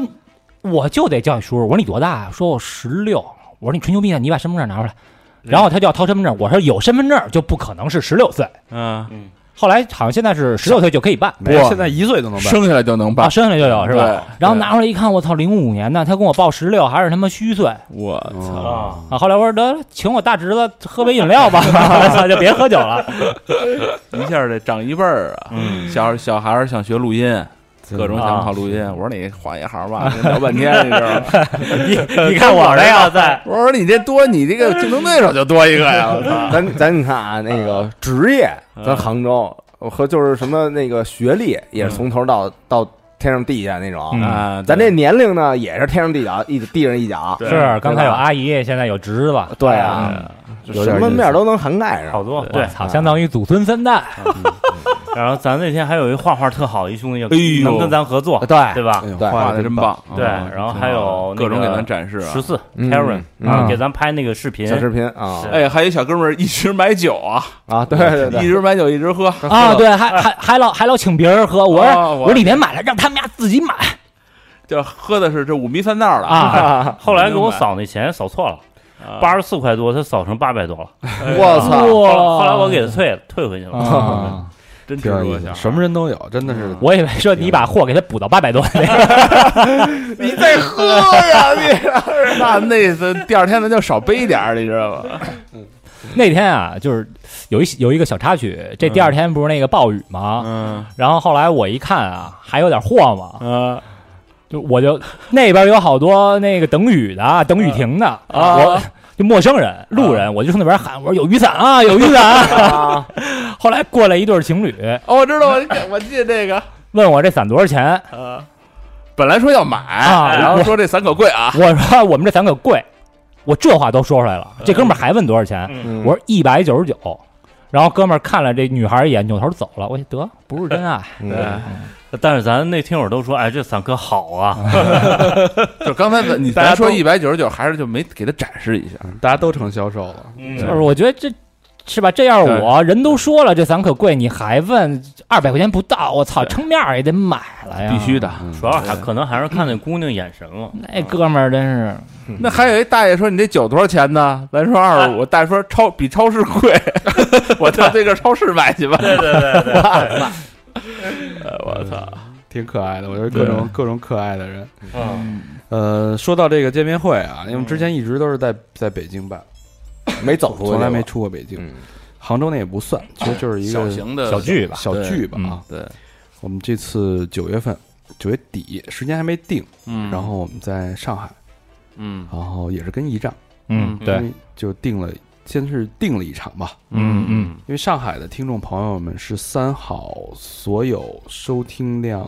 Speaker 4: 我就得叫你叔叔。我说你多大啊？说我十六。我说你吹牛逼呢？你把身份证拿出来。然后他就要掏身份证，我说有身份证就不可能是十六岁。
Speaker 5: 嗯，
Speaker 6: 啊
Speaker 4: 后来好像现在是十六岁就可以办，
Speaker 3: 没
Speaker 5: 哇
Speaker 3: 现在一岁都能办。
Speaker 5: 生下来就能
Speaker 4: 啊，
Speaker 5: 办，
Speaker 4: 生下来就有是吧？
Speaker 5: 对
Speaker 4: 然后拿出来一看，我操，零五年的，他跟我报十六，还是他妈虚岁
Speaker 5: 我操，
Speaker 6: 啊，
Speaker 4: 啊！后来我说得请我大侄子喝杯饮料吧，我操就别喝酒了。
Speaker 5: 一下得长一辈儿啊！
Speaker 6: 嗯
Speaker 5: 小小孩儿想学录音，各种想考
Speaker 6: 啊
Speaker 5: 录音。我说你换一行 吧，聊半天，你知道吗？
Speaker 4: 你你看我这要在
Speaker 5: 我说你这多，你这个竞争对手就多一个呀！我操，
Speaker 2: 咱咱你看啊，那个职业，咱杭州和就是什么那个学历，也是从头到到天上地下那种。
Speaker 4: 嗯
Speaker 6: 啊，
Speaker 2: 咱
Speaker 6: 对
Speaker 2: 这年龄呢，也是天上地脚一地上一脚，
Speaker 6: 对
Speaker 4: 是刚才有阿姨，现在有侄子，
Speaker 2: 对啊，
Speaker 4: 有
Speaker 2: 什
Speaker 4: 点
Speaker 2: 么
Speaker 4: 意思
Speaker 2: 面都能涵盖上。
Speaker 6: 好多对
Speaker 4: 我。操，相当于祖孙三代，
Speaker 6: 然后咱那天还有一画画特好一兄弟，
Speaker 5: 哎呦
Speaker 6: 能跟咱合
Speaker 2: 啊
Speaker 6: 作，
Speaker 4: 对
Speaker 6: 哦对吧
Speaker 5: 哎？呦，
Speaker 2: 对
Speaker 5: 画的真棒，
Speaker 6: 对
Speaker 5: 啊
Speaker 6: 然后还有
Speaker 5: 各种
Speaker 6: 那
Speaker 5: 给
Speaker 6: 个
Speaker 5: 咱展示啊
Speaker 6: 十。四
Speaker 2: 嗯
Speaker 6: Karen
Speaker 2: 嗯
Speaker 6: 啊，给咱拍那个视频，
Speaker 2: 小视频啊
Speaker 6: 是
Speaker 5: 哎，还有一小哥们儿一直买酒 啊，
Speaker 2: 啊，对对
Speaker 5: 一
Speaker 2: 对，
Speaker 5: 直买酒一直喝
Speaker 4: 啊，，对，还还还老还老请别人喝，我
Speaker 5: 啊
Speaker 4: 说
Speaker 5: 我
Speaker 4: 我里面买了，让他们家自己买
Speaker 5: 就是喝的是这五迷三道了。
Speaker 4: 啊，
Speaker 6: 后来给我扫那钱扫错了，八十四块多，他扫成八百多了。
Speaker 5: 哎
Speaker 2: 我操，
Speaker 6: 后来
Speaker 4: 哇！
Speaker 6: 后来我给他退了，退回去了。
Speaker 4: 啊，
Speaker 5: 真执
Speaker 3: 挺有
Speaker 5: 着
Speaker 3: 意思，
Speaker 5: 想，
Speaker 3: 什么人都有，真的是
Speaker 4: 我以为说你把货给他补到八百多，
Speaker 5: 你再喝呀，你那那次第二天咱就少背点儿，你知道吧？
Speaker 4: 那天啊，就是有一有一个小插曲，这第二天不是那个暴雨吗？
Speaker 5: 嗯，
Speaker 4: 然后后来我一看啊，还有点货嘛， 就我就那边有好多那个等雨的、等雨停的，
Speaker 5: 啊
Speaker 4: 我 就陌生人、路人，我就从那边喊，我说有雨伞啊，有雨伞嗯啊。 后来过来一对情侣，
Speaker 5: 哦，我知道，我我记得这个，
Speaker 4: 问我这伞多少钱，
Speaker 5: 本来说要买，
Speaker 4: 啊
Speaker 5: 然后说这伞可贵 啊，
Speaker 4: 我说我们这伞可贵，我这话都说出来了，这哥们儿还问多少钱，
Speaker 2: 嗯
Speaker 4: 我说一百九十九。然后哥们儿看了这女孩一眼，扭头走了。我说得不是真爱，
Speaker 2: 嗯
Speaker 6: 但是咱那听友都说，哎，这伞可好
Speaker 5: 嗯
Speaker 6: 啊！
Speaker 5: 就刚才咱你
Speaker 7: 大
Speaker 5: 咱
Speaker 7: 家都
Speaker 5: 说一百九十九，还是就没给他展示一下，
Speaker 3: 大家都成销售了，
Speaker 4: 就是我觉得这是吧？这样我人都说了，这伞可贵，你还问二百块钱不到，我操，撑面儿也得买了呀！
Speaker 5: 必须。的。啊
Speaker 6: 主要还可能还是看那姑娘眼神了。
Speaker 4: 那哥们儿真是，
Speaker 5: 那还有一大爷说你这酒多少钱呢？咱说二十五，大爷说超比超市贵，我到这个超市买去吧。
Speaker 6: 对对对对，
Speaker 5: 我操，
Speaker 3: 挺可爱的。我觉得各种
Speaker 5: 对
Speaker 3: 各种可爱的人。
Speaker 6: 嗯，
Speaker 3: 呃，说到这个见面会啊，因为我们之前一直都是在在北京 办，
Speaker 2: 没走出去，
Speaker 3: 从来没。出过啊北京
Speaker 2: 嗯，
Speaker 3: 杭州那也不算，其实就是一
Speaker 5: 小
Speaker 3: 个
Speaker 5: 型的
Speaker 4: 小聚吧
Speaker 3: 小聚吧啊。
Speaker 5: 对，
Speaker 3: 我们这次九月份，九月底时间还没定，
Speaker 5: 嗯
Speaker 3: 然后我们在上海，
Speaker 5: 嗯
Speaker 3: 然后也是跟一仗，
Speaker 4: 嗯，
Speaker 5: 嗯
Speaker 4: 对，
Speaker 3: 因为就定了，先是定了一场吧。
Speaker 4: 嗯嗯，
Speaker 3: 因为上海的听众朋友们是三好所有收听量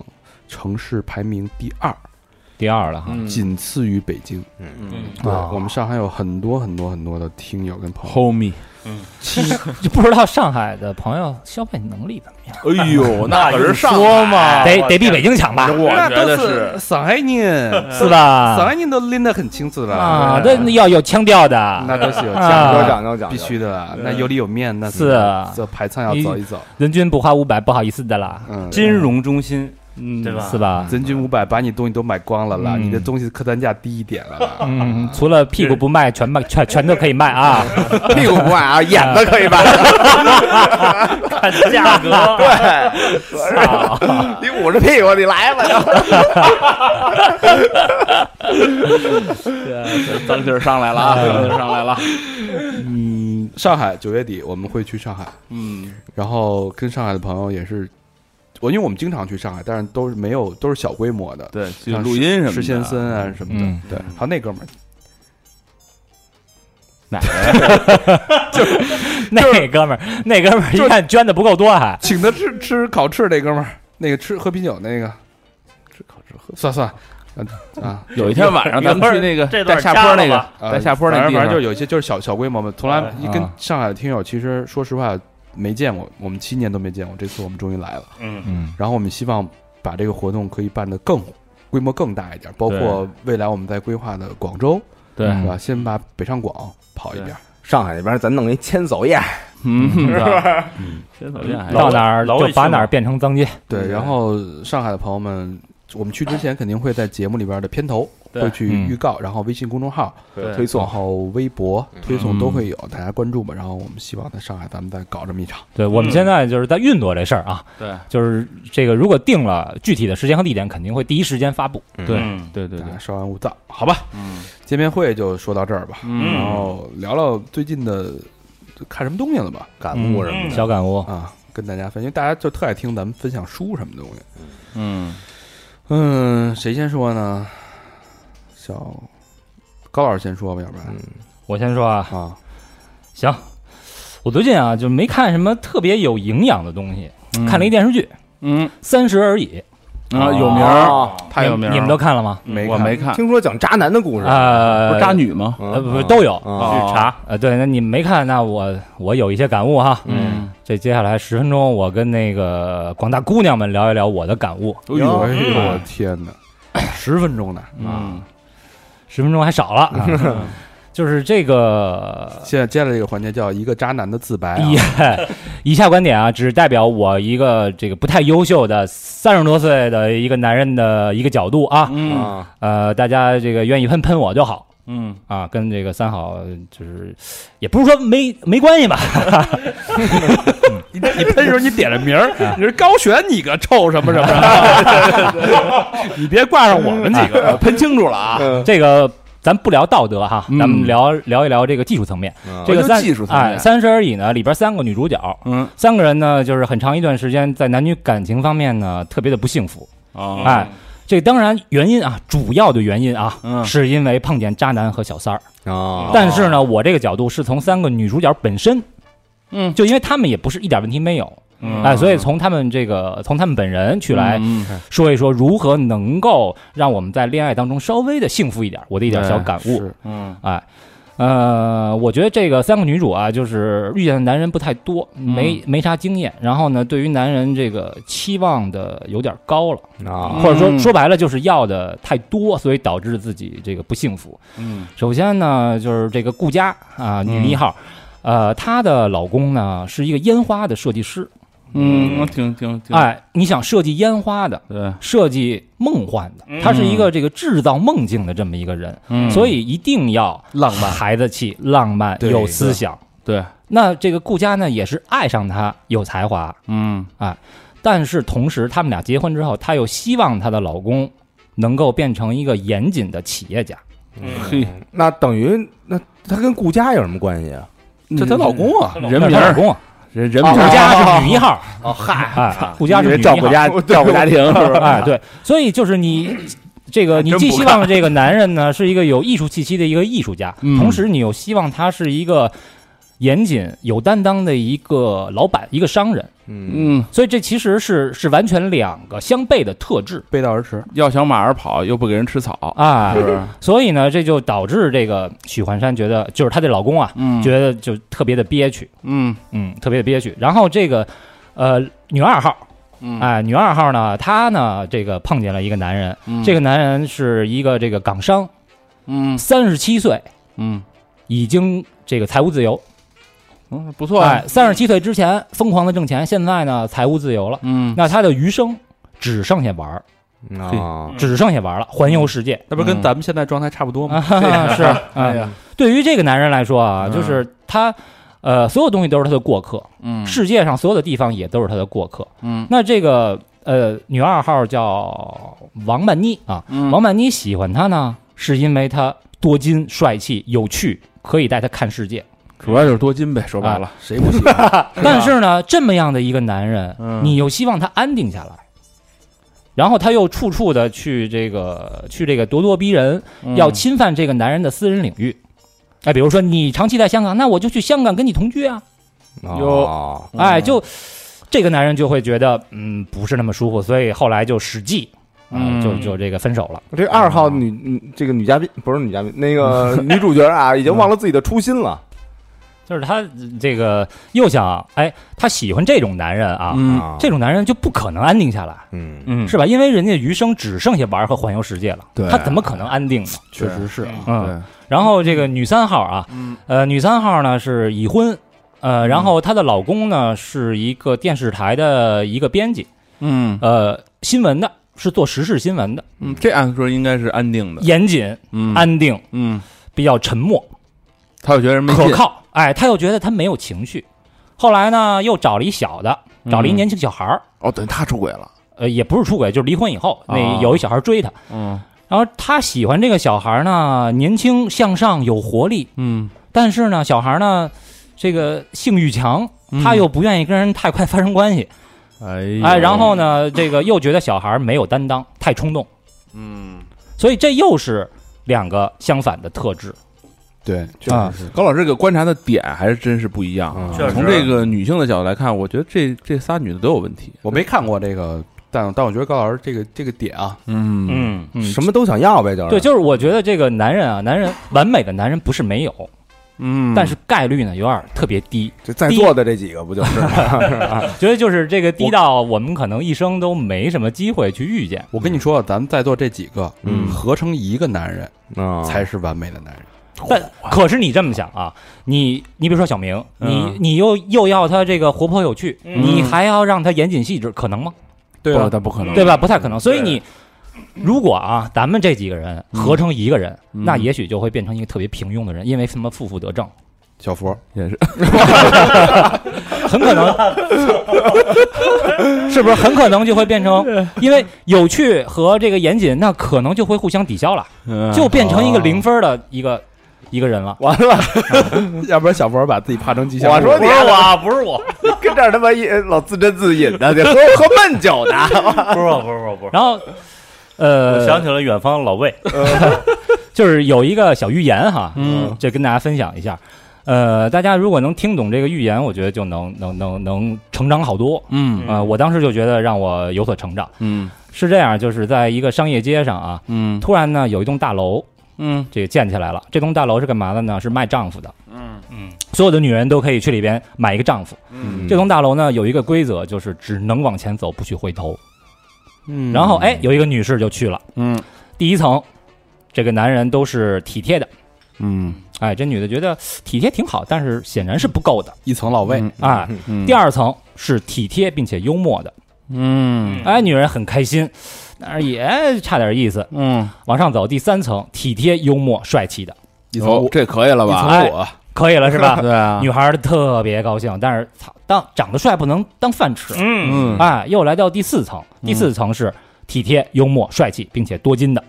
Speaker 3: 城市排名第二，
Speaker 4: 第二了哈，
Speaker 5: 啊
Speaker 3: 仅次于北京。
Speaker 5: 嗯
Speaker 3: 对，
Speaker 4: 哦
Speaker 3: 我们上海有很多很多很多的听友跟朋友。
Speaker 5: ，homie，
Speaker 4: 就不知道上海的朋友消费能力怎么样，
Speaker 5: 哎 呦，那可是上
Speaker 6: 说嘛
Speaker 5: 啊
Speaker 4: 得得比北京强吧？
Speaker 5: 我觉得是
Speaker 3: 上海人，
Speaker 4: 是吧？
Speaker 3: 上海人都拎得很清楚了哎
Speaker 4: 啊，那那要有腔调
Speaker 3: 那
Speaker 4: 的，
Speaker 3: 都是有
Speaker 4: 啊
Speaker 3: 讲
Speaker 2: 有
Speaker 3: 究的，
Speaker 2: 讲究讲究，
Speaker 3: 必须的啦，那有里有面，那
Speaker 4: 是啊
Speaker 3: 这排场要走一走，
Speaker 4: 人均不花五百，不好意思的啦，
Speaker 3: 嗯，
Speaker 6: 金融中心，
Speaker 3: 嗯
Speaker 6: 对吧
Speaker 4: 是吧？
Speaker 3: 人均五百把你东西都买光了啦，
Speaker 4: 嗯
Speaker 3: 你的东西客单价低一点了啦，
Speaker 4: 嗯，除了屁股不卖，全卖 全全都可以卖啊！
Speaker 2: 屁股不卖啊，眼子可以卖。
Speaker 6: 看
Speaker 5: 嗯
Speaker 6: 价格，
Speaker 2: 你捂着屁股，你来吧。
Speaker 5: 脏劲儿上来了啊，脏劲儿上来了，
Speaker 3: 嗯，上海九月底我们会去上海，
Speaker 5: 嗯
Speaker 3: 然后跟上海的朋友也是，我因为我们经常去上海，但是都是没有都是小规模的，
Speaker 5: 对，就
Speaker 3: 像
Speaker 5: 录音什么的，
Speaker 3: 施先森啊什么的，
Speaker 4: 嗯
Speaker 3: 对，还有那哥们儿
Speaker 4: 那哥们儿，那哥们儿一看捐的不够多，还
Speaker 3: 请他吃吃烤翅那哥们儿，那个吃喝啤酒那个，吃烤翅喝，算算，啊啊，
Speaker 5: 有一天晚上咱们去那个
Speaker 6: 这
Speaker 5: 带
Speaker 6: 段
Speaker 5: 下坡那
Speaker 6: 加了
Speaker 5: 个
Speaker 6: 吧，
Speaker 3: 啊
Speaker 5: 带下坡那
Speaker 3: 反
Speaker 5: 地
Speaker 3: 正反
Speaker 5: 方啊
Speaker 3: 正就有一些就是小小规模嘛，从来
Speaker 6: 哎
Speaker 3: 一跟上海的听友其实说实话没见过，我们七年都没见过，这次我们终于来了，
Speaker 6: 嗯，
Speaker 4: 嗯
Speaker 3: 然后我们希望把这个活动可以办得更规模更大一点，包括未来我们在规划的广州，
Speaker 5: 对
Speaker 3: 是吧？先把北上广跑一遍，
Speaker 2: 上海那边咱弄一千叟宴，
Speaker 5: 嗯，
Speaker 4: 是吧
Speaker 5: 先走
Speaker 6: 嗯
Speaker 5: 下
Speaker 4: 到哪儿
Speaker 6: 老
Speaker 4: 就
Speaker 6: 魏
Speaker 4: 把
Speaker 6: 去
Speaker 4: 哪儿
Speaker 6: 吗
Speaker 4: 变成脏街。
Speaker 3: 对，然后上海的朋友们，我们去之前肯定会在节目里边的片头
Speaker 6: 对
Speaker 3: 会去
Speaker 4: 嗯
Speaker 3: 预告，然后微信公众号
Speaker 6: 对
Speaker 2: 推
Speaker 3: 然
Speaker 2: 送
Speaker 3: 后微博推送
Speaker 5: 嗯
Speaker 3: 都会有，大家关注吧。然后我们希望在上海咱们再搞这么一场，
Speaker 4: 对我
Speaker 6: 嗯
Speaker 4: 们现在就是在运作这事儿啊，
Speaker 5: 对
Speaker 4: 就是这个如果定了具体的时间和地点，肯定会第一时间发布。
Speaker 5: 对
Speaker 6: 嗯
Speaker 5: 对对
Speaker 3: 大家
Speaker 5: 对，
Speaker 3: 稍安勿躁，好吧？
Speaker 5: 嗯
Speaker 3: 见面会就说到这儿吧，然
Speaker 6: 嗯
Speaker 3: 后聊聊最近的看什么东西了吧？
Speaker 2: 感悟什么
Speaker 6: 嗯
Speaker 2: 的。
Speaker 4: 小感悟，
Speaker 3: 啊，跟大家分，因为大家就特爱听咱们分享书什么东西。
Speaker 5: 嗯，
Speaker 3: 嗯，谁先说呢？小高老师先说吧，要不然、
Speaker 4: 我先说啊，
Speaker 3: 啊，
Speaker 4: 行，我最近啊就没看什么特别有营养的东西，看了一电视剧《
Speaker 5: 嗯
Speaker 4: 三十而已》，
Speaker 5: 啊，有
Speaker 2: 哦
Speaker 5: 名儿，太有名儿了。
Speaker 4: 你们都看了吗？
Speaker 5: 没我没看，
Speaker 2: 听说讲渣男的故事，
Speaker 5: 不
Speaker 4: 呃
Speaker 5: 是，渣女吗？
Speaker 4: 呃
Speaker 2: 呃
Speaker 4: 不都有。
Speaker 5: 啊
Speaker 6: 去查，
Speaker 4: 呃，对，那你们没看，那我我有一些感悟哈。
Speaker 5: 嗯，
Speaker 4: 这接下来十分钟，我跟那个广大姑娘们聊一聊我的感悟。
Speaker 3: 哎呦，哎呦我天哪，十分钟呢，
Speaker 5: 嗯，
Speaker 4: 十分钟还少了，啊 就是这个
Speaker 3: 现在接下来这个环节叫一个渣男的自白、啊
Speaker 4: 以。以下观点啊，只代表我一个这个不太优秀的三十多岁的一个男人的一个角度啊。
Speaker 5: 嗯
Speaker 2: 啊，
Speaker 4: 呃，大家这个愿意喷喷我就好
Speaker 5: 嗯，
Speaker 4: 啊，跟这个三好就是也不是说没没关系吧。
Speaker 3: 你你喷的时候你点了名儿，你是高璇你个臭什么什么，你别挂上我们几个。
Speaker 5: 喷清楚了啊，
Speaker 4: 这个咱不聊道德哈，
Speaker 5: 嗯哦
Speaker 4: 咱们聊聊一聊这个技术层面。
Speaker 2: 嗯
Speaker 4: 这个
Speaker 5: 就
Speaker 4: 三
Speaker 5: 技术层面
Speaker 4: 哎，三十而已呢，里边三个女主角，
Speaker 5: 嗯，
Speaker 4: 三个人呢，就是很长一段时间在男女感情方面呢特别的不幸福。
Speaker 5: 啊，
Speaker 4: 哎，这当然原因啊，主要的原因啊，
Speaker 5: 嗯哦
Speaker 4: 是因为碰见渣男和小三儿。
Speaker 2: 啊，
Speaker 4: 但是呢，我这个角度是从三个女主角本身，
Speaker 5: 嗯
Speaker 4: 就因为她们也不是一点问题没有，
Speaker 5: 嗯
Speaker 4: 哎，所以从她们这个从她们本人去来
Speaker 5: 嗯
Speaker 4: 说一说如何能够让我们在恋爱当中稍微的幸福一点，我的一点
Speaker 5: 哎
Speaker 4: 小感悟。
Speaker 5: 嗯
Speaker 4: 哎，呃，我觉得这个三个女主啊，就是遇见的男人不太多，
Speaker 5: 嗯
Speaker 4: 没、没啥经验，然后呢，对于男人这个期望的有点高了，
Speaker 2: 啊，
Speaker 4: 或者说
Speaker 5: 嗯
Speaker 4: 说白了就是要的太多，所以导致自己这个不幸福。
Speaker 5: 嗯
Speaker 4: 首先呢，就是这个顾佳啊、女一号。呃，她的老公呢是一个烟花的设计师，
Speaker 5: 嗯，我挺挺挺，
Speaker 4: 哎，你想设计烟花的，
Speaker 5: 对，嗯
Speaker 4: 设计梦幻的，他是一个这个制造梦境的这么一个人，
Speaker 5: 嗯
Speaker 4: 所以一定要浪漫、孩子气、浪漫、
Speaker 3: 对
Speaker 4: 有思想。
Speaker 5: 对，
Speaker 4: 那这个顾佳呢，也是爱上他，有才华，
Speaker 5: 嗯
Speaker 4: 但是同时他们俩结婚之后，她又希望她的老公能够变成一个严谨的企业家。
Speaker 6: 嗯
Speaker 5: 嘿，
Speaker 2: 那等于那他跟顾佳有什么关系啊？
Speaker 3: 这她老公啊，
Speaker 5: 人名
Speaker 4: 她老
Speaker 5: 儿
Speaker 4: 公啊，
Speaker 5: 人人
Speaker 4: 顾
Speaker 5: 名儿
Speaker 4: 佳是女一号，哦嗨，顾佳是女一号，
Speaker 2: 家照顾家庭是 吧？
Speaker 4: 哎，对，所以就是你。这个你
Speaker 5: 真
Speaker 4: 既
Speaker 5: 不
Speaker 4: 希望这个男人呢是一个有艺术气息的一个艺术家，
Speaker 5: 嗯
Speaker 4: 同时你又希望他是一个严谨、有担当的一个老板、一个商人，
Speaker 2: 嗯，
Speaker 5: 嗯，
Speaker 4: 所以这其实是是完全两个相悖的特质
Speaker 3: 背道而驰。
Speaker 5: 要想马儿跑，又不给人吃草，
Speaker 4: 啊
Speaker 5: 是。不是？
Speaker 4: 所以呢，这就导致这个许幻山觉得，就是她这老公啊，
Speaker 5: 嗯，
Speaker 4: 觉得就特别的憋屈，
Speaker 5: 嗯
Speaker 4: 嗯，特别的憋屈。然后这个呃女二号，
Speaker 5: 嗯
Speaker 4: 哎、女二号呢，她呢这个碰见了一个男人，
Speaker 5: 嗯
Speaker 4: 这个男人是一个这个港商，
Speaker 5: 嗯
Speaker 4: 三十七岁，
Speaker 5: 嗯
Speaker 4: 已经这个财务自由。
Speaker 5: 嗯不错啊
Speaker 4: 哎，，三十七岁之前疯狂的挣钱，现在呢财务自由了。
Speaker 5: 嗯
Speaker 4: 那他的余生只剩下玩儿，
Speaker 2: 啊，
Speaker 5: 嗯
Speaker 4: 只剩下玩儿了，环游世界。
Speaker 3: 那不是跟咱们现在状态差不多
Speaker 4: 啊，
Speaker 3: 吗？
Speaker 4: 是 啊。对于这个男人来说啊，
Speaker 5: 哎嗯
Speaker 4: 就是他，呃，所有东西都是他的过客，
Speaker 5: 嗯
Speaker 4: 世界上所有的地方也都是他的过客。
Speaker 5: 嗯
Speaker 4: 那这个呃，女二号叫王曼妮啊，
Speaker 5: 嗯
Speaker 4: 王曼妮喜欢他呢，是因为他多金、帅气、有趣，可以带他看世界。
Speaker 5: 主要就是多金呗，说白了，
Speaker 3: 谁不喜 欢？
Speaker 4: 但是呢，这么样的一个男人，
Speaker 5: 嗯
Speaker 4: 你又希望他安定下来，然后他又处处的去这个去这个咄咄逼人，哎要
Speaker 5: 嗯
Speaker 4: 侵犯这个男人的私人领域。哎，比如说你长期在香港，那我就去香港跟你同居啊！
Speaker 2: 有
Speaker 5: 嗯
Speaker 4: 哎，就这个男人就会觉得，嗯，不是那么舒服，所以后来就实际，嗯，
Speaker 5: 嗯
Speaker 4: 就就这个分手了。
Speaker 2: 这二号女女这个女嘉宾不是女嘉宾，那 个女主角啊，已经忘了自己的初心了
Speaker 4: 就是他这个又想，哎，他喜欢这种男人啊，
Speaker 5: 嗯
Speaker 2: 啊，
Speaker 4: 这种男人就不可能安定下来。
Speaker 2: 嗯
Speaker 5: 嗯
Speaker 4: 是吧？因为人家余生只剩下玩儿和环游世界了，
Speaker 5: 对
Speaker 4: 他怎么可能安定呢？
Speaker 3: 确实是啊，
Speaker 4: 嗯，然后这个女三号啊，
Speaker 5: 嗯
Speaker 4: 呃，女三号呢是已婚，呃，然后她的老公呢是一个电视台的一个编辑，
Speaker 5: 嗯
Speaker 4: 呃，新闻的，是做时事新闻的，
Speaker 5: 嗯，这按说应该是安定的，
Speaker 4: 严谨、
Speaker 5: 嗯
Speaker 4: 安定，
Speaker 5: 嗯，
Speaker 4: 比较沉默、
Speaker 5: 他又觉得没
Speaker 4: 可
Speaker 5: 劲，
Speaker 4: 靠。哎，她又觉得她没有情绪，后来呢又找了一小的，找了一
Speaker 5: 嗯
Speaker 4: 年轻小孩儿，
Speaker 5: 哦，等于他出轨了，
Speaker 4: 呃，也不是出轨，就是离婚以后，那
Speaker 5: 啊
Speaker 4: 有一小孩追她。
Speaker 5: 嗯
Speaker 4: 然后她喜欢这个小孩呢，年轻向上，有活力，
Speaker 5: 嗯，
Speaker 4: 但是呢，小孩呢，这个性欲强，他又不愿意跟人太快发生关系，
Speaker 5: 嗯哎
Speaker 4: 哎，然后呢，这个又觉得小孩没有担当，太冲动，
Speaker 5: 嗯，
Speaker 4: 所以这又是两个相反的特质。
Speaker 3: 对，确
Speaker 4: 啊
Speaker 3: 实是。
Speaker 5: 高老师这个观察的点还是真是不一样。啊
Speaker 2: 嗯
Speaker 6: 确实
Speaker 5: 从这个女性的角度来看，我觉得这这仨女的都有问题。
Speaker 3: 我没看过这个但但我觉得高老师这个这个点啊，
Speaker 1: 嗯
Speaker 6: 嗯，
Speaker 3: 嗯
Speaker 2: 什么都想要呗，就是
Speaker 4: 对，就是我觉得这个男人啊，男人完美的男人不是没有，
Speaker 3: 嗯，
Speaker 4: 但是概率呢有点儿特别低。
Speaker 2: 这在座的这几个不就是吗？是吧
Speaker 4: 觉得就是这个低到我们可能一生都没什么机会去遇见。
Speaker 3: 我跟你说，咱们在座这几个，
Speaker 2: 嗯
Speaker 3: 合成一个男人
Speaker 2: 啊，
Speaker 3: 才是完美的男人。
Speaker 4: 但可是你这么想啊，你你比如说小明，你
Speaker 3: 嗯
Speaker 4: 你又又要他这个活泼有趣，
Speaker 6: 嗯
Speaker 4: 你还要让他严谨细致，可能吗？
Speaker 3: 对
Speaker 5: 不
Speaker 3: 啊，
Speaker 5: 但不可能，
Speaker 4: 对吧？不太可能。所以你如果啊，咱们这几个人合成一个人，
Speaker 5: 嗯
Speaker 4: 那也许就会变成一个特别平庸的人，因为什么负负得正，
Speaker 3: 小佛，
Speaker 5: 也是
Speaker 4: 很可能是不是很可能就会变成，因为有趣和这个严谨，那可能就会互相抵消了，
Speaker 5: 嗯
Speaker 4: 就变成一个零分的一个一个人了。
Speaker 2: 完了，
Speaker 3: 要不然小佛把自己怕成吉祥物。
Speaker 2: 我说
Speaker 6: 不
Speaker 2: 你
Speaker 6: 是我啊，不是我，
Speaker 2: 跟这儿他妈一呃老自斟自饮的，得 喝喝闷酒的。
Speaker 6: 啊 不是我，不是我，不是我。
Speaker 4: 然后，
Speaker 6: 我想
Speaker 4: 呃，
Speaker 6: 起了远方老魏，
Speaker 4: 就是有一个小寓言哈，
Speaker 3: 嗯，
Speaker 4: 这跟大家分享一下。呃，大家如果能听懂这个寓言，我觉得就能能能能成长好多。
Speaker 5: 嗯
Speaker 4: 呃，我当时就觉得让我有所成长。
Speaker 5: 嗯
Speaker 4: 是这样，就是在一个商业街上啊，
Speaker 5: 嗯
Speaker 4: 突然呢有一栋大楼，
Speaker 5: 嗯
Speaker 4: 这个建起来了。这栋大楼是干嘛的呢？是卖丈夫的。
Speaker 5: 嗯
Speaker 6: 嗯，
Speaker 4: 所有的女人都可以去里边买一个丈夫。
Speaker 2: 嗯
Speaker 4: 这栋大楼呢有一个规则，就是只能往前走，不许回头。
Speaker 3: 嗯
Speaker 4: 然后哎，有一个女士就去了。
Speaker 5: 嗯
Speaker 4: 第一层，这个男人都是体贴的。
Speaker 5: 嗯，
Speaker 4: 哎，这女的觉得体贴挺好，但是显然是不够的
Speaker 3: 一层老魏，
Speaker 4: 啊。
Speaker 5: 嗯
Speaker 4: 第，二层是体贴并且幽默的，
Speaker 5: 嗯
Speaker 4: 哎，女人很开心，但是也差点意思。
Speaker 5: 嗯，
Speaker 4: 往上走，第三层体贴、幽默、帅气的，
Speaker 3: 一层
Speaker 5: 哦
Speaker 3: 我，
Speaker 5: 这可以了
Speaker 3: 一
Speaker 5: 吧？
Speaker 4: 哎
Speaker 3: 层我，
Speaker 4: 可以了是 吧？
Speaker 5: 对啊，
Speaker 4: 女孩儿特别高兴，但是操，当长得帅不能当饭吃。
Speaker 5: 嗯
Speaker 6: 嗯
Speaker 4: 哎，又来到第四层，第四层是体贴、幽默、帅气，并且多金的，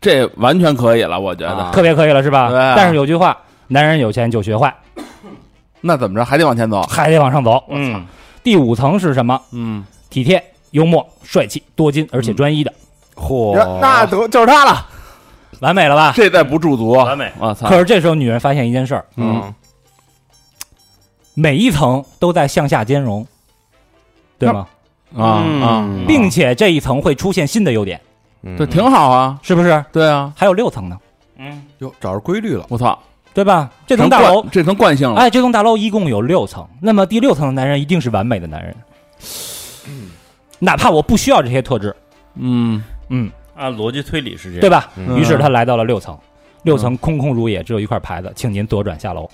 Speaker 5: 这完全可以了，我觉
Speaker 2: 啊
Speaker 5: 得。
Speaker 4: 特别可以了是吧
Speaker 5: 对啊？
Speaker 4: 但是有句话，男人有钱就学 坏，
Speaker 5: 那怎么着还得往前走？
Speaker 4: 还得往上走。
Speaker 6: 嗯，
Speaker 4: 第五层是什么？
Speaker 5: 嗯，
Speaker 4: 体贴、幽默、帅气、多金，而且专一的，
Speaker 3: 嚯
Speaker 2: 那得就是他了。
Speaker 4: 完美了吧？
Speaker 5: 这再不驻足，
Speaker 6: 完美，
Speaker 5: 我操！
Speaker 4: 可是这时候女人发现一件事儿，
Speaker 5: 嗯，
Speaker 4: 每一层都在向下兼容，对吗？
Speaker 5: 啊啊，
Speaker 3: 嗯
Speaker 4: 并且这一层会出现新的优点，
Speaker 2: 嗯，
Speaker 5: 这挺好啊，
Speaker 4: 是不是？
Speaker 5: 对啊，
Speaker 4: 还有六层呢，
Speaker 6: 嗯
Speaker 3: 哟，找着规律了。
Speaker 5: 我操，
Speaker 4: 对吧？这
Speaker 5: 这
Speaker 4: 栋大楼，
Speaker 5: 这成惯性了，
Speaker 4: 哎，这栋大楼一共有六层，那么第六层的男人一定是完美的男人，哪怕我不需要这些特质，
Speaker 5: 嗯
Speaker 4: 嗯，
Speaker 6: 按逻辑推理是这样，
Speaker 4: 对吧？
Speaker 2: 嗯
Speaker 4: 于是他来到了六层，
Speaker 5: 嗯
Speaker 4: 六层空空如也，只有一块牌子，请您左转下楼，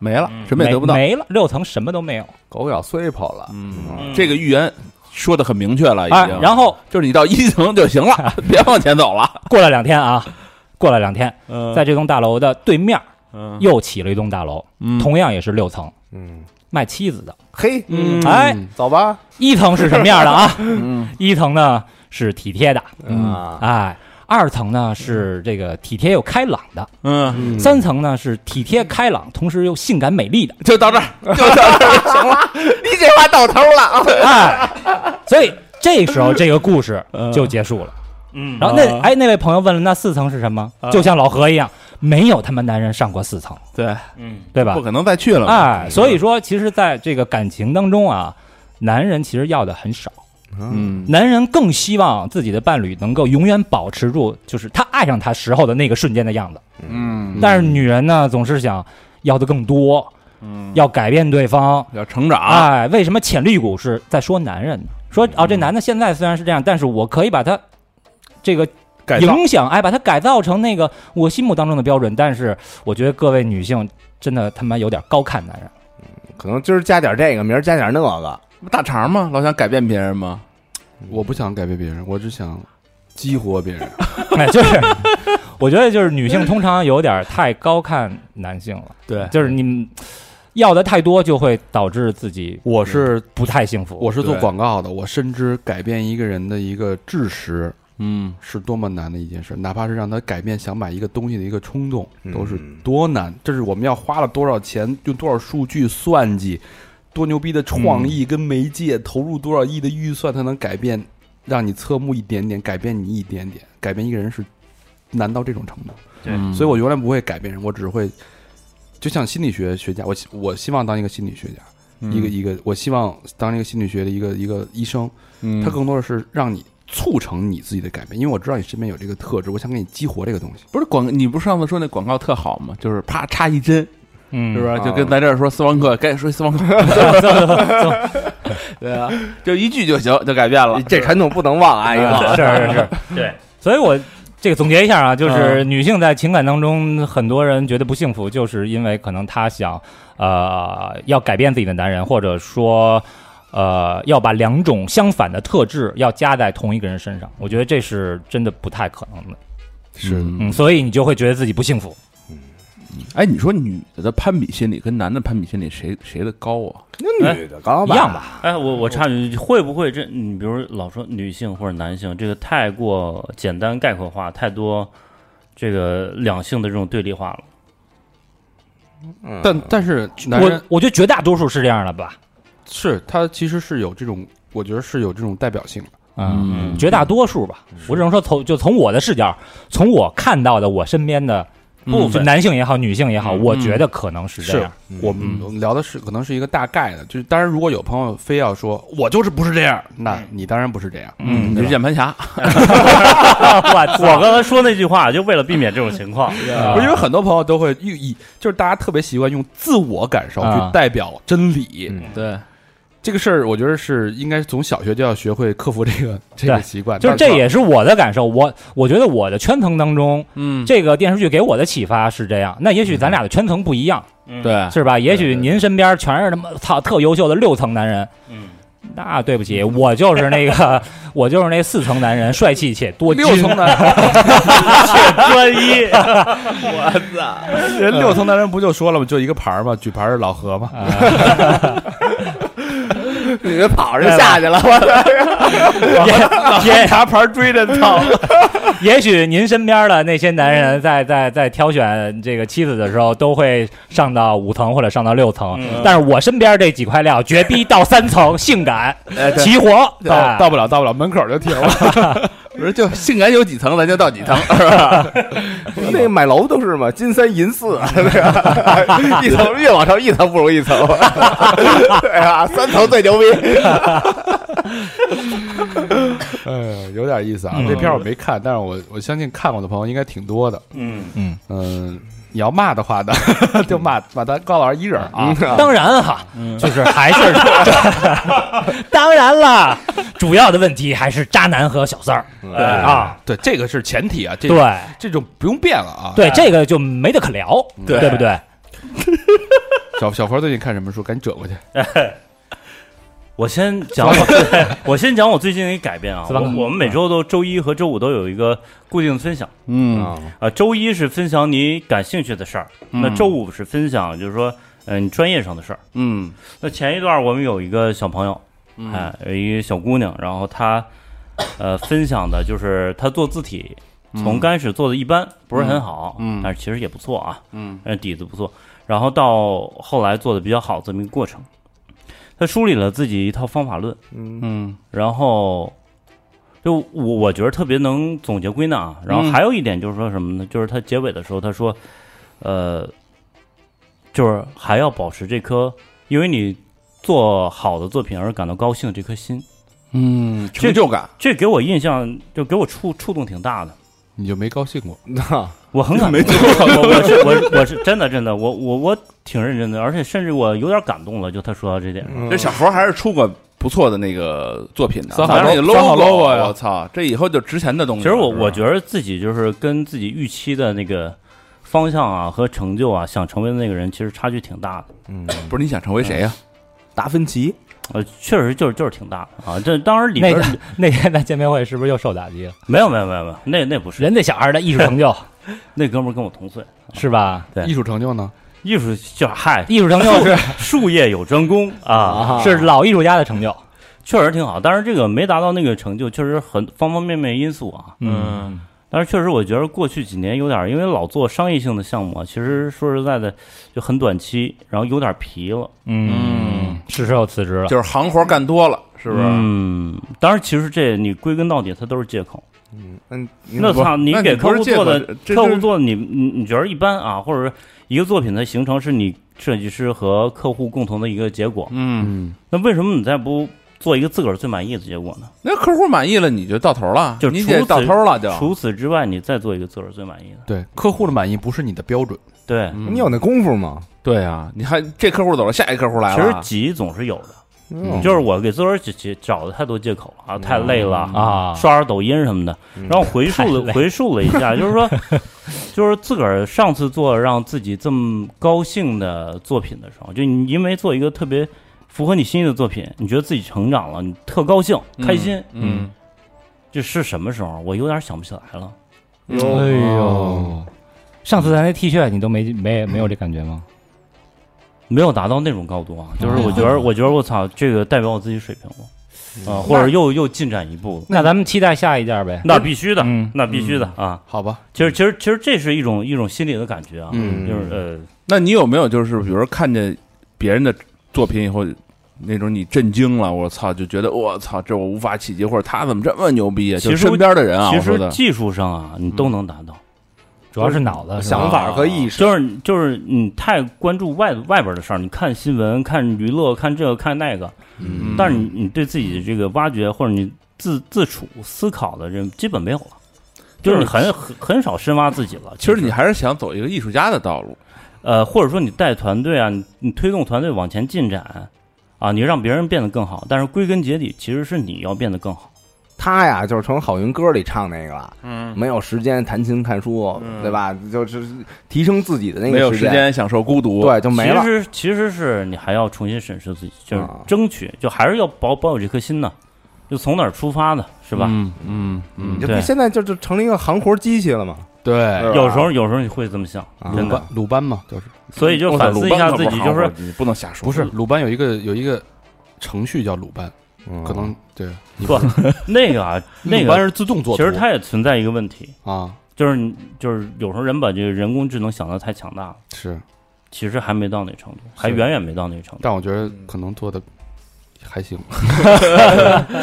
Speaker 5: 没了，
Speaker 6: 嗯
Speaker 5: 什么也得不到。
Speaker 4: 没了，六层什么都没有。
Speaker 2: 狗咬碎跑了。
Speaker 5: 嗯，
Speaker 6: 嗯
Speaker 5: 这个预言说的很明确了，已
Speaker 4: 哎
Speaker 5: 经。，
Speaker 4: 然后
Speaker 5: 就是你到一层就行 了，别往前走了。
Speaker 4: 过了两天啊， 过了两天，在这栋大楼的对面
Speaker 5: 嗯
Speaker 4: 又起了一栋大楼，同样也是六层，
Speaker 2: 嗯，
Speaker 4: 卖妻子的。
Speaker 2: 嘿，
Speaker 5: 嗯，
Speaker 4: 哎，
Speaker 2: 走吧。
Speaker 4: 一层是什么样的啊？
Speaker 5: 嗯
Speaker 4: 一层呢是体贴的，
Speaker 2: 啊，
Speaker 4: 哎，二层呢是这个体贴又开朗的，
Speaker 5: 嗯，
Speaker 4: 三层呢是体贴开朗，同时又性感美丽的，
Speaker 5: 就到这儿，就到这儿就行了。
Speaker 2: 你这话到头了啊。
Speaker 4: 哎，所以这时候这个故事
Speaker 5: 啊嗯
Speaker 4: 就结束了。
Speaker 6: 嗯，
Speaker 4: 然后那哎那位朋友问了，那四层是什么？
Speaker 5: 啊
Speaker 4: 就像老何一样，没有他们男人上过四层，
Speaker 5: 对，
Speaker 6: 嗯
Speaker 4: 对吧
Speaker 5: 不？可能再去了嘛。
Speaker 4: 哎，所以说其实在这个感情当中啊，男人其实要的很少。
Speaker 5: 嗯
Speaker 4: 男人更希望自己的伴侣能够永远保持住，就是他爱上他时候的那个瞬间的样子。
Speaker 5: 嗯，
Speaker 4: 但是女人呢，总是想要的更多，
Speaker 5: 嗯啊
Speaker 4: 要改变对方。
Speaker 5: 要成长，
Speaker 4: 哎，为什么潜力股是在说男人呢？说啊，
Speaker 5: 嗯
Speaker 4: 这男的现在虽然是这样，但是我可以把他这个
Speaker 5: 改造
Speaker 4: 影响，哎，把他改造成那个我心目当中的标准。但是我觉得各位女性真的他妈有点高看 男人。
Speaker 2: 可能今儿加点这个，明儿加点那个。
Speaker 5: 不大肠吗？老想改变别人吗？
Speaker 3: 我不想改变别人，我只想激活别人。
Speaker 4: 哎，就是，我觉得就是女性通常有点太高看男性了，
Speaker 5: 对
Speaker 4: 就是你们要的太多，就会导致自己
Speaker 3: 我是
Speaker 4: 不太幸福。
Speaker 3: 我是做
Speaker 5: 对
Speaker 3: 广告的，我深知改变一个人的一个知识
Speaker 5: 嗯，
Speaker 3: 是多么难的一件事，哪怕是让他改变想买一个东西的一个冲动，
Speaker 2: 嗯
Speaker 3: 都是多难。这是我们要花了多少钱，用多少数据算计，多牛逼的
Speaker 5: 嗯
Speaker 3: 创意跟媒介，投入多少亿的预算才能改变，让你侧目一点点，改变你一点点，改变一个人是难到这种程度。
Speaker 6: 对
Speaker 5: 嗯
Speaker 3: 所以我永远不会改变人，我只会就像心理学学家，我希我希望当一个心理学家，
Speaker 1: 嗯
Speaker 3: 一个一个，我希望当一个心理学的一个一个医生，
Speaker 1: 嗯
Speaker 3: 他更多的是让你促成你自己的改变，因为我知道你身边有这个特质，我想给你激活这个东西。
Speaker 5: 不是广，你不是上次说那广告特好吗？就是啪插一针，
Speaker 4: 嗯，
Speaker 5: 是不是？就
Speaker 2: 啊
Speaker 5: 跟咱这儿说斯旺克，该说斯旺克，对啊，就一句就行，就改变了。
Speaker 2: 这传统不能忘啊，以后。
Speaker 4: 是是是，
Speaker 6: 对，
Speaker 4: 所以我这个总结一下啊，就是女性在情感当中，很多人觉得不幸福，就是因为可能她想呃要改变自己的男人，或者说呃要把两种相反的特质要加在同一个人身上。我觉得这是真的不太可能的，
Speaker 3: 是
Speaker 4: 嗯，所以你就会觉得自己不幸福。
Speaker 5: 哎，你说女的攀比心理跟男的攀比心理谁谁的高啊？
Speaker 2: 那女的高吧，
Speaker 4: 一样吧，
Speaker 6: 哎，我我插一句，会不会这你比如老说女性或者男性这个太过简单概括化，太多这个两性的这种对立化了？
Speaker 2: 嗯，
Speaker 3: 但但是男人
Speaker 4: 我我觉得绝大多数是这样的吧，
Speaker 3: 是他其实是有这种，我觉得是有这种代表性的。
Speaker 4: 嗯，绝大多数吧。我只能说从就从我的视角，从我看到的我身边的。
Speaker 6: 部分
Speaker 4: 就男性也好，女性也好，
Speaker 6: 嗯
Speaker 4: 我觉得可能是这
Speaker 3: 是
Speaker 4: 样。
Speaker 3: 我们我们聊的是可能是一个大概的，就是当然如果有朋友非要说我就是不是这样，那你当然不是这样。
Speaker 6: 嗯
Speaker 5: 你是键盘侠，
Speaker 4: 我
Speaker 6: 我刚才说那句话，就为了避免这种情况。
Speaker 4: 啊
Speaker 3: 不是因为很多朋友都会用以，就是大家特别习惯用自我感受
Speaker 4: 啊
Speaker 3: 去代表真理。
Speaker 2: 嗯
Speaker 5: 对，
Speaker 3: 这个事儿，我觉得是应该从小学就要学会克服这个这个
Speaker 4: 对
Speaker 3: 习惯。
Speaker 4: 就是这也是我的感受。我我觉得我的圈层当中，
Speaker 5: 嗯，
Speaker 4: 这个电视剧给我的启发是这样。那也许咱俩的圈层不一样，
Speaker 6: 嗯，
Speaker 5: 对，
Speaker 4: 是吧？也许您身边全是他妈操特优秀的六层男人，
Speaker 6: 嗯，
Speaker 4: 那对不起，我就是那个 我就是那四层男人，帅气且 多金。
Speaker 3: 六层男 人，
Speaker 6: 专一。
Speaker 3: 人六层男人不就说了吗？就一个牌儿嘛，举牌是老何嘛。
Speaker 4: 啊
Speaker 2: 女的跑着下去了，我
Speaker 4: 也也拿牌追着操。 也许您身边的那些男人在在在挑选这个妻子的时候，都会上到五层或者上到六层，但是我身边这几块料绝逼到三 层，性感齐活，
Speaker 1: 到
Speaker 4: 哎
Speaker 1: 到不了，到不了，门口就 停了。
Speaker 5: 不是就性感有几层，咱就到几层。
Speaker 2: 那买楼都是嘛，金三银四，那个 一层越往上一层不如一层，对啊，三层最牛逼。
Speaker 3: 哎，有点意思啊。
Speaker 4: 嗯
Speaker 3: 这片儿我没看，但是我我相信看过的朋友应该挺多的。
Speaker 6: 嗯，
Speaker 3: 嗯，你要骂的话呢， 就骂
Speaker 4: 嗯
Speaker 3: 把他高老师一人儿啊。
Speaker 4: 当然哈，就是还是 当然了，主要的问题还是渣男和小三儿
Speaker 6: 对
Speaker 4: 啊，
Speaker 3: 对，这个是前提啊，这
Speaker 4: 对
Speaker 3: 这种不用变了啊。
Speaker 4: 对，这个就没得可聊，
Speaker 6: 对
Speaker 4: 哎对不对？
Speaker 3: 小小佛最近看什么书？赶紧折过去。
Speaker 6: 我先讲我，对我先讲我最近的一个改变啊。
Speaker 4: 斯
Speaker 6: 我
Speaker 4: 万克
Speaker 6: 我们每周都周一和周五都有一个固定的分享
Speaker 5: 嗯
Speaker 6: 啊、周一是分享你感兴趣的事儿，那周五是分享就是说，嗯、你专业上的事儿。
Speaker 5: 嗯
Speaker 6: 那前一段我们有一个小朋友，
Speaker 5: 嗯
Speaker 6: 哎、有一个小姑娘，然后她呃分享的就是她做字体，从开始做的一般，不是很好，
Speaker 5: 嗯
Speaker 6: 但是其实也不错啊，
Speaker 5: 嗯，
Speaker 6: 呃，底子不错。然后到后来做的比较好这么一个过程，她梳理了自己一套方法论，
Speaker 5: 嗯
Speaker 6: 然后就我我觉得特别能总结归纳啊。然后
Speaker 5: 嗯
Speaker 6: 还有一点就是说什么呢？就是他结尾的时候他说，呃，就是还要保持这颗因为你做好的作品而感到高兴的这颗心，
Speaker 5: 嗯，
Speaker 6: 这
Speaker 5: 成就感，
Speaker 6: 这给我印象就给我触触动挺大的。
Speaker 3: 你就没高兴过？
Speaker 6: 我很感没做，我我是我是我是真的真的，我我我挺认真的，而且甚至我有点感动了。就他说到这点上，
Speaker 5: 这小佛还是出过不错的那个作品的，
Speaker 3: 三好
Speaker 5: 咱们那
Speaker 3: logo，三好
Speaker 5: logo
Speaker 3: logo 呀
Speaker 5: 我操，这以后就值钱的东西
Speaker 6: 其
Speaker 5: 了。
Speaker 6: 实我
Speaker 5: 是吧
Speaker 6: 我觉得自己就是跟自己预期的那个方向啊和成就啊，想成为的那个人，其实差距挺大的。
Speaker 5: 不是你想成为谁呀？
Speaker 2: 达芬奇，
Speaker 6: 呃，确实就是就是挺大的啊。这当然里
Speaker 4: 那
Speaker 6: 边、
Speaker 4: 个那天在见面会是不是又受打击了？
Speaker 6: 没有没有没有没有，那那不是
Speaker 4: 人家小孩的艺术成就
Speaker 6: 那哥们儿跟我同岁，
Speaker 4: 是吧？
Speaker 6: 对
Speaker 3: 艺术成就呢？
Speaker 6: 艺术就嗨，
Speaker 4: 艺术成就是
Speaker 6: 术业有专攻啊，
Speaker 4: 是老艺术家的成就，
Speaker 6: 确实挺好。但是这个没达到那个成就，确实很方方面面因素啊。
Speaker 4: 嗯，
Speaker 6: 但是确实，我觉得过去几年有点儿，因为老做商业性的项目啊，其实说实在的，就很短期，然后有点皮了，
Speaker 4: 嗯，是时候辞职了。
Speaker 5: 就是行活干多了，是不是？
Speaker 6: 嗯，当然，其实这你归根到底，它都是借口。
Speaker 2: 嗯嗯，您
Speaker 6: 那
Speaker 2: 不
Speaker 6: 操，你
Speaker 5: 那
Speaker 6: 给
Speaker 5: 不
Speaker 6: 客
Speaker 5: 是
Speaker 6: 户
Speaker 5: 借
Speaker 6: 做的
Speaker 5: 款这
Speaker 6: 客
Speaker 5: 这
Speaker 6: 户做的你你你觉得一般啊，或者说一个作品的形成是你设计师和客户共同的一个结果，
Speaker 5: 嗯，
Speaker 3: 嗯，
Speaker 6: 那为什么你再不做一个自个儿最满意的结果呢？
Speaker 5: 那客户满意了你就到头了，
Speaker 6: 就
Speaker 5: 你
Speaker 6: 除
Speaker 5: 得
Speaker 6: 此
Speaker 5: 到头了就。
Speaker 6: 除此之外，你再做一个自个儿最满意的，
Speaker 3: 对，客户的满意不是你的标准，
Speaker 6: 对，
Speaker 5: 嗯
Speaker 2: 你有那功夫吗？
Speaker 5: 对啊，你看这客户走了，下一客户来
Speaker 6: 其实
Speaker 5: 了，
Speaker 6: 急总是有的，
Speaker 2: 嗯
Speaker 6: 就是我给自个儿解解找的太多借口了啊，太累了啊，
Speaker 4: 啊，
Speaker 6: 刷刷抖音什么的，
Speaker 2: 嗯
Speaker 6: 然后回溯
Speaker 4: 太
Speaker 6: 了
Speaker 4: 累
Speaker 6: 回溯了一下，就是 说，就是自个儿上次做让自己这么高兴的作品的时候，就你因为做一个特别符合你心意的作品，你觉得自己成长了，你特高兴
Speaker 5: 嗯
Speaker 6: 开心，
Speaker 5: 嗯，
Speaker 6: 这是什么时候？我有点想不起来了。
Speaker 5: 嗯
Speaker 4: 哎呦，
Speaker 3: 哦，
Speaker 4: 上次咱那 T 恤你都没没没有这感觉吗？
Speaker 6: 没有达到那种高度啊，就是我觉
Speaker 4: 哎
Speaker 6: 得，
Speaker 4: 呦
Speaker 6: 我觉得我操，这个代表我自己水平了，啊，或者又又进展一步了，
Speaker 4: 那咱们期待下一件呗。
Speaker 6: 那必须的
Speaker 4: 嗯，
Speaker 6: 那必须的啊！
Speaker 3: 好吧，
Speaker 6: 其实，其实，其实这是一种一种心理的感觉啊，
Speaker 2: 嗯
Speaker 6: 就是呃，
Speaker 5: 那你有没有就是比如说看见别人的作品以后，那种你震惊了，我操，就觉得我操，这我无法企及，或者他怎么这么牛逼啊？
Speaker 6: 其
Speaker 5: 就
Speaker 6: 实
Speaker 5: 身边的人啊，
Speaker 6: 其
Speaker 5: 我说
Speaker 6: 实
Speaker 5: 的，嗯
Speaker 6: 技术上啊，你都能达到。
Speaker 4: 主要是脑子，是吧
Speaker 2: 嗯想法和意识，
Speaker 6: 就是就是你太关注外外边的事儿，你看新闻、看娱乐、看这个看那个，
Speaker 5: 嗯
Speaker 6: 但是你你对自己的这个挖掘或者你自自处思考的人基本没有了，就是你很很很少深挖自己了。
Speaker 5: 其实你还是想走一个艺术家的道路，
Speaker 6: 呃，或者说你带团队啊，你你推动团队往前进展啊，你让别人变得更好，但是归根结底其实是你要变得更好。
Speaker 2: 他呀，就是成好运歌里唱那个了，嗯，没有时间弹琴看书，
Speaker 6: 嗯
Speaker 2: 对吧？就是提升自己的那
Speaker 5: 没有
Speaker 2: 个
Speaker 5: 时
Speaker 2: 间，
Speaker 5: 间享受孤独。，
Speaker 2: 对，就没了
Speaker 6: 其。实其实是你还要重新审视自己，就是
Speaker 2: 啊
Speaker 6: 争取，就还是要保保有这颗心呢，就从哪儿出发呢，是
Speaker 3: 是
Speaker 6: 吧？
Speaker 3: 嗯嗯
Speaker 2: 你
Speaker 3: 嗯，
Speaker 2: 这
Speaker 6: 对
Speaker 2: 不现在就就成了一个行活机器了嘛？
Speaker 3: 对，
Speaker 6: 有时候有时候你会这么想，
Speaker 2: 嗯啊
Speaker 6: 真
Speaker 3: 鲁
Speaker 6: 的。
Speaker 3: 班鲁班嘛，就是
Speaker 6: 所以就反思一下自己，就是
Speaker 5: 你不能瞎说，
Speaker 3: 不是鲁班有一个有一个程序叫鲁班，
Speaker 2: 嗯
Speaker 3: 可能对你
Speaker 6: 不那个啊，那
Speaker 3: 鲁班
Speaker 6: 个
Speaker 3: 是自动做
Speaker 6: 其
Speaker 3: 图，
Speaker 6: 实它也存在一个问题，
Speaker 3: 啊
Speaker 6: 就是你就是有时候人把这个人工智能想的太强大了，
Speaker 3: 是，
Speaker 6: 其实还没到那程度，还
Speaker 3: 是
Speaker 6: 远远没到那程度，
Speaker 3: 但我觉得可能做的还行，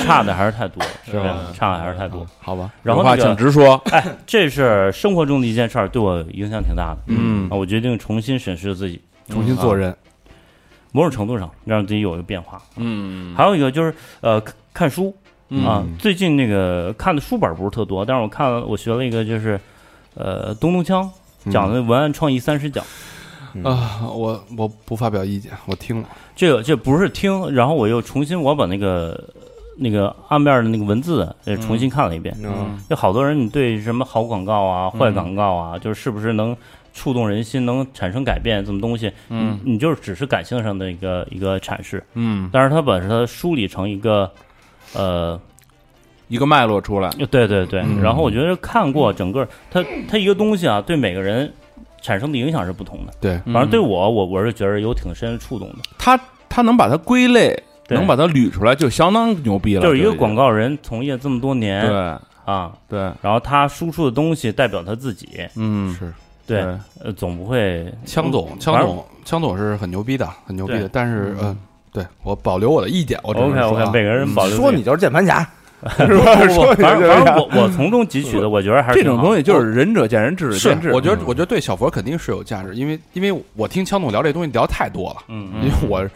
Speaker 6: 差的还是太多了，
Speaker 4: 是
Speaker 2: 啊
Speaker 4: 吧
Speaker 6: 差的还是太多。
Speaker 3: 啊好吧，
Speaker 6: 然
Speaker 5: 有
Speaker 6: 后
Speaker 5: 话
Speaker 6: 那
Speaker 5: 请
Speaker 6: 个，
Speaker 5: 直说。
Speaker 6: 这是生活中的一件事儿，对我影响挺大的。
Speaker 5: 嗯
Speaker 6: 啊，我决定重新审视自己，
Speaker 3: 重新做
Speaker 6: 啊
Speaker 3: 人，
Speaker 6: 某种程度上让自己有一个变化。
Speaker 5: 嗯，
Speaker 6: 还有一个就是呃，看看书，啊
Speaker 3: 嗯，
Speaker 6: 最近那个看的书本不是特多，但是我看了我学了一个就是，呃，东东锵
Speaker 3: 嗯
Speaker 6: 讲的文案创意三十讲，
Speaker 3: 啊，我我不发表意见，我听了，
Speaker 6: 这个这不是听，然后我又重新我把那个那个暗面的那个文字呃重新看了一遍，
Speaker 2: 嗯
Speaker 6: 就好多人你对什么好广告啊、坏广告啊，就是是不是能触动人心、能产生改变这么东西，嗯，你就是只是感性上的一个一个阐释，
Speaker 5: 嗯，
Speaker 6: 但是他把它梳理成一个呃
Speaker 5: 一个脉络出来，
Speaker 6: 对对对，
Speaker 3: 嗯
Speaker 6: 然后我觉得看过整个它它一个东西啊，对每个人产生的影响是不同的。
Speaker 3: 对，
Speaker 5: 嗯
Speaker 6: 反正对我，我我是觉得有挺深的触动的。
Speaker 5: 他他能把它归类，
Speaker 6: 对
Speaker 5: 能把它捋出来，就相当牛逼了。
Speaker 6: 就是一个
Speaker 5: 已经
Speaker 6: 广，告人从业这么多年
Speaker 5: 对
Speaker 6: 啊，
Speaker 5: 对，
Speaker 6: 然后他输出的东西代表他自己，
Speaker 5: 嗯，
Speaker 3: 是
Speaker 6: 对，呃，总不会
Speaker 3: 枪总，枪
Speaker 6: 反正
Speaker 3: 总，枪总是很牛逼的，很牛逼的，
Speaker 6: 对
Speaker 3: 但是嗯。对我保留我的意见，我只能
Speaker 6: OK
Speaker 3: 说啊
Speaker 6: OK，每个人保留
Speaker 2: 说
Speaker 6: 自
Speaker 2: 你
Speaker 6: 己，
Speaker 2: 就是键盘 侠，
Speaker 6: 不不
Speaker 2: 说
Speaker 6: 不
Speaker 2: 你
Speaker 6: 反正
Speaker 2: 这
Speaker 6: 反正
Speaker 2: 样
Speaker 6: 我我从中汲取的，我觉得还是
Speaker 5: 这种
Speaker 6: 挺好
Speaker 5: 东西就是仁者见仁，智者
Speaker 3: 是
Speaker 5: 见智。，
Speaker 3: 我觉得
Speaker 5: 嗯
Speaker 3: 我觉得对小佛肯定是有价值，因为因为我听枪总聊这东西聊太多了，
Speaker 6: 嗯
Speaker 3: 因为。
Speaker 6: 嗯
Speaker 3: 我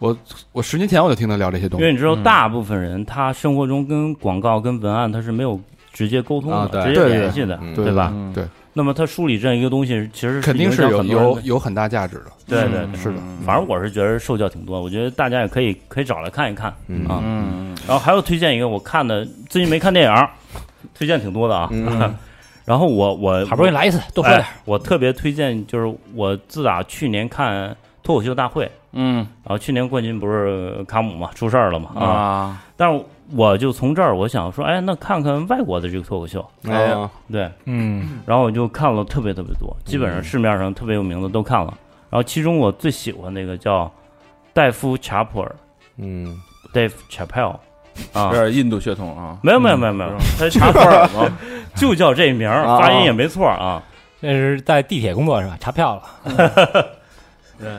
Speaker 3: 我我十年前我就听他聊这些东
Speaker 6: 因为
Speaker 3: 西，
Speaker 6: 你知道，大部分人他生活中跟广告、跟文案他是没有直接沟通
Speaker 2: 啊对
Speaker 6: 的、直接
Speaker 3: 对对
Speaker 6: 联系的，
Speaker 2: 嗯
Speaker 3: 对
Speaker 6: 吧？
Speaker 5: 嗯
Speaker 3: 对，
Speaker 6: 那么他梳理这样一个东西，其实
Speaker 3: 肯定
Speaker 6: 是
Speaker 3: 是
Speaker 6: 影响
Speaker 3: 有
Speaker 6: 很多人
Speaker 3: 有
Speaker 6: 的
Speaker 3: 有很大价值的。
Speaker 6: 对嗯对
Speaker 5: 嗯
Speaker 6: 对，
Speaker 3: 是的，
Speaker 6: 反正我是觉得受教挺多，我觉得大家也可以可以找来看一看
Speaker 2: 嗯
Speaker 6: 啊。
Speaker 5: 嗯，
Speaker 6: 然后还有推荐一个我看的，最近没看电影儿，推荐挺多的啊。
Speaker 2: 嗯
Speaker 6: 然后我我
Speaker 4: 好不容易来一次，多喝点。
Speaker 6: 哎我特别推荐就是我自打去年看脱口秀大会，
Speaker 5: 嗯
Speaker 6: 然后去年冠军不是卡姆嘛，出事儿了嘛啊，
Speaker 5: 啊，
Speaker 6: 但是我就从这儿我想说，哎，那看看外国的这个脱口秀，
Speaker 2: 哎呀，
Speaker 6: 对，
Speaker 4: 嗯，
Speaker 6: 然后我就看了特别特别多，基本上市面上特别有名的都看了。然后其中我最喜欢那个叫戴夫·查普尔
Speaker 2: 嗯，
Speaker 6: （Dave Chappelle） 啊
Speaker 5: 有，点印度血统啊。
Speaker 6: 没有没有没有没有，他查 普尔嘛，就叫这名儿，
Speaker 2: 啊
Speaker 6: 发音也没错啊。
Speaker 4: 那是在地铁工作是吧？查票了，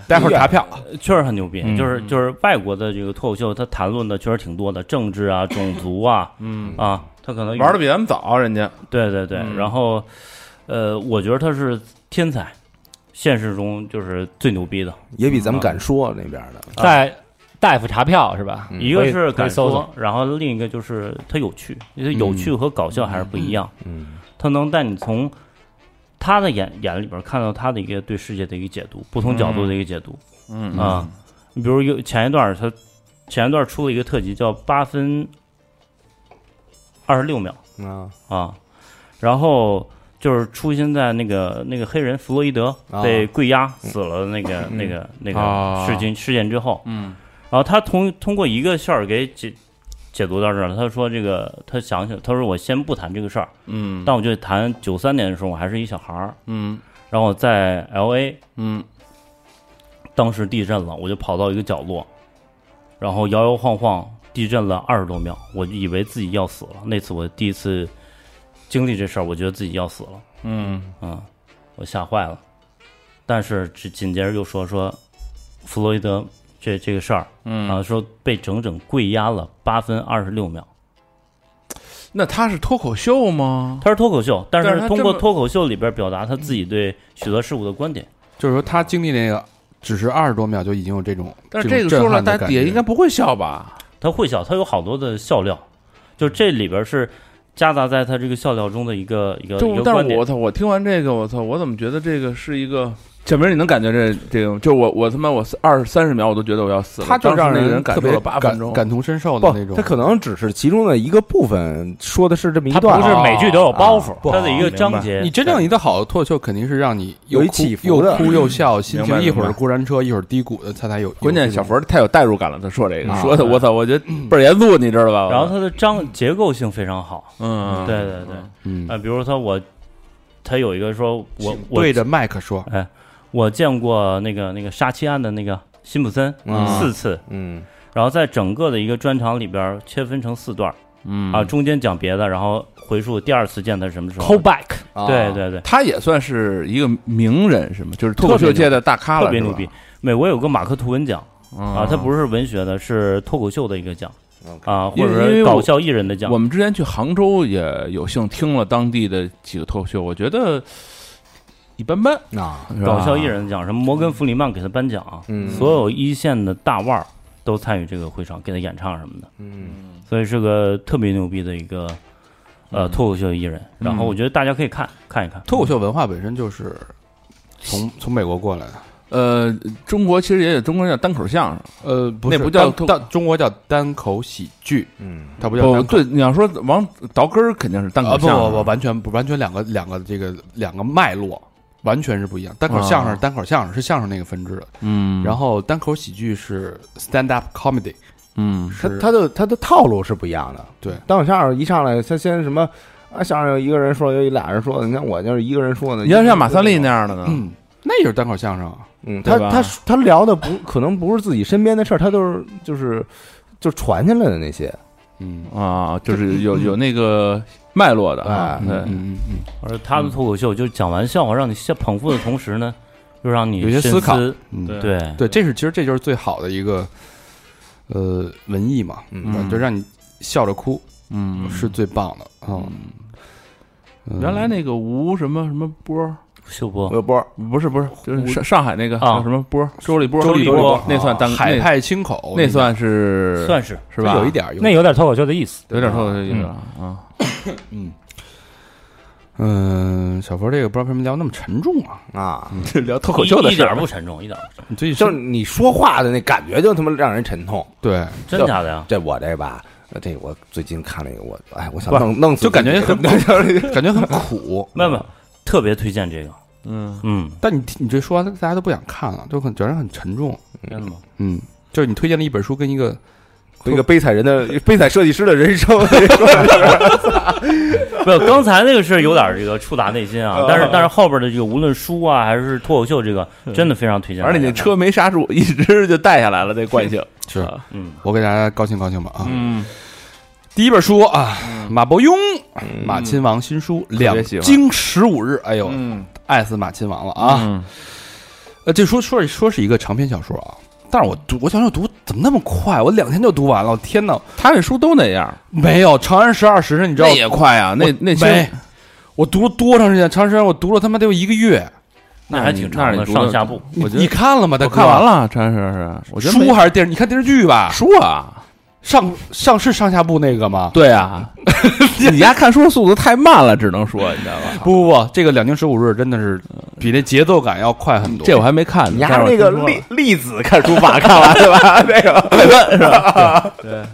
Speaker 3: 待会儿查票，
Speaker 6: 确实很牛逼，
Speaker 4: 嗯
Speaker 6: 就是就是外国的这个脱口秀，他谈论的确实挺多的，政治啊、种族啊，嗯啊，他可能
Speaker 5: 玩的比咱们早，人家
Speaker 6: 对对对，
Speaker 5: 嗯
Speaker 6: 然后呃，我觉得他是天才，现实中就是最牛逼的。
Speaker 2: 也比咱们敢说那边的。
Speaker 6: 啊
Speaker 4: 在大夫查票是吧？
Speaker 2: 嗯
Speaker 6: 一个
Speaker 4: 可以
Speaker 6: 是
Speaker 4: 可以
Speaker 6: 敢
Speaker 4: 搜
Speaker 6: 说
Speaker 4: 搜，
Speaker 6: 然后另一个就是他有趣，因为有趣和搞笑还是不一样，
Speaker 2: 嗯，
Speaker 6: 他能带你从他的眼眼里边看到他的一个对世界的一个解读，不同角度的一个解读。
Speaker 5: 嗯
Speaker 6: 啊，你比如有前一段儿他前一段儿出了一个特辑叫八分二十六秒
Speaker 2: 啊
Speaker 6: 啊，然后就是出现在那个那个黑人弗洛伊德
Speaker 2: 啊
Speaker 6: 被跪压死了那个、那个那
Speaker 5: 啊
Speaker 6: 个事情、事件之后，
Speaker 5: 嗯
Speaker 6: 然后他通通过一个事儿给解解读到这儿了。他说这个他想想，他说我先不谈这个事儿，
Speaker 5: 嗯
Speaker 6: 但我就谈九三年的时候我还是一小孩儿，
Speaker 5: 嗯
Speaker 6: 然后我在 L A
Speaker 5: 嗯
Speaker 6: 当时地震了，我就跑到一个角落，然后摇摇晃晃，地震了二十多秒，我以为自己要死了。那次我第一次经历这事儿，我觉得自己要死了，
Speaker 5: 嗯
Speaker 6: 嗯，我吓坏了。但是紧紧接着又说说弗洛伊德这这个事儿，
Speaker 5: 嗯
Speaker 6: 啊，说被整整跪压了八分二十六秒。
Speaker 5: 那他是脱口秀吗？
Speaker 6: 他是脱口秀，但
Speaker 5: 但是他
Speaker 6: 是通过
Speaker 5: 这么
Speaker 6: 脱口秀里边表达他自己对许多事物的观点。
Speaker 3: 就是说他经历那个只是二十多秒就已经有这种，
Speaker 5: 但是
Speaker 3: 这
Speaker 5: 这
Speaker 3: 种
Speaker 5: 个说出
Speaker 3: 震
Speaker 5: 来，
Speaker 3: 撼
Speaker 5: 大
Speaker 3: 的
Speaker 5: 家
Speaker 3: 感
Speaker 5: 底下
Speaker 3: 觉
Speaker 5: 应该不会笑吧？
Speaker 6: 他会笑，他有好多的笑料，就这里边是夹杂在他这个笑料中的一个一个一
Speaker 5: 就
Speaker 6: 个
Speaker 5: 但
Speaker 6: 观
Speaker 5: 是
Speaker 6: 点
Speaker 5: 我。操，我听完这个，我操，我怎么觉得这个是一个？小明，你能感觉这这种？就是我我他妈我二三十秒我都觉得我要死了，
Speaker 3: 他
Speaker 5: 当
Speaker 3: 就
Speaker 5: 时
Speaker 3: 让
Speaker 5: 那个
Speaker 3: 人
Speaker 5: 感
Speaker 3: 特
Speaker 5: 受
Speaker 3: 别
Speaker 5: 了八分
Speaker 3: 感
Speaker 5: 钟，
Speaker 3: 感同身受的
Speaker 2: 不
Speaker 3: 那，种
Speaker 2: 他。可能只是其中的一个部分，说的是这么一
Speaker 4: 他
Speaker 2: 段
Speaker 4: 不
Speaker 2: 啊，
Speaker 4: 是每句都有包袱，
Speaker 6: 他的一个章节，
Speaker 3: 你真正一个好的脱口秀，肯定是让你
Speaker 2: 有
Speaker 3: 又
Speaker 2: 一
Speaker 3: 哭
Speaker 2: 起伏
Speaker 3: 又
Speaker 2: 的
Speaker 3: 哭又笑，心
Speaker 5: 明白
Speaker 3: 情一会
Speaker 5: 明
Speaker 3: 儿
Speaker 5: 白
Speaker 3: 过山车，一会儿低谷的，他才有。
Speaker 5: 关键
Speaker 3: 有这
Speaker 5: 小
Speaker 3: 种
Speaker 5: 佛太有代入感了，他说这个
Speaker 3: 啊
Speaker 5: 说的我操，我觉得倍儿严肃，你知道吧？
Speaker 6: 然后它的章结构性非常好。
Speaker 5: 嗯，
Speaker 6: 对对对，
Speaker 3: 嗯，
Speaker 6: 啊，比如说我，他有一个说我我
Speaker 3: 对着麦克说，
Speaker 6: 哎，我见过那个那个杀妻案的那个辛普森
Speaker 2: 啊
Speaker 6: 四次，
Speaker 2: 嗯
Speaker 6: 然后在整个的一个专场里边切分成四段儿
Speaker 5: 嗯
Speaker 6: 啊，中间讲别的，然后回溯第二次见他是什么时候
Speaker 4: call。back，
Speaker 2: 啊
Speaker 6: 对对对，
Speaker 5: 他也算是一个名人，是吗？就是脱口秀界的大咖了，
Speaker 6: 特别牛逼。美国有个马克吐温奖
Speaker 5: 啊
Speaker 6: 啊，它不是文学的，是脱口秀的一个奖
Speaker 2: OK
Speaker 6: 啊，或
Speaker 5: 因为
Speaker 6: 者
Speaker 5: 因为
Speaker 6: 是
Speaker 5: 我
Speaker 6: 搞笑艺人的奖
Speaker 5: 我。们之前去杭州也有幸听了当地的几个脱口秀，我觉得一般般，
Speaker 2: 啊，
Speaker 5: 是吧
Speaker 6: 搞笑艺人的奖，什么摩根弗里曼给他颁奖，
Speaker 2: 嗯
Speaker 6: 所有一线的大腕儿都参与这个会场，给他演唱什么的，
Speaker 2: 嗯
Speaker 6: 所以是个特别牛逼的一个呃脱口秀艺人。
Speaker 5: 嗯
Speaker 6: 然后我觉得大家可以看看一看，
Speaker 3: 脱口秀文化本身就是从从美国过来的。
Speaker 5: 呃，中国其实也有中国叫单口相声，
Speaker 3: 呃，不
Speaker 5: 那
Speaker 3: 是
Speaker 5: 不叫
Speaker 3: 单
Speaker 5: 脱
Speaker 3: 单中国叫单口喜剧，
Speaker 2: 嗯
Speaker 3: 它不叫
Speaker 5: 不
Speaker 3: 单口
Speaker 5: 对，你要说往倒根儿肯定是单
Speaker 3: 啊
Speaker 5: 口
Speaker 3: 不
Speaker 5: 相声，
Speaker 3: 不不，完全不完全两个两个这个两个脉络完全是不一样。单口相声
Speaker 5: 啊
Speaker 3: 是单口相声是相声那个分支的，
Speaker 5: 嗯，
Speaker 3: 然后单口喜剧是 stand up comedy，
Speaker 5: 嗯
Speaker 2: 他
Speaker 3: 是
Speaker 2: 他的他的套路是不一样的。
Speaker 3: 对
Speaker 2: 单口相声一上来，他先什么啊，相声有一个人说，有一俩人说的，你看我就是一个人说的。
Speaker 5: 你要像马三立那，样的呢，
Speaker 3: 嗯，那就是单口相声啊。
Speaker 2: 嗯，
Speaker 5: 对
Speaker 2: 他
Speaker 5: 吧
Speaker 2: 他他聊的不可能不是自己身边的事儿，他都是就是就传下来的那些，
Speaker 3: 嗯
Speaker 5: 啊，就是有有那个脉络的啊，
Speaker 2: 哎
Speaker 5: 对，
Speaker 3: 嗯嗯
Speaker 6: 而他的脱口秀就是讲完笑话，让你先捧腹的同时呢，又让你
Speaker 3: 有些
Speaker 6: 深
Speaker 3: 思考，
Speaker 5: 嗯
Speaker 3: 嗯，
Speaker 6: 对
Speaker 3: 对，这是其实这就是最好的一个呃文艺嘛，啊
Speaker 5: 嗯
Speaker 3: 就让你笑着哭
Speaker 5: 嗯
Speaker 3: 是最棒的啊。
Speaker 5: 嗯
Speaker 3: 嗯
Speaker 5: 原来那个吴什么什么波儿，
Speaker 6: 秀波
Speaker 2: 我波
Speaker 5: 不是不是，就是上上海那个
Speaker 6: 啊
Speaker 5: 叫什么波儿，周立波，啊
Speaker 3: 周立波啊
Speaker 5: 那算单
Speaker 3: 海
Speaker 5: 那
Speaker 3: 派清口，
Speaker 5: 那算是
Speaker 6: 算是
Speaker 5: 是吧？
Speaker 3: 有一点儿有
Speaker 4: 那有点脱口秀的意思。
Speaker 5: 有点透的意思啊啊，
Speaker 3: 嗯，嗯，小佛这个不知道为什么聊那么沉重啊？
Speaker 2: 啊，
Speaker 5: 这聊脱
Speaker 6: 一一点儿不沉重，一点儿不沉
Speaker 3: 你最近
Speaker 2: 就是
Speaker 3: 是
Speaker 2: 你说话的那感觉就他妈让人沉痛。
Speaker 3: 对，
Speaker 6: 重，真假的呀？
Speaker 2: 这我这吧，呃这我最近看了一个，我哎，我想
Speaker 3: 不
Speaker 2: 弄弄死
Speaker 3: 就感
Speaker 2: 自己
Speaker 3: 觉很感觉很苦。
Speaker 6: 没有没有，特别推荐这个，
Speaker 5: 嗯
Speaker 6: 嗯，
Speaker 3: 但你听你这说完，大家都不想看了，就很觉得很沉重。
Speaker 6: 真的吗？
Speaker 3: 嗯，就是你推荐了一本书跟一个
Speaker 2: 一个悲惨人的悲惨设计师的人生。
Speaker 6: 没有，刚才那个是有点儿这个触达内心啊，但是但是后边的这个无论书啊还是脱口秀，这个真的非常推荐。
Speaker 5: 而且那，车没刹住，一直就带下来了，这惯性。
Speaker 3: 是
Speaker 5: 啊
Speaker 6: 嗯，
Speaker 3: 我给大家高兴高兴吧啊！
Speaker 5: 嗯，
Speaker 3: 第一本书啊，马伯庸马亲王新书《
Speaker 5: 嗯
Speaker 3: 两
Speaker 5: 别喜欢
Speaker 3: 京十五日》，哎呦，
Speaker 5: 嗯
Speaker 3: 爱死马亲王了啊！呃，这说说是说是一个长篇小说啊，但是我读，我想想读怎么那么快？我两天就读完了，我天哪！
Speaker 5: 他这书都那样，
Speaker 3: 没有《长安十二时辰》，你知道
Speaker 5: 那也快啊，那
Speaker 3: 我
Speaker 5: 那些
Speaker 3: 没？我读了多长时间？《长安十二时辰》我读了他妈得有一个月。
Speaker 6: 那还挺
Speaker 5: 那
Speaker 6: 长
Speaker 5: 你
Speaker 6: 的，
Speaker 5: 读的
Speaker 6: 上下部。
Speaker 3: 你
Speaker 5: 我觉得
Speaker 3: 你看了吗？
Speaker 5: 嗯
Speaker 3: 大
Speaker 5: 我
Speaker 3: 哥
Speaker 5: 看完，了，真是是，我觉得没
Speaker 3: 书还是电视？你看电视剧吧？
Speaker 5: 书啊，
Speaker 3: 上上是上下部那个吗？
Speaker 5: 对啊， 你家看书的速度太慢了，只能说你知道吧？
Speaker 3: 不不不，这个《两京十五日》真的是嗯比那节奏感要快很 多。
Speaker 5: 这我还没看呢，
Speaker 2: 你家
Speaker 5: 但是
Speaker 2: 那
Speaker 5: 我
Speaker 2: 个
Speaker 5: 听说
Speaker 2: 栗
Speaker 5: 了
Speaker 2: 栗子看书法看完了吧？那个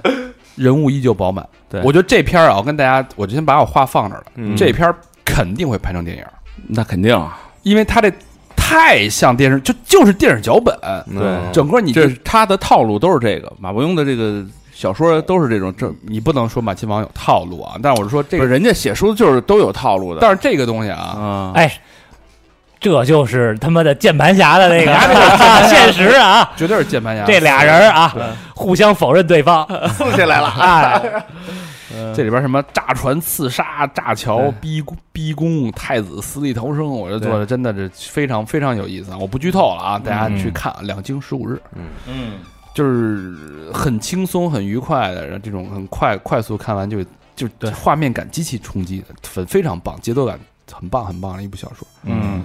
Speaker 3: 人物依旧饱满。
Speaker 5: 对
Speaker 3: 我觉得这片儿啊，我跟大家，我就先把我话放这儿了。
Speaker 2: 嗯
Speaker 3: 这片儿肯定会拍成电影，
Speaker 5: 那肯定啊，
Speaker 3: 因为它这太像电视，就就是电影脚本。
Speaker 2: 对
Speaker 3: 整个你
Speaker 5: 嗯这是他的套路都是这个，马伯庸的这个小说都是这种，这
Speaker 3: 你不能说马亲王有套路啊，但是我是说嗯这
Speaker 5: 不是
Speaker 3: 个，
Speaker 5: 人家写书就是都有套路的，
Speaker 3: 但是这个东西啊，
Speaker 5: 啊，
Speaker 4: 哎，这就是他妈的键盘侠的那个啊现实啊！
Speaker 3: 绝对是键盘侠。
Speaker 4: 这俩人啊，互相否认对方，
Speaker 2: 刺起来了。
Speaker 4: 哎，
Speaker 3: 嗯这里边什么炸船刺杀、炸桥
Speaker 5: 对、
Speaker 3: 逼宫逼宫、太子死里逃生，我这
Speaker 5: 对嗯
Speaker 3: 做的真的是非常非常有意思啊！我不剧透了啊，大家去看《两京十五日》，
Speaker 6: 嗯，
Speaker 3: 就是很轻松、很愉快的，然后这种很快快速看完就就画面感极其冲击的，很非常棒，节奏感很棒很棒的一部小说，
Speaker 5: 嗯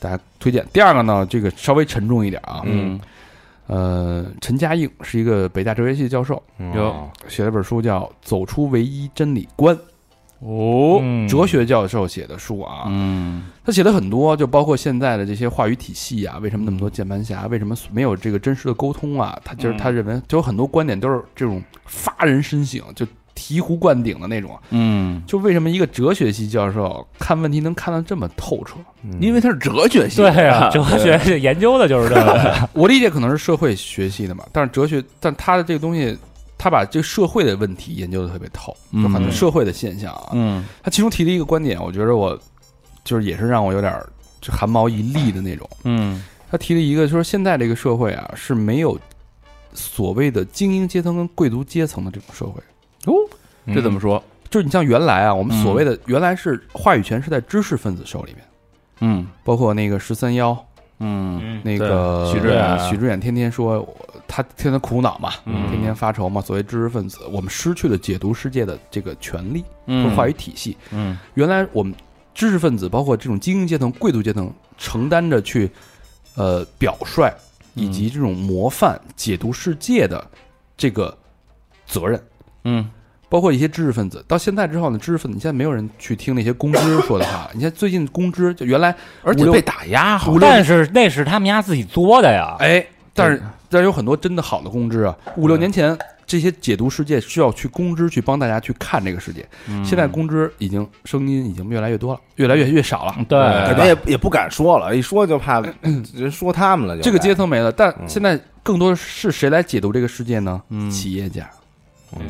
Speaker 3: 大家推荐。第二个呢，这个稍微沉重一点啊，
Speaker 5: 嗯，
Speaker 3: 呃，陈嘉映是一个北大哲学系教授，
Speaker 2: 有
Speaker 3: 写了本书叫《走出唯一真理观》，
Speaker 5: 哦，
Speaker 3: 哲学教授写的书啊。
Speaker 5: 嗯
Speaker 3: 他写了很多，就包括现在的这些话语体系啊，为什么那么多键盘侠，
Speaker 5: 嗯
Speaker 3: 为什么没有这个真实的沟通啊？他就是
Speaker 6: 嗯
Speaker 3: 他认为，就有很多观点都是这种发人深省，就醍醐灌顶的那种。
Speaker 5: 嗯，
Speaker 3: 就为什么一个哲学系教授看问题能看得这么透彻？
Speaker 2: 嗯
Speaker 5: 因为他是哲学系，
Speaker 4: 对啊，哲学研究的就是这个，
Speaker 3: 我理解可能是社会学系的嘛，但是哲学，但他的这个东西，他把这个社会的问题研究的特别透，就很多
Speaker 5: 嗯
Speaker 3: 社会的现象啊。
Speaker 5: 嗯
Speaker 3: 他其中提了一个观点，我觉得我就是也是让我有点儿就汗毛一立的那种。
Speaker 5: 嗯
Speaker 3: 他提了一个，就是现在这个社会啊是没有所谓的精英阶层跟贵族阶层的这种社会。
Speaker 5: 这怎么说？
Speaker 3: 就是你像原来啊，我们所谓的、原来是话语权是在知识分子手里面，
Speaker 5: 嗯
Speaker 3: 包括那个十三幺，
Speaker 5: 嗯
Speaker 6: 嗯，
Speaker 3: 那个
Speaker 5: 对许志远啊
Speaker 3: 许志远天天说他天天苦恼嘛，
Speaker 5: 嗯
Speaker 3: 天天发愁嘛。所谓知识分子，我们失去了解读世界的这个权利和
Speaker 5: 嗯，
Speaker 3: 话语体系。
Speaker 5: 嗯
Speaker 3: 原来我们知识分子，包括这种精英阶层、贵族阶层，承担着去呃表率
Speaker 5: 嗯
Speaker 3: 以及这种模范解读世界的这个责任。
Speaker 5: 嗯
Speaker 3: 包括一些知识分子，到现在之后呢，知识分子你现在没有人去听那些公知说的话。你现在最近公知就原来，
Speaker 5: 而且
Speaker 3: 五六
Speaker 5: 被打压，好像
Speaker 4: 但是那是他们家自己作的呀，
Speaker 3: 哎，但是但是有很多真的好的公知啊，五六年前这些解读世界需要去公知去帮大家去看这个世界，现在公知已经声音已经越来越多了，越来越越少了。
Speaker 4: 对，
Speaker 2: 可能也也不敢说了，一说就怕人说他们了就该。
Speaker 3: 这个阶层没了，但
Speaker 2: 嗯
Speaker 3: 现在更多是谁来解读这个世界呢？
Speaker 5: 嗯
Speaker 3: 企业家，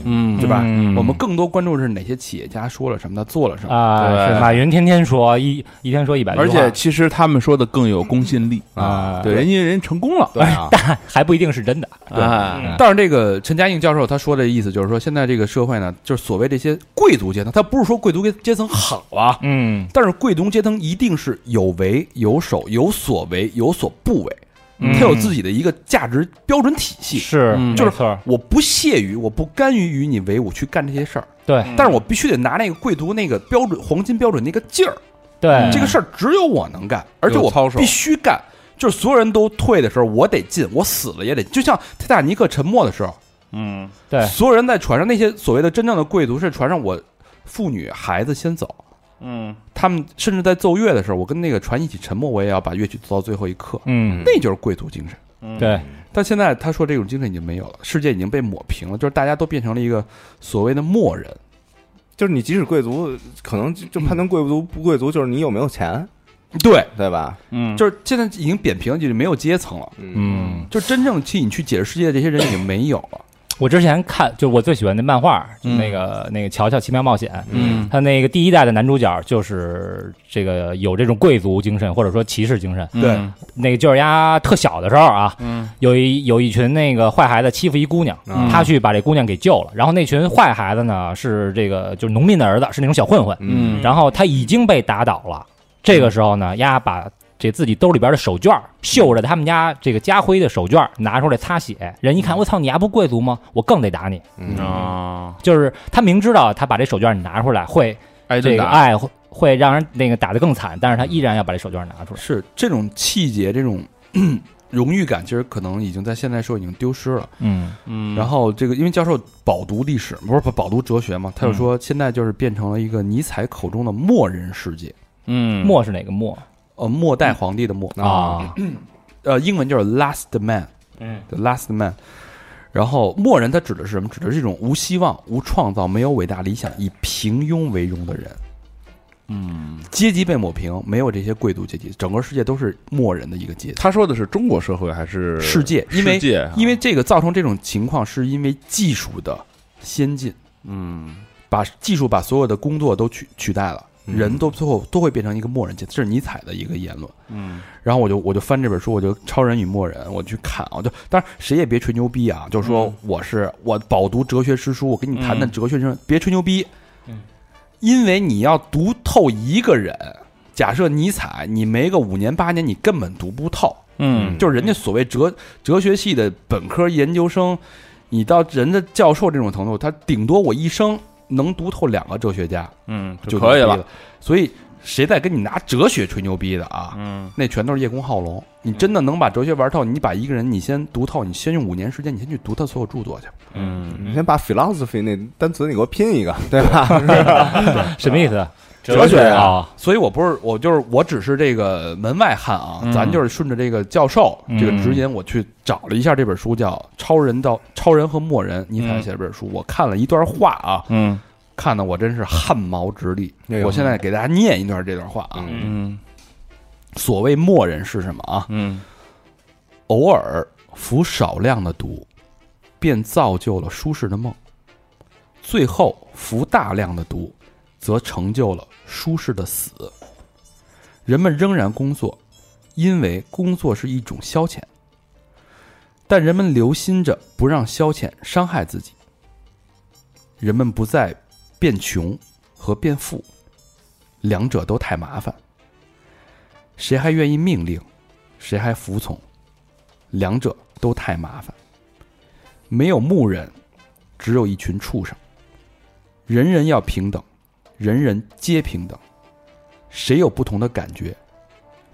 Speaker 5: 嗯
Speaker 3: 对吧？
Speaker 5: 嗯
Speaker 3: 我们更多关注的是哪些企业家说了什么，他做了什么。
Speaker 4: 啊，
Speaker 5: 对
Speaker 4: 是马云天天说一一天说一百句 话，
Speaker 5: 而且其实他们说的更有公信力
Speaker 4: 啊
Speaker 5: 对，人家人成功了，
Speaker 2: 对啊，嗯
Speaker 4: 还不一定是真的，
Speaker 5: 啊，
Speaker 3: 但是这个陈嘉映教授他说的意思就是说，现在这个社会呢，就是所谓这些贵族阶层，他不是说贵族阶阶层好啊，
Speaker 4: 嗯
Speaker 3: 但是贵族阶层一定是有为有守，有所为有所不为，
Speaker 4: 嗯
Speaker 3: 他有自己的一个价值标准体系。
Speaker 4: 是
Speaker 5: 嗯
Speaker 4: 没错儿，
Speaker 3: 我不屑于，我不甘于与你为伍去干这些事儿，
Speaker 4: 对
Speaker 5: 嗯
Speaker 3: 但是我必须得拿那个贵族那个标准黄金标准那个劲儿，
Speaker 4: 对，
Speaker 3: 这个事儿只有我能干，而且
Speaker 5: 嗯有
Speaker 3: 我
Speaker 5: 操守
Speaker 3: 必须干。就是所有人都退的时候，我得进，我死了也得。就像泰坦尼克沉没的时候，
Speaker 5: 嗯
Speaker 4: 对
Speaker 3: 所有人在船上，那些所谓的真正的贵族是船上我妇女孩子先走，
Speaker 5: 嗯
Speaker 3: 他们甚至在奏乐的时候，我跟那个船一起沉没，我也要把乐曲奏到最后一刻，
Speaker 4: 嗯
Speaker 3: 那就是贵族精神。
Speaker 4: 对，
Speaker 3: 但现在他说这种精神已经没有了，世界已经被抹平了，就是大家都变成了一个所谓的末人。
Speaker 2: 就是你即使贵族，可能就就判断贵族不贵族，就是你有没有钱，
Speaker 3: 对，
Speaker 2: 对吧？
Speaker 5: 嗯
Speaker 3: 就是现在已经扁平了，就是没有阶层了，
Speaker 2: 嗯
Speaker 3: 就真正替你去解释世界的这些人已经没有了。
Speaker 4: 我之前看，就我最喜欢的漫画，就
Speaker 5: 嗯
Speaker 4: 那个那个《乔乔奇妙冒险》，
Speaker 5: 嗯
Speaker 4: 他那个第一代的男主角就是这个有这种贵族精神或者说骑士精神。
Speaker 3: 对
Speaker 5: 嗯
Speaker 4: 那个就是丫特小的时候啊，
Speaker 5: 嗯
Speaker 4: 有一有一群那个坏孩子欺负一姑娘，
Speaker 2: 嗯
Speaker 4: 他去把这姑娘给救了。然后那群坏孩子呢是这个就是农民的儿子，是那种小混混。
Speaker 2: 嗯
Speaker 4: 然后他已经被打倒了，这个时候呢，丫把这自己兜里边的手绢儿，绣着他们家这个家徽的手绢儿拿出来擦血。人一看，我操，你还不贵族吗？我更得打你。
Speaker 6: 嗯
Speaker 2: 嗯
Speaker 3: 啊，
Speaker 4: 就是他明知道他把这手绢儿拿出来会
Speaker 3: 挨
Speaker 4: 这
Speaker 3: 顿
Speaker 4: 个
Speaker 3: 打。
Speaker 4: 爱会会让人那个打得更惨，但是他依然要把这手绢儿拿出来。
Speaker 3: 是这种气节，这种 荣誉感，其实可能已经在现代社会已经丢失了。
Speaker 4: 嗯
Speaker 6: 嗯
Speaker 3: 然后这个，因为教授饱读历史，不是不饱读哲学嘛，他就说现在就是变成了一个尼采口中的末人世界，
Speaker 6: 嗯，
Speaker 4: 末是哪个末
Speaker 3: 呃，末代皇帝的末，
Speaker 4: 啊？
Speaker 3: 呃，英文就是 last man，
Speaker 4: 嗯
Speaker 3: ，the last man。然后末人他指的是什么？指的是一种无希望、无创造、没有伟大理想、以平庸为荣的人。嗯，阶级被抹平，没有这些贵族阶级，整个世界都是末人的一个阶级。
Speaker 5: 他说的是中国社会还是
Speaker 3: 世界因为
Speaker 5: 世界啊
Speaker 3: 因为这个造成这种情况，是因为技术的先进，
Speaker 5: 嗯
Speaker 3: 把技术把所有的工作都取取代了，人都最后都会变成一个默认阶级，这是尼采的一个言论。
Speaker 5: 嗯
Speaker 3: 然后我就我就翻这本书，我就《超人与默人》，我去看啊，就当然谁也别吹牛逼啊，就
Speaker 5: 嗯
Speaker 3: 说我是我饱读哲学诗书，我跟你谈谈哲学生，别吹牛逼，
Speaker 4: 嗯，
Speaker 3: 因为你要读透一个人，假设尼采，你没个五年八年，你根本读不透。
Speaker 6: 嗯
Speaker 3: 就是人家所谓哲哲学系的本科研究生，你到人家教授这种程度，他顶多我一生能读透两个哲学家
Speaker 6: 嗯
Speaker 3: 就
Speaker 5: 可以
Speaker 3: 牛
Speaker 5: 了
Speaker 3: 逼了。所以谁在跟你拿哲学吹牛逼的啊？
Speaker 6: 嗯
Speaker 3: 那全都是叶公好龙。你真的能把哲学玩透，你把一个人你先读透，你先用五年时间，你先去读他所有著作去。
Speaker 6: 嗯，
Speaker 2: 你先把 philosophy 那单词你给我拼一个，对吧？哎
Speaker 4: 什么意思？
Speaker 2: 哲学啊
Speaker 4: 啊？
Speaker 3: 所以我不是我就是我只是这个门外汉啊，
Speaker 6: 嗯
Speaker 3: 咱就是顺着这个教授、
Speaker 4: 嗯
Speaker 3: 这个指引，我去找了一下这本书，叫《超人到超人和默人》，尼采写的这本书，我看了一段话啊，
Speaker 6: 嗯
Speaker 3: 看的我真是汗毛直立。
Speaker 2: 哎呦
Speaker 3: 我现在给大家念一段这段话啊，
Speaker 2: 嗯
Speaker 6: 嗯
Speaker 3: 所谓默人是什么啊？
Speaker 6: 嗯
Speaker 3: 偶尔服少量的毒，便造就了舒适的梦；最后服大量的毒，则成就了舒适的死。人们仍然工作，因为工作是一种消遣。但人们留心着不让消遣伤害自己。人们不再变穷和变富，两者都太麻烦。谁还愿意命令？谁还服从？两者都太麻烦。没有牧人，只有一群畜生。人人要平等，人人皆平等。谁有不同的感觉，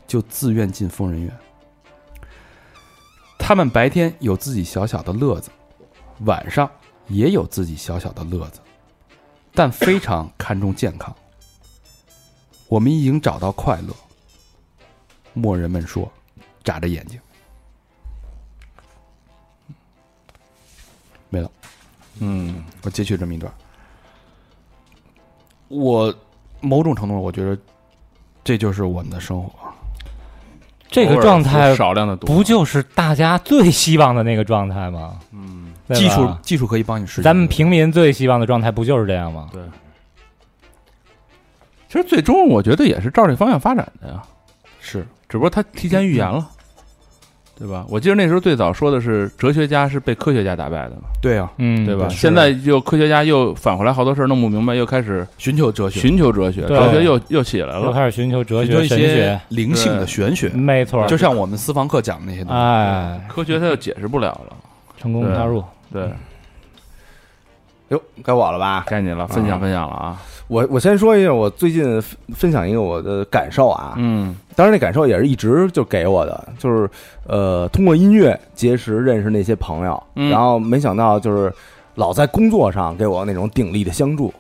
Speaker 3: 就自愿进疯人院。他们白天有自己小小的乐子，晚上也有自己小小的乐子，但非常看重健康。我们已经找到快乐。牧人们说，眨着眼睛。
Speaker 5: 嗯
Speaker 3: 我截取这么一段。我某种程度，我觉得这就是我们的生活。
Speaker 4: 这个状态
Speaker 5: 偶尔少量的毒
Speaker 4: 不就是大家最希望的那个状态吗？
Speaker 5: 嗯
Speaker 4: 对吧
Speaker 3: 技术技术可以帮你实现。
Speaker 4: 咱们平民最希望的状态不就是这样吗？
Speaker 5: 其实最终我觉得也是照这方向发展的呀，
Speaker 3: 是
Speaker 5: 只不过他提前预言了，对吧？我记得那时候最早说的是哲学家是被科学家打败的嘛，
Speaker 3: 对啊，
Speaker 4: 嗯，
Speaker 5: 对吧？
Speaker 4: 是
Speaker 5: 现在又科学家又返回来，好多事儿弄不明白，又开始
Speaker 3: 寻求哲学，
Speaker 5: 寻求哲学，
Speaker 4: 对
Speaker 5: 哲学又又起来
Speaker 4: 又
Speaker 5: 了。
Speaker 4: 开始寻求哲
Speaker 3: 寻求
Speaker 4: 学、嗯
Speaker 3: 一
Speaker 4: 神
Speaker 3: 些
Speaker 4: 学，
Speaker 3: 灵性的玄学，
Speaker 4: 没错，
Speaker 3: 就像我们私房课讲的那些东西。
Speaker 4: 哎，
Speaker 5: 科学他又解释不了了，
Speaker 4: 成功插入，
Speaker 5: 对，
Speaker 2: 哟，该我了吧？
Speaker 5: 该你了，分享分享了啊，
Speaker 2: 我我先说一下，我最近分分享一个我的感受啊，
Speaker 5: 嗯
Speaker 2: 当然那感受也是一直就给我的，就是呃，通过音乐结识认识那些朋友，
Speaker 5: 嗯
Speaker 2: 然后没想到就是老在工作上给我那种鼎力的相助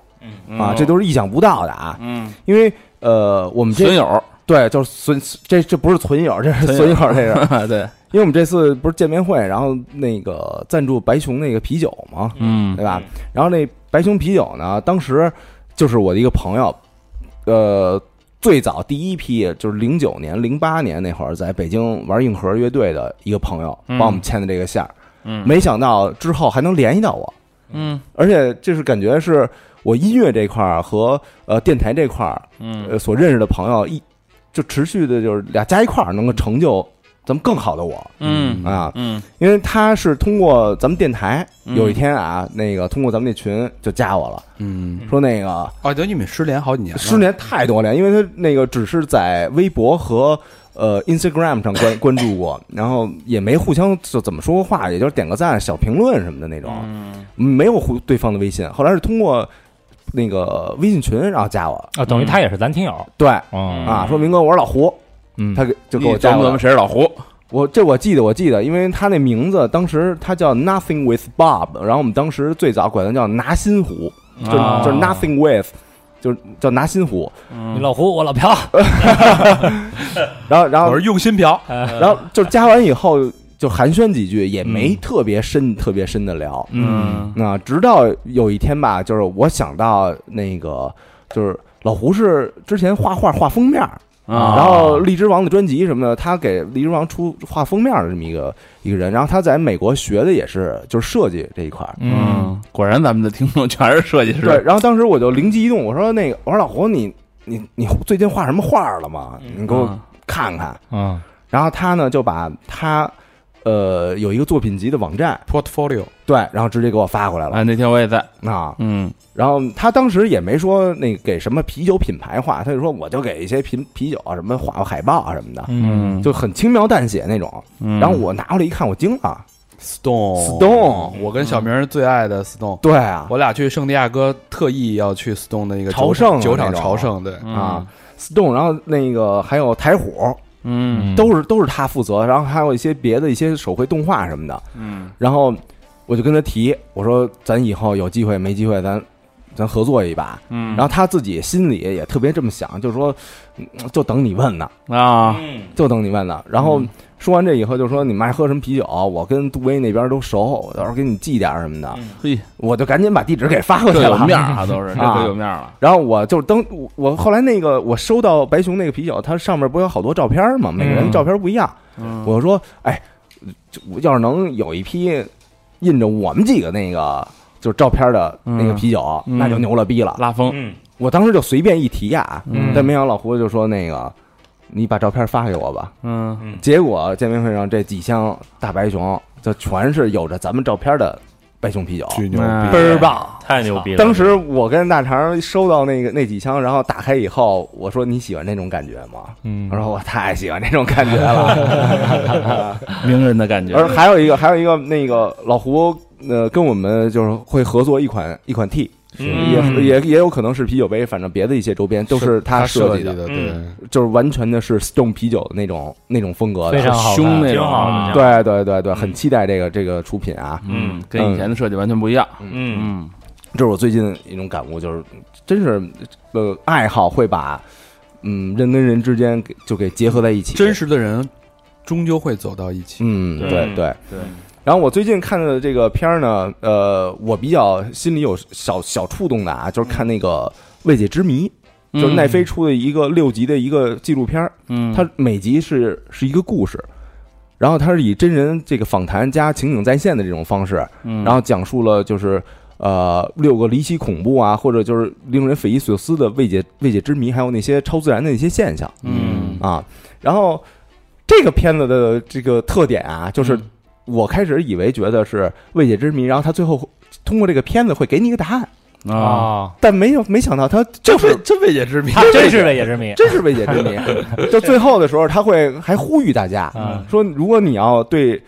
Speaker 2: 啊，这都是意想不到的啊，
Speaker 5: 嗯，
Speaker 2: 因为呃，我们这
Speaker 5: 损友，
Speaker 2: 对就是损这这不是存友，这是损友这是对，因为我们这次不是见面会，然后那个赞助白熊那个啤酒嘛，
Speaker 5: 嗯
Speaker 2: 对吧？然后那白熊啤酒呢，当时就是我的一个朋友，呃，最早第一批就是零九年、零八年那会儿在北京玩硬核乐队的一个朋友，
Speaker 5: 嗯
Speaker 2: 帮我们牵的这个线儿。
Speaker 5: 嗯
Speaker 2: 没想到之后还能联系到我，
Speaker 5: 嗯
Speaker 2: 而且就是感觉是我音乐这块儿和呃电台这块儿
Speaker 5: 嗯
Speaker 2: 呃所认识的朋友一就持续的就是俩加一块儿能够成就咱们更好的我
Speaker 6: 嗯
Speaker 2: 啊，
Speaker 6: 嗯
Speaker 2: 因为他是通过咱们电台，有一天啊，那个通过咱们那群就加我了，
Speaker 3: 嗯，
Speaker 2: 说那个
Speaker 3: 哦，等你们失联好几年了，
Speaker 2: 失联太多了，因为他那个只是在微博和呃 Instagram 上关关注过，然后也没互相就怎么说过话，也就是点个赞、小评论什么的那种，
Speaker 5: 嗯
Speaker 2: 没有互对方的微信。后来是通过那个微信群然后加我，
Speaker 4: 啊，等于他也是咱听友，
Speaker 2: 对
Speaker 4: 嗯
Speaker 2: 啊，说明哥我是老胡，
Speaker 4: 嗯
Speaker 2: 他给就给
Speaker 5: 你
Speaker 2: 我
Speaker 5: 咱
Speaker 2: 加
Speaker 5: 们
Speaker 2: 我
Speaker 5: 咱
Speaker 2: 了
Speaker 5: 们。谁是老胡？
Speaker 2: 我这我记得，我记得，因为他那名字当时他叫 Nothing with Bob，然后我们当时最早管他叫拿心虎，
Speaker 5: 嗯
Speaker 2: 就
Speaker 6: 啊
Speaker 2: 就是 Nothing with，就是叫拿心虎。
Speaker 5: 嗯
Speaker 4: 你老胡，我老朴，
Speaker 2: 然后然后
Speaker 3: 我是用心嫖，
Speaker 4: 啊
Speaker 2: 然后就加完以后就寒暄几句，也没特别深、特别深的聊。
Speaker 6: 嗯
Speaker 2: 那直到有一天吧，就是我想到那个，就是老胡是之前画画画封面儿，
Speaker 5: 嗯
Speaker 6: 啊
Speaker 2: 然后荔枝王的专辑什么的，他给荔枝王出画封面儿的这么一个一个人，然后他在美国学的也是就是设计这一块儿。
Speaker 4: 嗯，，
Speaker 5: 果然咱们的听众全是设计师。
Speaker 2: 对，然后当时我就灵机一动，我说那个，我说老胡，你你你最近画什么画儿了吗？你给我
Speaker 5: 啊
Speaker 2: 看看。
Speaker 4: 嗯，
Speaker 2: 然后他呢就把他呃有一个作品集的网站，
Speaker 3: portfolio
Speaker 2: 对，然后直接给我发过来了
Speaker 5: 哎，那天我也在，
Speaker 2: 啊。
Speaker 5: 嗯，
Speaker 2: 然后他当时也没说那给什么啤酒品牌画，他就说我就给一些啤啤酒啊什么画个海报啊什么的，
Speaker 4: 嗯，
Speaker 2: 就很轻描淡写那种。
Speaker 6: 嗯
Speaker 2: 然后我拿过来一看，我惊了，
Speaker 3: stone
Speaker 2: Stone
Speaker 3: 我跟小明儿最爱的 stone，
Speaker 2: 对啊
Speaker 3: 我俩去圣地亚哥特意要去 stone 的一个
Speaker 2: 朝
Speaker 3: 酒
Speaker 2: 圣啊
Speaker 3: 厂酒厂
Speaker 2: 那种
Speaker 3: 朝圣，对，
Speaker 2: 啊，Stone，然后那个还有台虎，
Speaker 6: 嗯
Speaker 2: 都是都是他负责，然后还有一些别的一些手绘动画什么的，
Speaker 6: 嗯
Speaker 2: 然后我就跟他提，我说咱以后有机会没机会咱咱合作一把。
Speaker 6: 嗯
Speaker 2: 然后他自己心里也特别这么想，就是说，嗯就等你问呢，
Speaker 6: 啊
Speaker 2: 就等你问呢。然后说完这以后，就说你们爱喝什么啤酒，啊我跟杜威那边都熟，我到时候给你寄点儿什么的。
Speaker 5: 嘿，
Speaker 2: 我就赶紧把地址给发过去
Speaker 5: 这有
Speaker 2: 了。
Speaker 5: 面儿啊，都是这
Speaker 2: 啊
Speaker 5: 可有面儿了。
Speaker 2: 然后我就登我我后来那个我收到白熊那个啤酒，它上面不有好多照片嘛，每个人
Speaker 4: 嗯
Speaker 2: 照片不一样。我说，哎，就我要是能有一批印着我们几个那个就是照片的那个啤酒，
Speaker 6: 嗯
Speaker 2: 那就牛了逼了。
Speaker 5: 拉风，
Speaker 6: 嗯
Speaker 2: 我当时就随便一提呀，
Speaker 4: 嗯
Speaker 2: 但没想到老胡就说那个，你把照片发给我吧。
Speaker 6: 嗯
Speaker 2: 结果见面会上这几箱大白熊就全是有着咱们照片的白熊啤酒，
Speaker 3: 巨牛
Speaker 6: 哎
Speaker 3: 逼，
Speaker 2: 倍儿棒。
Speaker 6: 太牛逼了！
Speaker 2: 当时我跟大肠收到那个那几箱，然后打开以后，我说你喜欢那种感觉吗？
Speaker 4: 嗯
Speaker 2: 我说我太喜欢这种感觉了。
Speaker 5: 名人的感觉。
Speaker 2: 而还有一个还有一个那个老胡呃跟我们就是会合作一款一款 T，、
Speaker 6: 嗯
Speaker 2: 也也也有可能是啤酒杯，反正别的一些周边都是
Speaker 3: 他
Speaker 2: 设
Speaker 3: 计
Speaker 2: 的，
Speaker 3: 的，
Speaker 6: 嗯
Speaker 3: 对，
Speaker 2: 就是完全的是 Stone 啤酒的那种那种风格的，
Speaker 4: 非常好看，
Speaker 5: 凶那
Speaker 6: 挺
Speaker 5: 种
Speaker 6: 好的，
Speaker 5: 啊，
Speaker 6: 这
Speaker 2: 对
Speaker 6: 样
Speaker 2: 对对对，很期待这个这个出品啊！
Speaker 5: 嗯，跟以前的设计完全不一样。
Speaker 6: 嗯
Speaker 5: 嗯，
Speaker 2: 这是我最近一种感悟，就是真是呃，爱好会把嗯人跟人之间给就给结合在一起，
Speaker 3: 真实的人终究会走到一起。
Speaker 2: 嗯，
Speaker 6: 对
Speaker 2: 对对
Speaker 6: 对。
Speaker 2: 然后我最近看的这个片儿呢，呃，我比较心里有小小触动的啊，就是看那个《未解之谜》，就是奈飞出的一个六集的一个纪录片儿，
Speaker 5: 嗯，
Speaker 2: 它每集是是一个故事，然后它是以真人这个访谈加情景再现的这种方式，
Speaker 5: 嗯，
Speaker 2: 然后讲述了就是呃六个离奇恐怖啊，或者就是令人匪夷所思的未解未解之谜，还有那些超自然的一些现象
Speaker 5: 嗯
Speaker 2: 啊。然后这个片子的这个特点啊，就是我开始以为觉得是未解之谜，然后他最后通过这个片子会给你一个答案，
Speaker 5: 啊，
Speaker 4: 啊，
Speaker 2: 但没有没想到他就是
Speaker 3: 真未解之谜
Speaker 4: 他真是未解之谜，
Speaker 2: 真是未解之谜。就最后的时候，他会还呼吁大家
Speaker 4: 嗯
Speaker 2: 说，如果你要对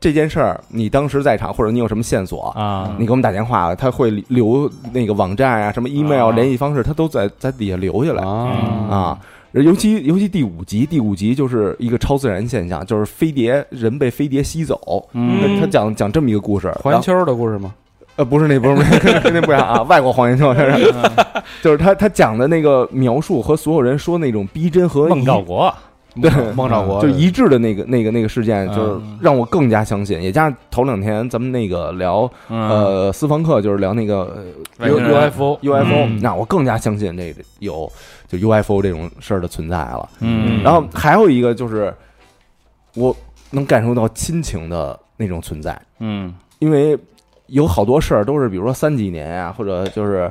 Speaker 2: 这件事儿，你当时在场或者你有什么线索，
Speaker 4: 啊，
Speaker 6: 嗯
Speaker 2: 你给我们打电话，他会留那个网站啊、什么 email 联系方式，他都在在底下留下来
Speaker 3: 啊，
Speaker 2: 啊。尤其尤其第五集，第五集就是一个超自然现象，就是飞碟人被飞碟吸走。
Speaker 6: 嗯
Speaker 2: 他讲讲这么一个故事，然
Speaker 3: 环
Speaker 2: 后
Speaker 3: 球的故事吗？
Speaker 2: 呃不是那不是肯定不一样啊，外国黄延秋他是， 就是他他讲的那个描述和所有人说那种逼真和
Speaker 4: 孟
Speaker 2: 一
Speaker 4: 兆国，
Speaker 2: 对嗯
Speaker 3: 孟兆国
Speaker 2: 就一致的那个那个那个事件，就是让我更加相信，也加上头两天咱们那个聊
Speaker 6: 嗯
Speaker 2: 呃私房课，就是聊那个呃 U
Speaker 5: 外星人
Speaker 2: UFO UFO，
Speaker 4: 嗯
Speaker 2: 那我更加相信这个有就 UFO 这种事儿的存在了。
Speaker 5: 嗯，
Speaker 2: 然后还有一个就是我能感受到亲情的那种存在，
Speaker 5: 嗯
Speaker 2: 因为有好多事儿都是比如说三几年啊，或者就是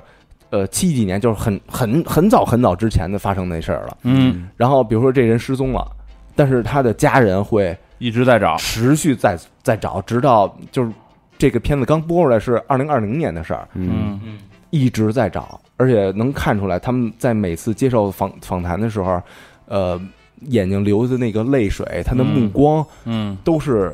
Speaker 2: 呃七几年，就是很很很早很早之前的发生那事儿了。
Speaker 5: 嗯
Speaker 2: 然后比如说这人失踪了，但是他的家人会
Speaker 5: 一直在找，
Speaker 2: 持续在在找，直到就是这个片子刚播出来是二零二零年的事儿，
Speaker 1: 嗯，
Speaker 2: 一直在找，而且能看出来他们在每次接受访访谈的时候，呃，眼睛流的那个泪水，他的目光
Speaker 3: 嗯
Speaker 2: 都是。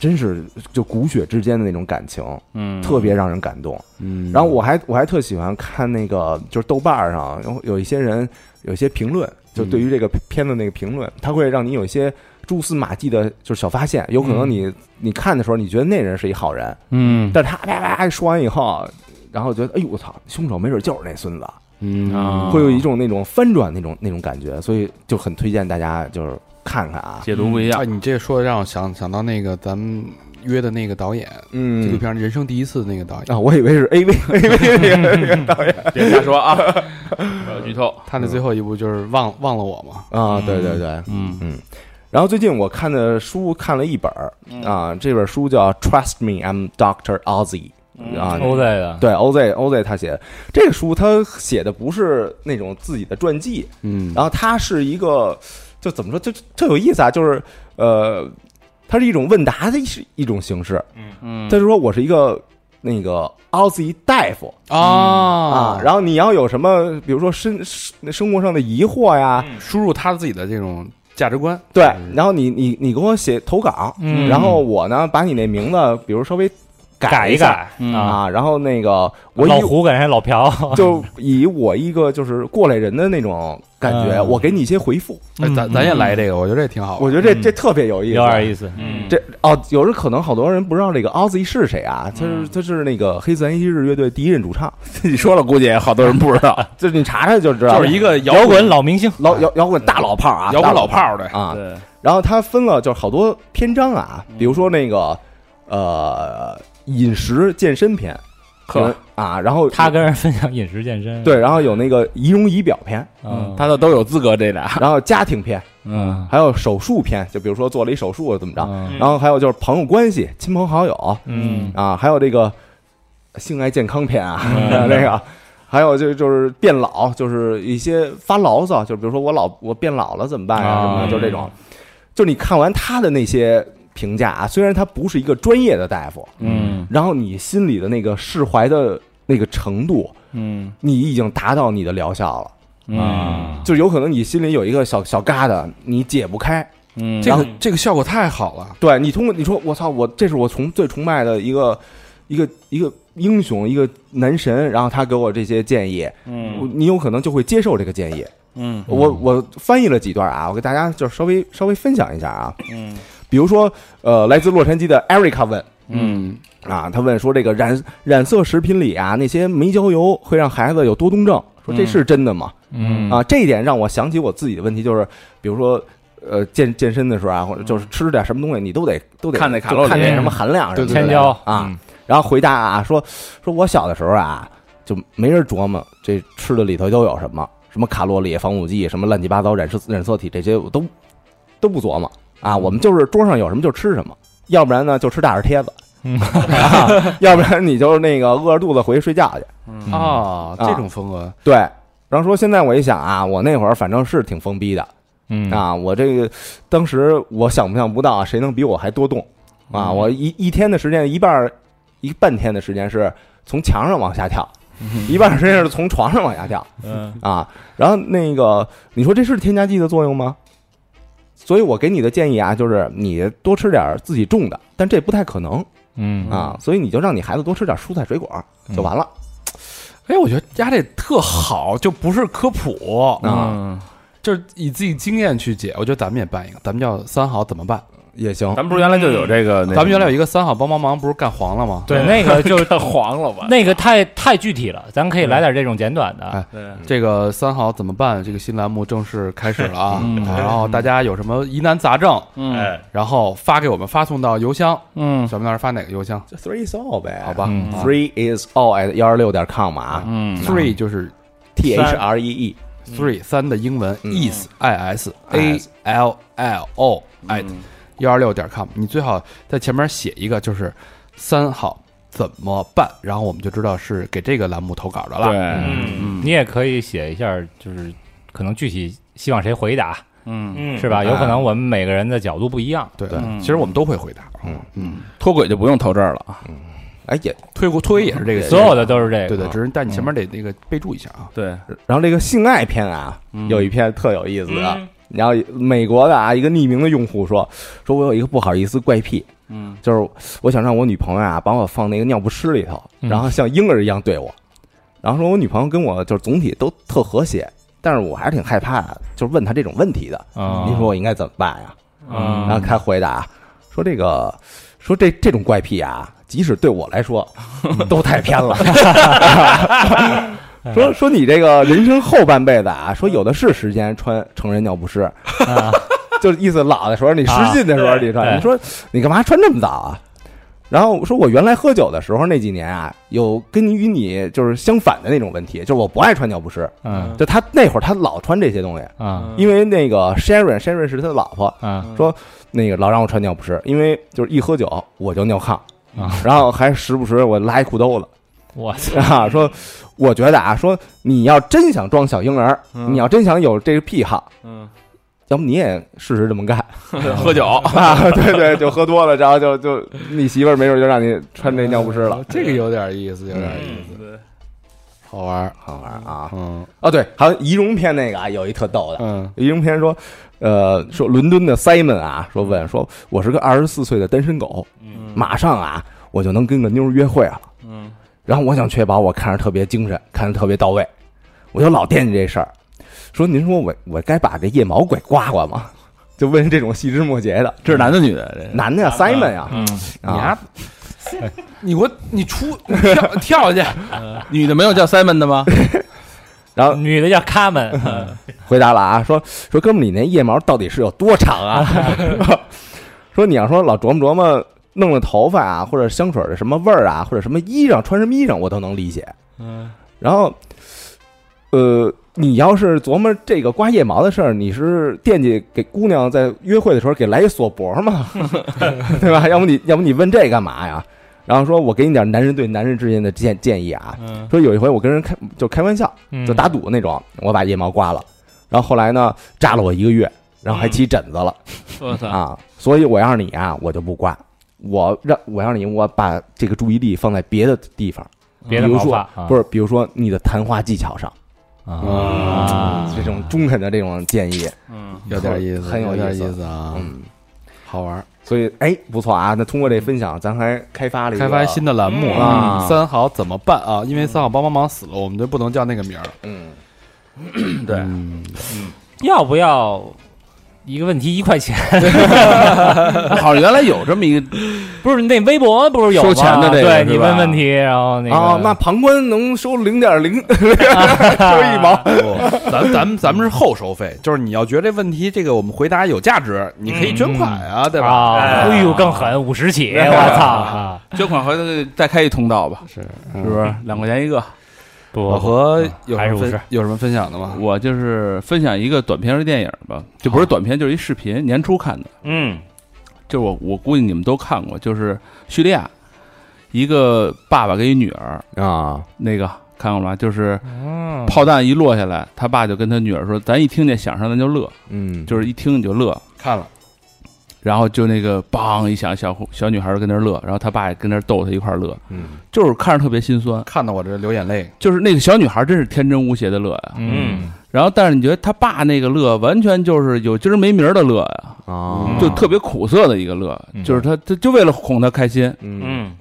Speaker 2: 真是就骨血之间的那种感情，
Speaker 3: 嗯，
Speaker 2: 特别让人感动。
Speaker 1: 嗯
Speaker 2: 然后我还我还特喜欢看那个，就是豆瓣儿上有有一些人有一些评论，就对于这个片子那个评论，他会让你有一些蛛丝马迹的，就是小发现。有可能你、你看的时候，你觉得那人是一好人，
Speaker 4: 嗯，
Speaker 2: 但是他啪啪啪说完以后，然后觉得哎呦我操，凶手没准就是那孙子，
Speaker 1: 嗯
Speaker 3: 啊
Speaker 2: 会有一种那种翻转那种那种感觉，所以就很推荐大家就是看看啊，
Speaker 5: 解读不一样
Speaker 3: 啊，。你这说的让我想想到那个咱们约的那个导演，纪录
Speaker 2: 嗯。
Speaker 3: 片《人生第一次》那个导演，
Speaker 2: 啊，我以为是 A V A V 那个导演
Speaker 5: 别瞎 说啊，不要剧透。
Speaker 3: 他的最后一部就是忘忘了我嘛，
Speaker 2: 啊，对对对，
Speaker 5: 嗯
Speaker 2: 然后最近我看的书看了一本儿啊，这本书叫《Trust Me, I'm Doctor Ozzy》啊，
Speaker 6: 嗯
Speaker 4: 欧在的，
Speaker 2: 对 OZ OZ 他写的这个书，他写的不是那种自己的传记，
Speaker 3: 嗯
Speaker 2: 然后他是一个就怎么说，就就特有意思啊，就是呃，它是一种问答的一一种形式，
Speaker 6: 嗯
Speaker 2: 他是说我是一个那个 Ozzy 大夫，啊
Speaker 3: 啊，，
Speaker 2: 然后你要有什么，比如说生生生活上的疑惑呀，
Speaker 3: 输入他自己的这种价值观，
Speaker 2: 对，
Speaker 5: 嗯
Speaker 2: 然后你你你给我写投稿，
Speaker 4: 嗯
Speaker 2: 然后我呢把你那名字，比如稍微
Speaker 4: 改
Speaker 2: 一
Speaker 4: 一改
Speaker 6: 嗯
Speaker 4: 啊，
Speaker 2: 啊，然后那个我
Speaker 4: 老
Speaker 2: 以
Speaker 4: 胡改成老朴，
Speaker 2: 就以我一个就是过来人的那种感觉，
Speaker 4: 嗯
Speaker 2: 我给你一些回复，
Speaker 3: 哎咱咱也来这个，我觉得这挺好玩。
Speaker 2: 我觉得这
Speaker 4: 嗯
Speaker 2: 这特别有意思，
Speaker 4: 有点意思，
Speaker 6: 嗯，
Speaker 2: 这哦，有时可能好多人不知道这个 Ozzy 是谁
Speaker 4: 嗯
Speaker 2: 啊？他是他是那个黑色星期日乐队第一任主唱，
Speaker 5: 你说了，估计也好多人不知道。
Speaker 2: 就是你查查就知道了，
Speaker 3: 就是一个
Speaker 4: 摇
Speaker 3: 摇
Speaker 4: 滚老明星，
Speaker 2: 老摇摇滚大老炮儿啊，
Speaker 3: 摇
Speaker 2: 大
Speaker 3: 滚老炮儿的，
Speaker 2: 啊，
Speaker 6: 对，
Speaker 2: 然后他分了就是好多篇章啊，
Speaker 4: 嗯
Speaker 2: 比如说那个呃饮食健身篇，可能啊，然后
Speaker 4: 他跟人分享饮食健身，
Speaker 2: 对，然后有那个仪容仪表 篇，
Speaker 4: 嗯，
Speaker 5: 他的都有资格这俩。
Speaker 2: 然后家庭篇，
Speaker 4: 嗯，
Speaker 2: 还有手术篇，就比如说做了一手术怎么着，
Speaker 4: 嗯
Speaker 2: 然后还有就是朋友关系、亲朋好友
Speaker 4: 嗯
Speaker 2: 啊，还有这个性爱健康篇啊， 那个。还有就就是变老，就是一些发牢骚，就比如说我老我变老了怎么办呀、
Speaker 4: 啊
Speaker 2: 什么的，就是这种。就是你看完他的那些评价啊，虽然他不是一个专业的大夫，
Speaker 5: 嗯
Speaker 2: 然后你心里的那个释怀的那个程度，
Speaker 5: 嗯
Speaker 2: 你已经达到你的疗效了。
Speaker 5: 啊
Speaker 2: 就有可能你心里有一个小小疙瘩，你解不开。
Speaker 5: 嗯
Speaker 3: 这个这个效果太好了，
Speaker 2: 对你通过你说我操，我这是我崇最崇拜的一个一个一个英雄，一个男神，然后他给我这些建议，我
Speaker 6: 嗯
Speaker 2: 你有可能就会接受这个建议。
Speaker 6: 嗯
Speaker 2: 我我翻译了几段啊，我给大家就稍微稍微分享一下啊，
Speaker 6: 嗯
Speaker 2: 比如说呃，来自洛杉矶的 Erica 问。
Speaker 5: 嗯
Speaker 2: 啊，他问说这个染染色食品里啊那些煤焦油会让孩子有多动症，说这是真的吗？
Speaker 4: 嗯
Speaker 2: 啊，这一点让我想起我自己的问题，就是比如说。呃，健健身的时候啊，或者就是吃点什么东西，你都得都
Speaker 5: 嗯
Speaker 2: 得
Speaker 5: 看那卡
Speaker 2: 就
Speaker 5: 路里嗯
Speaker 2: 看那
Speaker 4: 嗯
Speaker 2: 什么含量什么的
Speaker 4: 千焦
Speaker 2: 啊。然后回答啊，说说我小的时候啊，就没人琢磨这吃的里头都有什么，什么卡路里、防腐剂，什么乱七八糟染色染色体这些，我都都不琢磨啊。我们就是桌上有什么就吃什么，要不然呢就吃大耳贴子，
Speaker 4: 嗯
Speaker 2: 啊要不然你就那个饿着肚子回去睡觉去。
Speaker 6: 嗯
Speaker 3: 啊，这种风格，
Speaker 2: 对，然后说现在我一想啊，我那会儿反正是挺封闭的
Speaker 4: 嗯
Speaker 2: 啊，我这个当时我想不象不到啊，谁能比我还多动
Speaker 4: 嗯
Speaker 2: 啊？我一一天的时间，一半儿一半天的时间是从墙上往下跳，一半儿时间是从床上往下跳
Speaker 4: 嗯
Speaker 2: 啊。然后那个你说这是添加剂的作用吗？所以我给你的建议啊，就是你多吃点儿自己种的，但这不太可能
Speaker 4: 嗯
Speaker 2: 啊，所以你就让你孩子多吃点蔬菜水果儿就完了。
Speaker 3: 哎，我觉得家这特好，就不是科普，
Speaker 2: 嗯
Speaker 4: 嗯
Speaker 5: 啊，
Speaker 3: 就是以自己经验去解。我觉得咱们也办一个，咱们叫三好怎么办？
Speaker 2: 也行
Speaker 5: 咱们不是原来就有这个？
Speaker 3: 咱们原来有一个三好帮帮忙，不是干黄了吗？
Speaker 4: 对，那个就是
Speaker 5: 个黄了吧？
Speaker 4: 那个太太具体了，咱可以来点这种简短
Speaker 3: 哎
Speaker 4: 的，
Speaker 6: 对，
Speaker 3: 这个三好怎么办？这个新栏目正式开始了啊！然后大家有什么疑难杂症，
Speaker 6: 哎，
Speaker 3: 然后发给我们，发送到邮箱。
Speaker 5: 嗯
Speaker 3: 小明老师发哪个邮箱？
Speaker 2: ，three is all 呗，
Speaker 3: 好吧啊
Speaker 4: 嗯
Speaker 2: ，three is all at 幺二六点 com 啊
Speaker 5: 嗯
Speaker 3: ，three 就是
Speaker 2: ，t h r e e，
Speaker 3: three 三的英文
Speaker 2: 嗯
Speaker 3: is i s a l l o at 幺二六点 com。你最好在前面写一个，就是三好怎么办，然后我们就知道是给这个栏目投稿的了。
Speaker 5: 对，
Speaker 6: 嗯
Speaker 4: 你也可以写一下，就是可能具体希望谁回答，
Speaker 3: 嗯，
Speaker 6: 嗯
Speaker 4: 是吧？有可能我们每个人的角度不一样，
Speaker 3: 对
Speaker 2: 对
Speaker 3: 其实我们都会回答，
Speaker 2: 嗯
Speaker 3: 嗯，
Speaker 5: 脱轨就不用投这儿了啊。
Speaker 2: 哎也，
Speaker 3: 推过推也是这
Speaker 5: 呃
Speaker 3: 个，
Speaker 4: 所有的都是这
Speaker 3: 对
Speaker 4: 个。
Speaker 2: 嗯
Speaker 4: 啊
Speaker 3: 对，只是但你前面得那个备注一下
Speaker 6: 嗯
Speaker 3: 啊，
Speaker 5: 对，
Speaker 2: 然后这个性爱篇啊，有一篇特有意思的，
Speaker 6: 嗯
Speaker 2: 然后美国的啊，一个匿名的用户说，说我有一个不好意思怪癖，嗯，就是我想让我女朋友啊把我放那个尿不湿里头，
Speaker 4: 嗯
Speaker 2: 然后像婴儿一样对我，然后说我女朋友跟我就是总体都特和谐，但是我还是挺害怕，就是问她这种问题的，
Speaker 4: 啊
Speaker 2: 你说我应该怎么办呀？然
Speaker 6: 啊
Speaker 2: 后
Speaker 4: 嗯，
Speaker 2: 他回答说这个说这这种怪癖啊，即使对我来说 都太偏了。说说你这个人生后半辈子啊，说有的是时间穿成人尿不湿，
Speaker 4: 啊
Speaker 2: 就是意思老的时候你失禁的时候你穿，
Speaker 4: 对
Speaker 2: 你说你干嘛穿这么早啊？然后我说我原来喝酒的时候那几年啊，有跟你与你就是相反的那种问题，就是我不爱穿尿不湿，
Speaker 4: 嗯
Speaker 2: 就他那会儿他老穿这些东西，
Speaker 4: 啊
Speaker 6: 嗯
Speaker 2: 因为那个 Sharon Sharon 是他的老婆，
Speaker 4: 啊
Speaker 2: 那个老让我穿尿不湿，因为就是一喝酒我就尿炕
Speaker 4: 啊，
Speaker 2: 然后还时不时我拉一裤兜子
Speaker 4: 我操！
Speaker 2: 啊，说我觉得啊，说你要真想装小婴儿，
Speaker 4: 嗯
Speaker 2: 你要真想有这个癖好，
Speaker 6: 嗯
Speaker 2: 要不你也试试这么 干
Speaker 3: 喝酒
Speaker 2: 啊？对对，就喝多了，然后就就你媳妇儿没准就让你穿这尿不湿了，
Speaker 3: 哦这个有点意思，有点意思，
Speaker 6: 嗯对
Speaker 3: 好玩儿，
Speaker 2: 好玩啊！
Speaker 3: 嗯
Speaker 2: 哦对，还有仪容篇那个啊，有一特逗的，
Speaker 3: 嗯
Speaker 2: 仪容篇说。呃，说伦敦的 Simon 啊，说问说我是个二十四岁的单身狗，
Speaker 6: 嗯
Speaker 2: 马上啊我就能跟个妞儿约会了。
Speaker 6: 嗯
Speaker 2: 然后我想确保我看着特别精神，看着特别到位，我就老惦记这事儿。说您说我我该把这腋毛给刮刮吗？ 就问这种细枝末节的
Speaker 5: 这是男的女的？这
Speaker 2: 男的呀，Simon 呀，
Speaker 4: 嗯，
Speaker 3: 你
Speaker 2: 啊，
Speaker 3: 还， 你给我你出跳跳下去，
Speaker 5: 女的没有叫 Simon 的吗？
Speaker 2: 然后
Speaker 4: 女的叫卡门，嗯
Speaker 2: 回答了啊，说说哥们儿，你那腋毛到底是有多长啊？ 说你要说老琢磨琢磨弄了头发啊，或者香水的什么味儿啊，或者什么衣裳穿什么衣裳，我都能理解。
Speaker 6: 嗯
Speaker 2: 然后，呃，你要是琢磨这个刮腋毛的事儿，你是惦记给姑娘在约会的时候给来一锁脖吗？对吧？要不你要不你问这干嘛呀？然后说我给你点男人对男人之间的建建议啊，
Speaker 6: 嗯
Speaker 2: 说有一回我跟人开就开玩笑，
Speaker 4: 嗯
Speaker 2: 就打赌那种，我把腋毛刮了，然后后来呢扎了我一个月，然后还起疹子了
Speaker 6: 我操
Speaker 2: 啊，所以我要是你啊，我就不刮。我让我要是你，我把这个注意力放在别的地方，
Speaker 4: 别的
Speaker 2: 比如
Speaker 4: 毛
Speaker 2: 说
Speaker 4: 发啊
Speaker 2: 不是，比如说你的谈话技巧上，
Speaker 4: 啊，
Speaker 2: 这种中肯的这种建议，
Speaker 6: 嗯
Speaker 3: 有点意思，
Speaker 2: 很有
Speaker 3: 有点
Speaker 2: 意思
Speaker 3: 意思啊，
Speaker 2: 嗯，
Speaker 3: 好玩儿，
Speaker 2: 所以哎，不错啊，那通过这分享，咱还开发了一个
Speaker 3: 开发新，的栏目
Speaker 2: 嗯
Speaker 3: 三好怎么办啊？因为三好帮帮忙死了，我们就不能叫那个 名儿，
Speaker 2: 嗯，
Speaker 6: 对
Speaker 4: 要不要一个问题一块钱？
Speaker 5: 好，像原来有这么一个，
Speaker 4: 不是那微博不是有吗
Speaker 5: 收钱的这个
Speaker 4: 对
Speaker 5: 是吧
Speaker 4: 你问问题，然后那个
Speaker 2: 哦，那旁观能收零点零，收一毛，
Speaker 3: 哎 咱咱们咱们是后收费，就是你要觉得这问题这个我们回答有价值，你可以捐款啊，对吧？
Speaker 4: 啊，
Speaker 6: 哎
Speaker 4: 哎呦更狠，五十 起，
Speaker 5: 哎
Speaker 4: 我操啊！
Speaker 5: 捐款回头再开一通道吧，
Speaker 3: 是
Speaker 5: 是不是？两块钱一个。
Speaker 4: 不
Speaker 3: 我和有
Speaker 4: 还
Speaker 3: 什么
Speaker 4: 是五十
Speaker 3: 分有什么分享的吗？
Speaker 5: 我就是分享一个短片的电影吧，就不是短片，就是一视频，年初看的。
Speaker 6: 嗯
Speaker 5: 就是我我估计你们都看过，就是叙利亚，一个爸爸跟一女儿，
Speaker 2: 啊，
Speaker 5: 那个看过吗？就是
Speaker 3: 哦
Speaker 4: 嗯
Speaker 5: 炮弹一落下来，他爸就跟他女儿说：“咱一听见响声咱就乐，
Speaker 2: 嗯，
Speaker 5: 就是一听你就乐。
Speaker 3: 看了，”
Speaker 5: 然后就那个梆一响，小小女孩跟那儿乐，然后他爸也跟那儿逗她一块儿乐，
Speaker 2: 嗯，
Speaker 5: 就是看着特别心酸。
Speaker 3: 看得我这流眼泪，
Speaker 5: 就是那个小女孩真是天真无邪的乐呀、
Speaker 6: 嗯
Speaker 5: 然后但是你觉得他爸那个乐完全就是有今儿没名儿的乐呀、
Speaker 2: 啊，
Speaker 5: 就特别苦涩的一个乐，
Speaker 4: 嗯
Speaker 5: 就是他他就为了哄她开心。
Speaker 2: 嗯
Speaker 6: 嗯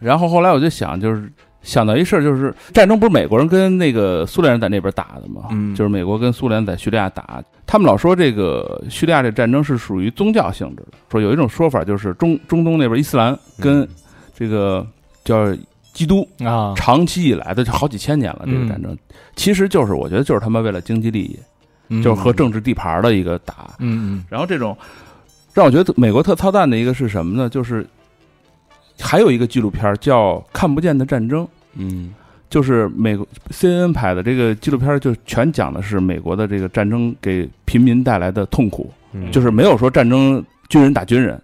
Speaker 5: 然后后来我就想，就是想到一事儿，就是战争不是美国人跟那个苏联人在那边打的嘛，
Speaker 3: 嗯
Speaker 5: 就是美国跟苏联在叙利亚打，他们老说这个叙利亚这战争是属于宗教性质的，说有一种说法就是中中东那边伊斯兰
Speaker 2: 嗯
Speaker 5: 跟这个叫基督
Speaker 4: 啊
Speaker 5: 长期以来的就好几千年了，这个战争其实就是我觉得就是他们为了经济利益，就是和政治地盘的一个打，
Speaker 4: 嗯
Speaker 5: 然后这种让我觉得美国特操蛋的一个是什么呢？就是还有一个纪录片儿叫《看不见的战争》，
Speaker 3: 嗯
Speaker 5: 就是美国 CNN 拍的这个纪录片，儿，就全讲的是美国的这个战争给平民带来的痛苦，
Speaker 2: 嗯
Speaker 5: 就是没有说战争军人打军人，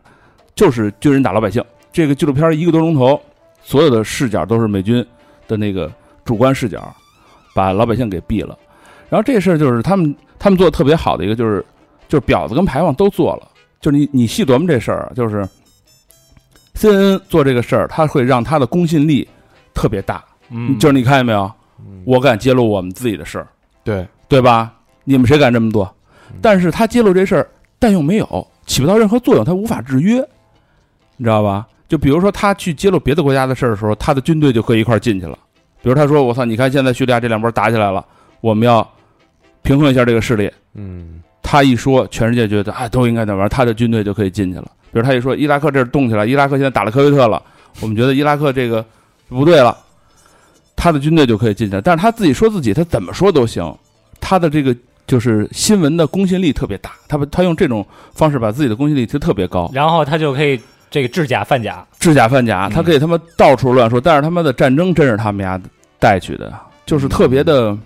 Speaker 5: 就是军人打老百姓。这个纪录片儿一个多钟头，所有的视角都是美军的那个主观视角，把老百姓给毙了。然后这事儿就是他们他们做的特别好的一个，就是就是婊子跟牌坊都做了。就是你你细琢磨这事儿啊，就是 CNN 做这个事儿，它会让它的公信力特别大。
Speaker 3: 嗯
Speaker 5: 就是你看见没有，
Speaker 2: 嗯
Speaker 5: 我敢揭露我们自己的事儿，
Speaker 3: 对
Speaker 5: 对吧？你们谁敢这么做
Speaker 2: 嗯？
Speaker 5: 但是他揭露这事儿，但又没有起不到任何作用，他无法制约，你知道吧？就比如说他去揭露别的国家的事儿的时候，他的军队就可以一块儿进去了。比如他说：“我操，你看现在叙利亚这两波打起来了，我们要平衡一下这个势力。”
Speaker 2: 嗯
Speaker 5: 他一说，全世界觉得啊、都应该那玩意儿，他的军队就可以进去了。比如他一说伊拉克这儿动起来，伊拉克现在打了科威特了，我们觉得伊拉克这个不对了，他的军队就可以进去了。但是他自己说自己，他怎么说都行，他的这个就是新闻的公信力特别大，他把他用这种方式把自己的公信力提得特别高，
Speaker 4: 然后他就可以这个制假贩假，
Speaker 5: 制假贩假，他可以他妈到处乱说，但是他妈的战争真是他们家带去的，就是特别的，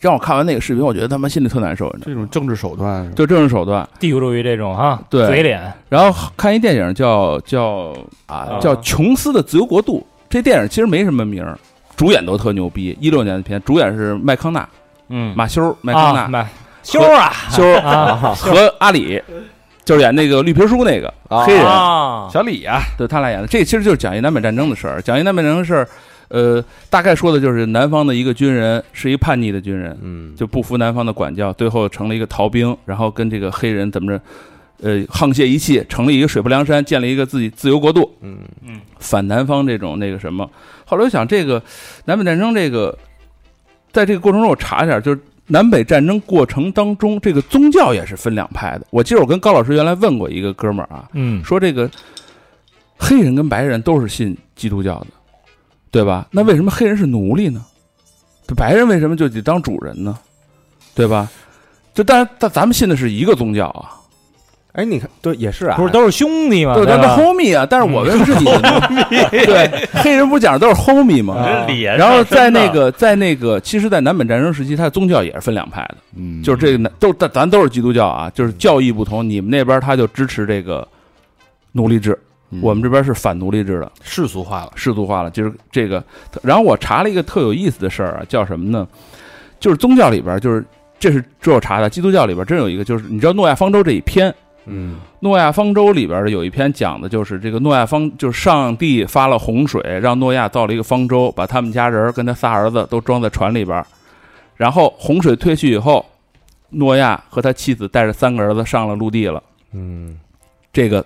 Speaker 5: 让我看完那个视频，我觉得他妈心里特难受，你知道吗
Speaker 3: 这种政治手段是吧，
Speaker 5: 就政治手段。
Speaker 4: 帝国主义这种哈，
Speaker 5: 对
Speaker 4: 嘴脸，
Speaker 5: 然后看一电影叫叫啊
Speaker 4: 啊
Speaker 5: 叫《琼斯的自由国度》，这电影其实没什么名儿，主演都特牛逼，一六年的片，主演是麦康纳、
Speaker 6: 嗯，
Speaker 5: 马修、麦康
Speaker 4: 啊，
Speaker 5: 纳、
Speaker 4: 买修啊，
Speaker 5: 修
Speaker 4: 啊，
Speaker 5: 和阿里，就是演那个绿皮书那个
Speaker 2: 啊
Speaker 5: 黑人，
Speaker 4: 啊，
Speaker 3: 小李呀，
Speaker 5: 对他俩演的。这其实就是讲一南北战争的事儿，讲一南北战争的事儿，呃，大概说的就是南方的一个军人是一叛逆的军人，
Speaker 2: 嗯，
Speaker 5: 就不服南方的管教，最后成了一个逃兵，然后跟这个黑人怎么着，呃，沆瀣一气，成立一个水泊梁山，建立一个自己自由国度。
Speaker 2: 嗯
Speaker 5: 反南方这种那个什么。后来我想，这个南北战争这个，在这个过程中我查一下，就是南北战争过程当中，这个宗教也是分两派的。我记得我跟高老师原来问过一个哥们儿啊，
Speaker 4: 嗯，
Speaker 5: 说这个黑人跟白人都是信基督教的，对吧？那为什么黑人是奴隶呢？这白人为什么就得当主人呢？对吧？就当然，咱咱们信的是一个宗教啊，
Speaker 2: 哎，你看，对，也是啊，
Speaker 4: 不是都是兄弟嘛，
Speaker 5: 对，咱们
Speaker 4: 吧？
Speaker 5: homie 啊，但是我为什么是你的奴隶？ 对，黑人不讲的都是 homie 吗？
Speaker 6: 这脸上
Speaker 5: 然后
Speaker 6: 啊真的，
Speaker 5: 在那个在那个，其实，在南北战争时期，它的宗教也是分两派的，
Speaker 3: 嗯
Speaker 5: 就是这个南都咱咱都是基督教啊，就是教义不同。你们那边他就支持这个奴隶制，
Speaker 3: 嗯
Speaker 5: 我们这边是反奴隶制的，
Speaker 3: 世俗化了，
Speaker 5: 世俗化了。就是这个，然后我查了一个特有意思的事儿啊，叫什么呢？就是宗教里边，就是这是这我查的，基督教里边真有一个，就是你知道诺亚方舟这一篇，
Speaker 2: 嗯
Speaker 5: 诺亚方舟里边的有一篇讲的就是这个诺亚方，就是上帝发了洪水，让诺亚造了一个方舟，把他们家人儿跟他仨儿子都装在船里边儿，然后洪水退去以后，诺亚和他妻子带着三个儿子上了陆地了。
Speaker 2: 嗯
Speaker 5: 这个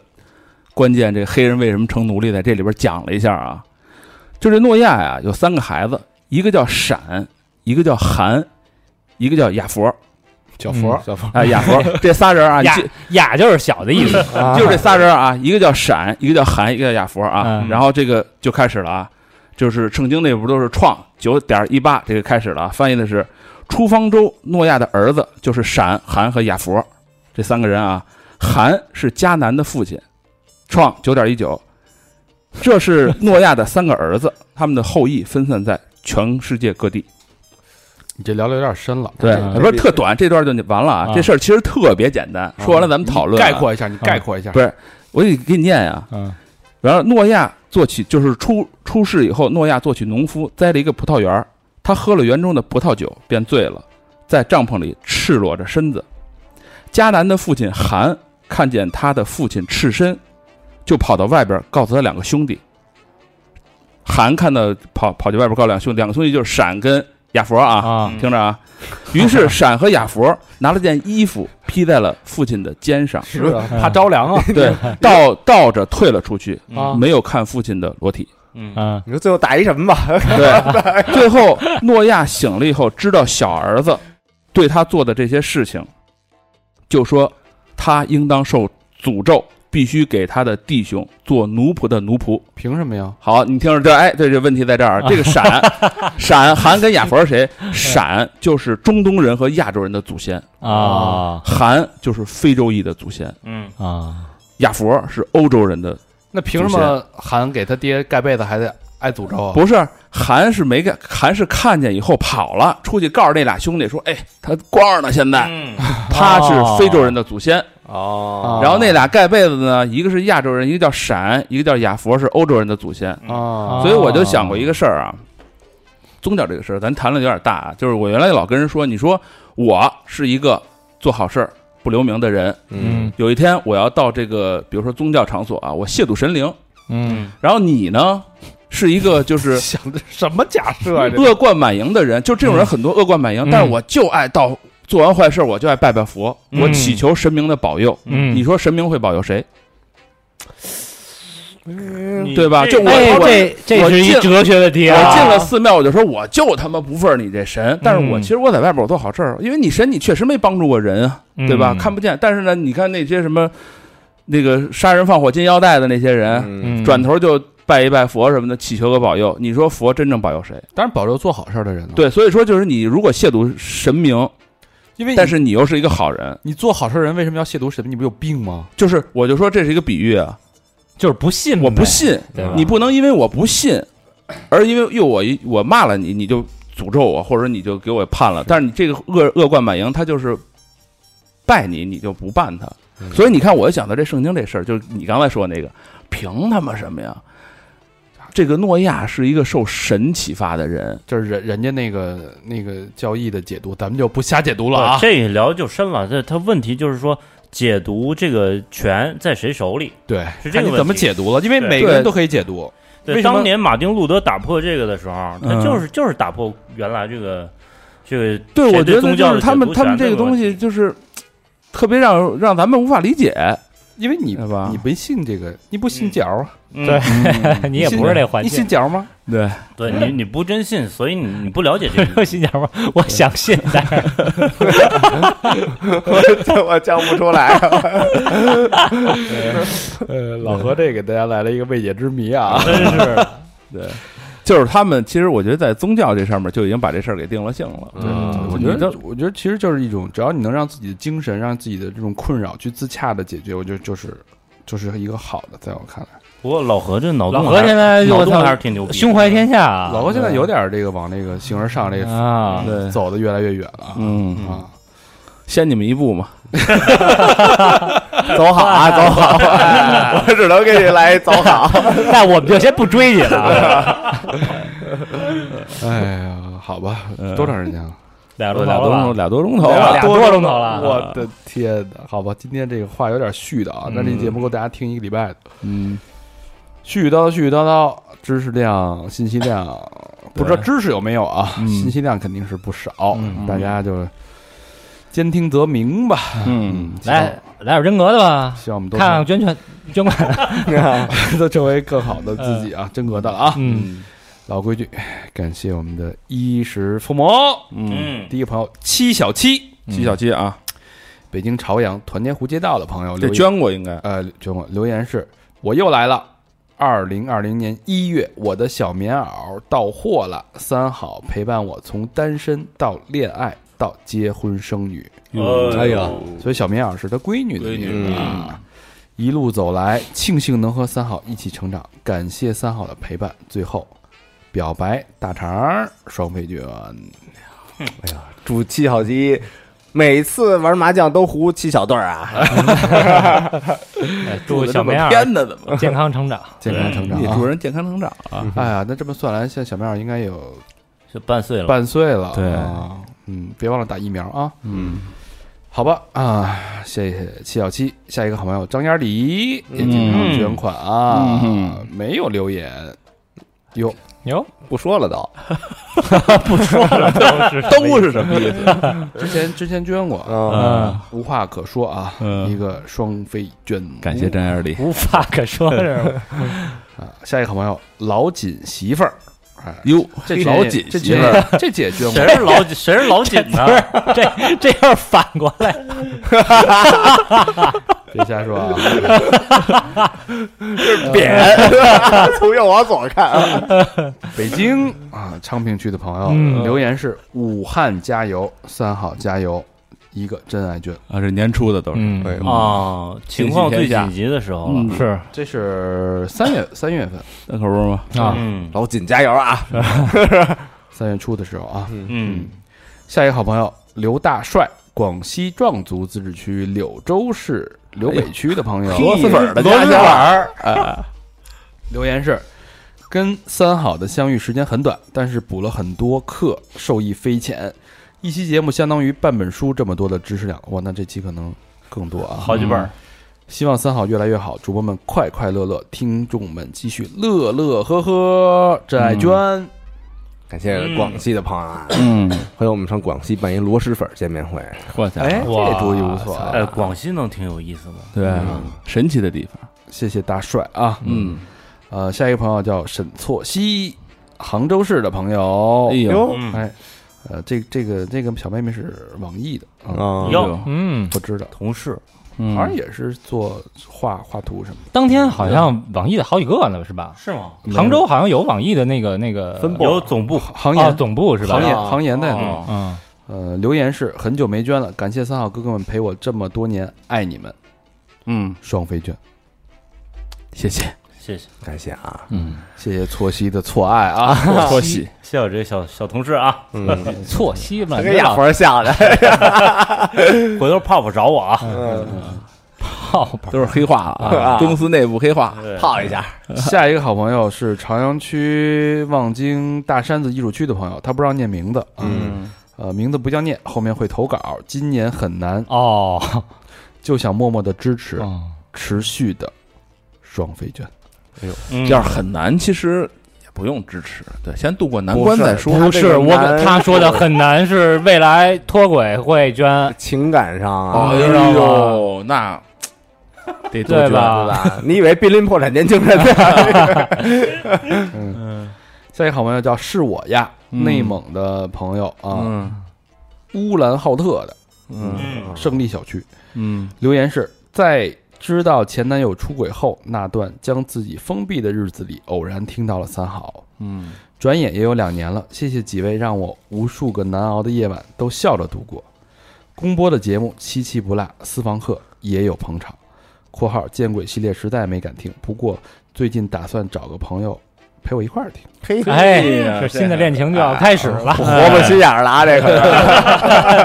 Speaker 5: 关键，这个黑人为什么成奴隶，在这里边讲了一下啊，就是诺亚呀、有三个孩子，一个叫闪，一个叫韩，一个叫亚佛啊、
Speaker 2: 小佛
Speaker 4: 嗯
Speaker 2: 小佛
Speaker 5: 亚佛，这仨人啊，你
Speaker 4: 亚
Speaker 5: 记
Speaker 4: 雅就是小的意思，
Speaker 5: 就这仨人啊，一个叫闪，一个叫韩，一个叫亚佛啊。
Speaker 4: 嗯
Speaker 5: 然后这个就开始了啊，就是圣经那不都是创九点一八这个开始了啊，翻译的是出方舟诺亚的儿子就是闪、韩和亚佛这三个人啊，韩是迦南的父亲，创九点一九，这是诺亚的三个儿子， 他们的后裔分散在全世界各地。
Speaker 3: 你这聊的有点深了，
Speaker 5: 对
Speaker 4: 嗯
Speaker 5: 不是特短，这段就完了啊
Speaker 4: 啊。
Speaker 5: 这事儿其实特别简单，说完了咱们讨论啊
Speaker 3: 概，括一下，你概括一下，
Speaker 5: 不是我得给你念啊呀、
Speaker 4: 嗯
Speaker 5: 然后诺亚做起就是出出世以后，诺亚做起农夫，栽了一个葡萄园儿。他喝了园中的葡萄酒，便醉了，在帐篷里赤裸着身子。迦南的父亲韩看见他的父亲赤身，就跑到外边儿告诉他两个兄弟。韩看到跑跑去外边儿告诉两兄弟，两个兄弟就是闪跟亚佛啊，
Speaker 4: 啊，
Speaker 5: 听着啊。于是闪和亚佛拿了件衣服披在了父亲的肩上，
Speaker 2: 是啊，
Speaker 4: 怕着凉啊，
Speaker 5: 嗯 对，倒倒着退了出去，
Speaker 4: 啊
Speaker 5: 没有看父亲的裸 体。
Speaker 6: 嗯，
Speaker 4: 嗯
Speaker 2: 你说最后打一什么吧？
Speaker 5: 对，最后诺亚醒了以后，知道小儿子对他做的这些事情，就说他应当受诅咒，必须给他的弟兄做奴仆的奴仆。
Speaker 3: 凭什么呀？
Speaker 5: 好，你听着这，哎，对，这问题在这 儿啊，这个闪闪韩跟亚佛是谁？闪就是中东人和亚洲人的祖先，
Speaker 4: 啊
Speaker 5: 韩就是非洲裔的祖先，
Speaker 6: 嗯，
Speaker 4: 啊，
Speaker 5: 亚佛是欧洲人的
Speaker 3: 那凭什么韩给他爹盖被子还得挨诅咒啊？
Speaker 5: 不是，韩是没看，韩是看见以后跑了，出去告诉那俩兄弟说：“哎，他光着呢，现在
Speaker 6: 嗯
Speaker 5: 他是非洲人的祖先。
Speaker 2: 哦
Speaker 5: 然后那俩盖被子呢，一个是亚洲人，一个叫闪，一个叫亚佛，是欧洲人的祖先。
Speaker 3: 啊，
Speaker 5: 所以我就想过一个事儿啊，宗教这个事儿，咱谈论有点大啊。就是我原来老跟人说，你说我是一个做好事儿、不留名的人。
Speaker 2: 嗯
Speaker 5: 有一天我要到这个，比如说宗教场所啊，我亵渎神灵，
Speaker 1: 嗯，
Speaker 5: 然后你呢是一个就是
Speaker 1: 想的什么假设 啊？这
Speaker 5: 恶贯满盈的人，就这种人很多恶贯满盈，
Speaker 1: 嗯
Speaker 5: 但是我就爱到做完坏事我就爱拜拜佛，
Speaker 1: 嗯
Speaker 5: 我祈求神明的保佑。
Speaker 1: 嗯
Speaker 5: 你说神明会保佑谁？
Speaker 6: 你
Speaker 5: 对吧
Speaker 6: 这
Speaker 5: 就我
Speaker 4: 哎，
Speaker 5: 我
Speaker 4: 这这
Speaker 5: 我
Speaker 4: 是一
Speaker 5: 进
Speaker 4: 哲学问题
Speaker 5: 我
Speaker 4: 啊！
Speaker 5: 进了寺庙，我就说我就他妈不忿你这神，但是我
Speaker 1: 嗯
Speaker 5: 其实我在外边我做好事儿，因为你神你确实没帮助过人啊，对吧？
Speaker 1: 嗯
Speaker 5: 看不见，但是呢，你看那些什么那个杀人放火金腰带的那些人，
Speaker 2: 嗯
Speaker 1: 嗯
Speaker 5: 转头就拜一拜佛什么的，祈求个保佑。你说佛真正保佑谁？
Speaker 1: 嗯
Speaker 3: 当然保佑做好事儿的人了。，
Speaker 5: 对，所以说就是你如果亵渎神明，
Speaker 1: 嗯
Speaker 3: 因为你
Speaker 5: 但是你又是一个好人，
Speaker 3: 你做好事儿的人为什么要亵渎神？你不有病吗？
Speaker 5: 就是我就说这是一个比喻啊，
Speaker 4: 就是不信呗，
Speaker 5: 我不信，
Speaker 4: 对吧，
Speaker 5: 你不能因为我不信，而因为又我一我骂了你，你就诅咒我，或者你就给我判了。但是你这个恶恶贯满盈，他就是拜你，你就不办他。
Speaker 2: 嗯
Speaker 5: 所以你看，我就想到这圣经这事儿，就是你刚才说那个，凭他妈什么呀？这个诺亚是一个受神启发的人，
Speaker 3: 就是人人家那个那个教义的解读，咱们就不瞎解读了
Speaker 6: 呃
Speaker 3: 啊。
Speaker 6: 这聊就深了。这他问题就是说，解读这个权在谁手里？
Speaker 3: 对，
Speaker 6: 是这个
Speaker 3: 看你
Speaker 6: 问
Speaker 3: 怎么
Speaker 6: 题
Speaker 3: 解读了，因为
Speaker 6: 对
Speaker 3: 每个人
Speaker 5: 对
Speaker 3: 都可以解读。为
Speaker 6: 对，
Speaker 3: 什么
Speaker 6: 当年马丁路德打破这个的时候，
Speaker 5: 嗯
Speaker 6: 他就是就是打破原来这个这个
Speaker 5: 对，
Speaker 6: 谁
Speaker 5: 我
Speaker 6: 对
Speaker 5: 觉得
Speaker 6: 宗
Speaker 5: 就
Speaker 6: 教
Speaker 5: 是
Speaker 6: 的
Speaker 5: 他
Speaker 6: 解
Speaker 5: 们
Speaker 6: 读
Speaker 5: 他们
Speaker 6: 权
Speaker 5: 这
Speaker 6: 这
Speaker 5: 个
Speaker 6: 个
Speaker 5: 东
Speaker 6: 问
Speaker 5: 西
Speaker 6: 题
Speaker 5: 就是特别让让咱们无法理解，
Speaker 3: 因为你
Speaker 5: 对吧
Speaker 3: 你没信这个，你不信教啊？
Speaker 6: 嗯
Speaker 4: 对你也
Speaker 3: 信
Speaker 4: 不是这环
Speaker 3: 你信
Speaker 4: 境。
Speaker 3: 教吗？
Speaker 5: 对，
Speaker 6: 对你你不真信，所以你你不了解这个。
Speaker 4: 我心想说，我想信，但是
Speaker 2: 这我讲不出来。啊
Speaker 3: 呃，老何这给大家来了一个未解之谜啊。
Speaker 6: 真是
Speaker 5: 对，就是他们其实我觉得在宗教这上面就已经把这事儿给定了性了。
Speaker 2: 嗯
Speaker 3: 我觉得，我觉得其实就是一种，只要你能让自己的精神，让自己的这种困扰去自洽的解决，我觉得就是就是一个好的，在我看来，
Speaker 6: 不过老何这脑
Speaker 4: 老
Speaker 6: 洞
Speaker 4: 何
Speaker 6: 还
Speaker 4: 现在
Speaker 6: 脑
Speaker 4: 我
Speaker 6: 洞
Speaker 4: 操
Speaker 6: 还是挺牛逼的，
Speaker 4: 胸怀天下啊！
Speaker 3: 老何现在有点这个往那个形而上这个
Speaker 4: 啊，
Speaker 5: 对，
Speaker 3: 走的越来越远了啊
Speaker 5: 嗯，
Speaker 3: 啊。
Speaker 5: 先你们一步嘛。
Speaker 2: 走好啊，走好，
Speaker 5: 啊
Speaker 2: 我只能给你来一走 好。
Speaker 4: 那我们就先不追你了啊。
Speaker 3: 哎呀，好吧，多长时间了？
Speaker 4: 俩
Speaker 5: 俩多钟，俩多钟头
Speaker 4: 俩
Speaker 5: 了。
Speaker 4: 多钟头了，
Speaker 3: 我的天哪！好吧，今天这个话有点絮的啊，那这节目够大家听一个礼拜的。
Speaker 5: 嗯，
Speaker 3: 絮絮叨叨，絮絮叨叨，知识量、信息量，不知道知识有没有啊？
Speaker 5: 嗯
Speaker 3: 信息量肯定是不少，
Speaker 4: 嗯
Speaker 3: 大家就兼听则明吧。
Speaker 5: 嗯，
Speaker 4: 来来点真格的吧，
Speaker 3: 希望我们都
Speaker 4: 看看捐捐捐款。
Speaker 3: 都成为更好的自 己啊，真格的了啊！
Speaker 4: 嗯，
Speaker 3: 老规矩，感谢我们的衣食父母。
Speaker 6: 嗯
Speaker 3: 第一个朋友七小七，
Speaker 5: 七小七啊，
Speaker 3: 北京朝阳团结湖街道的朋友
Speaker 5: 这
Speaker 3: 留言，
Speaker 5: 捐过应该。
Speaker 3: 呃，捐我留言是：我又来了。二零二零年一月，我的小棉袄到货了。三好陪伴我从单身到恋爱到结婚生女，
Speaker 6: 呃
Speaker 5: 嗯
Speaker 2: 哎呀，
Speaker 3: 所以小棉袄是他闺女的
Speaker 6: 闺女嗯
Speaker 3: 名字啊。一路走来，庆幸能和三好一起成长，感谢三好的陪伴。最后，表白大肠儿双倍券，
Speaker 2: 祝七小鸡每次玩麻将都胡七小对儿 啊，
Speaker 4: 哎祝小棉袄啊
Speaker 5: 天的怎么？
Speaker 4: 健康成长。
Speaker 3: 健康成
Speaker 6: 哎
Speaker 3: 长
Speaker 5: 你祝
Speaker 3: 啊！
Speaker 5: 人健康成长啊！
Speaker 3: 哎呀，那这么算来，现在小棉袄应该有
Speaker 6: 就半岁了，
Speaker 3: 半岁了，
Speaker 5: 嗯对
Speaker 3: 啊，嗯，别忘了打疫苗啊。
Speaker 5: 嗯，
Speaker 3: 好吧啊，谢谢七小七。下一个好朋友张丫梨也经常捐款啊，
Speaker 5: 嗯
Speaker 3: 没有留言。哟，
Speaker 4: 哟，
Speaker 2: 不说了都。
Speaker 5: 都是什么意思？
Speaker 3: 之前之前捐过，
Speaker 2: 嗯，
Speaker 4: 嗯，
Speaker 3: 无话可说啊，
Speaker 5: 嗯
Speaker 3: 一个双飞捐，
Speaker 5: 感谢张爱丽。
Speaker 4: 无话可说 是
Speaker 3: 啊。下一个好朋友老锦媳妇儿，哎，
Speaker 5: 哟，
Speaker 3: 这姐
Speaker 5: 老锦
Speaker 3: 这
Speaker 5: 媳妇儿，
Speaker 3: 姐这姐捐过
Speaker 6: 谁，是老谁是老锦呢？
Speaker 4: 这这要是反过来，
Speaker 3: 别瞎说啊。
Speaker 2: 扁， 从右往左看啊。
Speaker 3: 北京啊，昌平区的朋友、
Speaker 4: 嗯
Speaker 3: 留言是：武汉加油，三好加油，一个真爱捐。
Speaker 5: 啊，这年初的都是。
Speaker 4: 嗯
Speaker 2: 哎呦
Speaker 6: 啊，情况最紧急的时候了
Speaker 5: 嗯，
Speaker 4: 是
Speaker 3: 这是三月三月份，
Speaker 5: 那可不是吗？
Speaker 4: 啊，
Speaker 6: 嗯
Speaker 2: 老锦加油啊！
Speaker 3: 三月初的时候啊。
Speaker 6: 嗯，
Speaker 3: 下一个好朋友刘大帅，广西壮族自治区柳州市柳北区的
Speaker 6: 哎
Speaker 3: 朋友、
Speaker 5: 螺蛳粉儿的啊
Speaker 2: 螺
Speaker 5: 家乡
Speaker 2: 蛳粉儿，
Speaker 3: 留言是：跟三好的相遇时间很短，但是补了很多课，受益匪浅。一期节目相当于半本书这么多的知识量，哇，那这期可能更多啊，
Speaker 6: 好几本儿，
Speaker 3: 希望三好越来越好，主播们快快乐乐，听众们继续乐乐呵呵。这
Speaker 6: 嗯
Speaker 3: 爱娟，
Speaker 2: 感谢广西的朋友啊，
Speaker 5: 嗯，
Speaker 2: 回头我们上广西办一螺蛳粉见面会，
Speaker 5: 我操，
Speaker 3: 哎，
Speaker 4: 哇
Speaker 3: 这主意不错啊，
Speaker 6: 哎，广西能挺有意思的。
Speaker 5: 对，啊神奇的地方，
Speaker 3: 谢谢大帅啊。
Speaker 5: 嗯，
Speaker 3: 呃，下一个朋友叫沈错西，杭州市的朋友
Speaker 5: 哎。呦，
Speaker 6: 嗯，
Speaker 3: 哎，呃，这这个这个小妹妹是网易的啊，
Speaker 2: 啊
Speaker 6: 哟
Speaker 5: 呦，
Speaker 4: 嗯，
Speaker 3: 我知道，
Speaker 6: 同事，
Speaker 5: 嗯
Speaker 3: 好像也是做画画图什么的。
Speaker 4: 当天好像网易的好几个呢，是吧？
Speaker 6: 是吗？
Speaker 4: 杭州好像有网易的那个那个
Speaker 2: 分部
Speaker 6: 有总部，
Speaker 3: 行
Speaker 4: 啊
Speaker 3: 业
Speaker 4: 总部是吧？
Speaker 3: 行业行业在做。
Speaker 6: 哦
Speaker 4: 嗯，
Speaker 3: 呃，留言是很久没捐了，感谢三好哥哥们陪我这么多年，爱你们，
Speaker 5: 嗯，
Speaker 3: 双飞捐，
Speaker 5: 谢谢，
Speaker 6: 谢谢，
Speaker 2: 感谢啊，
Speaker 5: 嗯，
Speaker 3: 谢谢错西的错爱啊。
Speaker 5: 脱喜，
Speaker 6: 谢谢我这个小小同事啊，
Speaker 2: 嗯，
Speaker 4: 错西嘛，
Speaker 2: 给亚佛吓的，
Speaker 6: 回头泡泡找我啊。
Speaker 4: 泡 泡
Speaker 5: 都是黑话 啊，公司内部黑话，
Speaker 6: 对
Speaker 2: 泡一下，
Speaker 3: 下一个好朋友是朝阳区望京大山子艺术区的朋友，他不让念名字，啊，
Speaker 2: 嗯，
Speaker 3: 呃，名字不叫念，后面会投稿，今年很难，
Speaker 4: 哦，
Speaker 3: 就想默默的支持，
Speaker 5: 啊
Speaker 4: 嗯
Speaker 3: 持续的双飞卷。
Speaker 6: 嗯
Speaker 5: 要是很难，其实也不用支持，对，先渡过难关再说。
Speaker 2: 不
Speaker 4: 不是我
Speaker 2: 他这个难
Speaker 4: 他说的很难，是未来脱轨会捐，
Speaker 2: 情感上啊
Speaker 5: 哎，
Speaker 4: 知道吗
Speaker 5: 呦，那得多
Speaker 4: 对
Speaker 5: 捐
Speaker 4: 吧
Speaker 2: 对吧？你以为濒临破产年轻人呢？
Speaker 6: 嗯，
Speaker 3: 下一个好朋友叫是我呀，
Speaker 5: 嗯
Speaker 3: 内蒙的朋友啊，
Speaker 5: 嗯
Speaker 3: 乌兰浩特的
Speaker 5: 啊
Speaker 6: 嗯
Speaker 3: 胜利小区
Speaker 5: 嗯，
Speaker 3: 留言是在知道前男友出轨后那段将自己封闭的日子里，偶然听到了三好，
Speaker 5: 嗯，
Speaker 3: 转眼也有两年了，谢谢几位让我无数个难熬的夜晚都笑着度过。公播的节目七期不落，私房课也有捧场。（括号见鬼系列实在没敢听，不过最近打算找个朋友陪我一块儿听。
Speaker 2: 嘿，
Speaker 4: 哎，
Speaker 5: 呀
Speaker 4: 是新的恋情就要开始了。
Speaker 2: 活不心眼儿了啊，这 个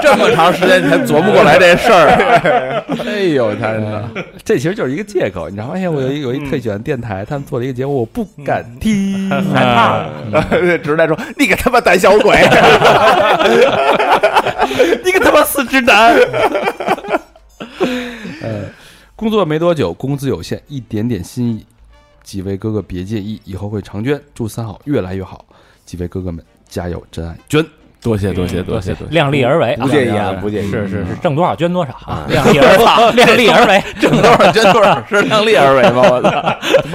Speaker 5: 这么长时间你还 琢磨过来哎这事儿，）
Speaker 3: 哎呦，他呢？这其实就是一个借口，你知道吗？哎呀，我有一有一特喜欢电台，他们做了一个节目，我不敢
Speaker 5: 嗯
Speaker 3: 听，害怕。
Speaker 2: 直在说你个他妈胆小鬼，
Speaker 3: 你个他妈死直男！呃，工作没多久，工资有限，一点点心意，几位哥哥别介意，以后会常捐。祝三好越来越好，几位哥哥们加油，真爱捐！
Speaker 5: 多谢
Speaker 4: 嗯
Speaker 5: 多谢多谢多谢，
Speaker 4: 量力而为，
Speaker 2: 不介意啊，不介意，
Speaker 4: 是是是，挣多少捐多少啊，量力而为，量力而为。
Speaker 5: 挣多少捐多少，是量力而为吗？我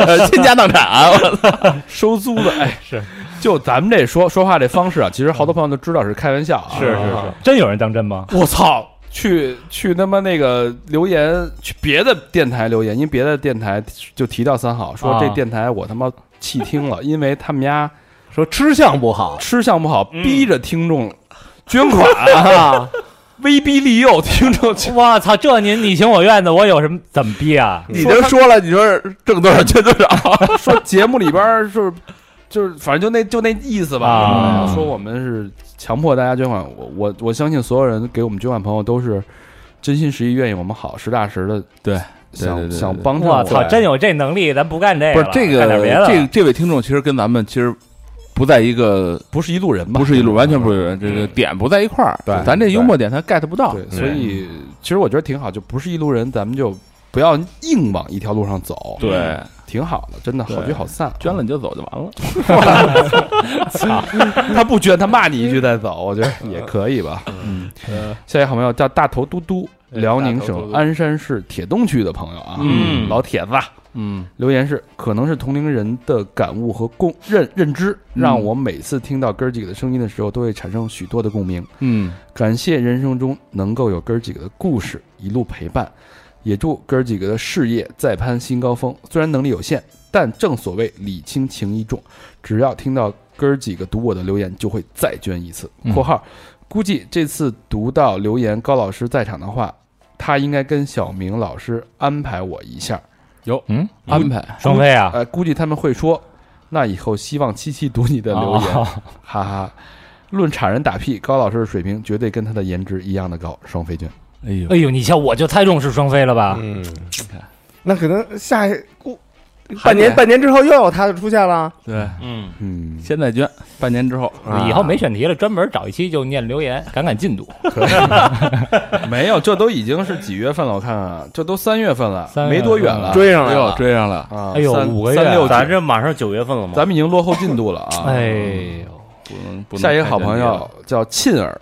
Speaker 5: 操，倾家荡产啊，我操，
Speaker 3: 收租 的，哎，是，就咱们这说说话这方式啊，其实好多朋友都知道是开玩笑啊。
Speaker 6: 是是是，
Speaker 4: 真有人当真吗？
Speaker 3: 我操！去去他妈那个留言，去别的电台留言，因为别的电台就提到三好，说
Speaker 4: 啊
Speaker 3: 这电台我他妈弃听 了，因为他们家
Speaker 2: 说吃相不 好
Speaker 3: 吃相不好，
Speaker 6: 嗯
Speaker 3: 逼着听众捐 款，
Speaker 2: 啊，
Speaker 3: 威逼利诱听众去。
Speaker 4: 我操，这您你情我愿的，我有什么怎么逼啊？
Speaker 5: 你都说了，你说挣多少捐多少，
Speaker 3: 说节目里边儿是就是反正就那就那意思吧，
Speaker 4: 啊
Speaker 3: 说我们是强迫大家捐款。我我我相信所有人给我们捐款朋友都是真心实意愿意我们好，实打实的
Speaker 5: 对
Speaker 3: 想
Speaker 5: 对对对
Speaker 3: 想
Speaker 5: 对
Speaker 3: 帮衬
Speaker 4: 我
Speaker 3: 我
Speaker 4: 操，真有这能力，咱不干这
Speaker 5: 不
Speaker 4: 个
Speaker 5: 是
Speaker 4: 了，嗯
Speaker 5: 这
Speaker 4: 哎干点别
Speaker 5: 个
Speaker 4: 的，
Speaker 5: 这这位听众其实跟咱们其实不在一个
Speaker 3: 不是一路人吧？
Speaker 5: 不是一路，完全不是一路人，这个
Speaker 4: 嗯
Speaker 5: 点不在一块儿。
Speaker 2: 对
Speaker 5: 咱这幽默点他 get 不到。
Speaker 3: 对，所以其实我觉得挺好，就不是一路人，咱们就不要硬往一条路上走，
Speaker 5: 对，
Speaker 3: 挺好的，真的好聚好散。
Speaker 5: 捐了你就走就完了。
Speaker 3: 他不捐，他骂你一句 再走，我觉得也可以吧。嗯，下一个好朋友叫大头嘟嘟，辽宁
Speaker 5: 呃大头嘟
Speaker 3: 省
Speaker 5: 嘟
Speaker 3: 鞍山市铁东区的朋友啊，
Speaker 6: 嗯
Speaker 3: 老铁子啊
Speaker 5: 嗯
Speaker 3: 留言是：可能是同龄人的感悟和共认认知，
Speaker 5: 嗯
Speaker 3: 让我每次听到哥儿几个的声音的时候，都会产生许多的共鸣。
Speaker 5: 嗯，
Speaker 3: 感谢人生中能够有哥儿几个的故事一路陪伴，也祝哥儿几个的事业再攀新高峰。虽然能力有限，但正所谓礼轻情意重，只要听到哥儿几个读我的留言，就会再捐一次。（
Speaker 5: 嗯
Speaker 3: 括号）估计这次读到留言高老师在场的话，他应该跟小明老师安排我一下。
Speaker 5: 有
Speaker 4: 嗯
Speaker 5: 安排。
Speaker 4: 双飞啊，
Speaker 3: 呃，估计他们会说，那以后希望七七读你的留言，
Speaker 4: 哦
Speaker 3: 哈哈。论产人打屁，高老师的水平绝对跟他的颜值一样的高，双飞娟。
Speaker 5: 哎呦，
Speaker 2: 嗯
Speaker 4: 哎呦，你瞧，我就猜中是双飞了吧？
Speaker 2: 嗯，那可能下一估半年半年之后又有他就出现了，
Speaker 5: 对，
Speaker 8: 嗯，
Speaker 1: 嗯，
Speaker 5: 现在捐，半年之后
Speaker 4: 啊
Speaker 2: 嗯
Speaker 4: 以后没选题了，专门找一期就念留言，赶赶进度。
Speaker 3: 没有，这都已经是几月份了？我看看啊，这都三月份了，
Speaker 4: 三月
Speaker 3: 没多远
Speaker 4: 份
Speaker 3: 了。
Speaker 2: 追上来
Speaker 5: 又
Speaker 2: 了。
Speaker 5: 追上了。
Speaker 3: 啊，
Speaker 4: 哎呦
Speaker 3: 三
Speaker 4: 五个月
Speaker 3: 三六九，
Speaker 6: 咱这马上九月份了嘛，
Speaker 3: 咱们已经落后进度了啊。
Speaker 4: 哎呦，
Speaker 5: 不能不能
Speaker 3: 下一个好
Speaker 5: 太
Speaker 3: 朋
Speaker 5: 专业了
Speaker 3: 友叫沁儿，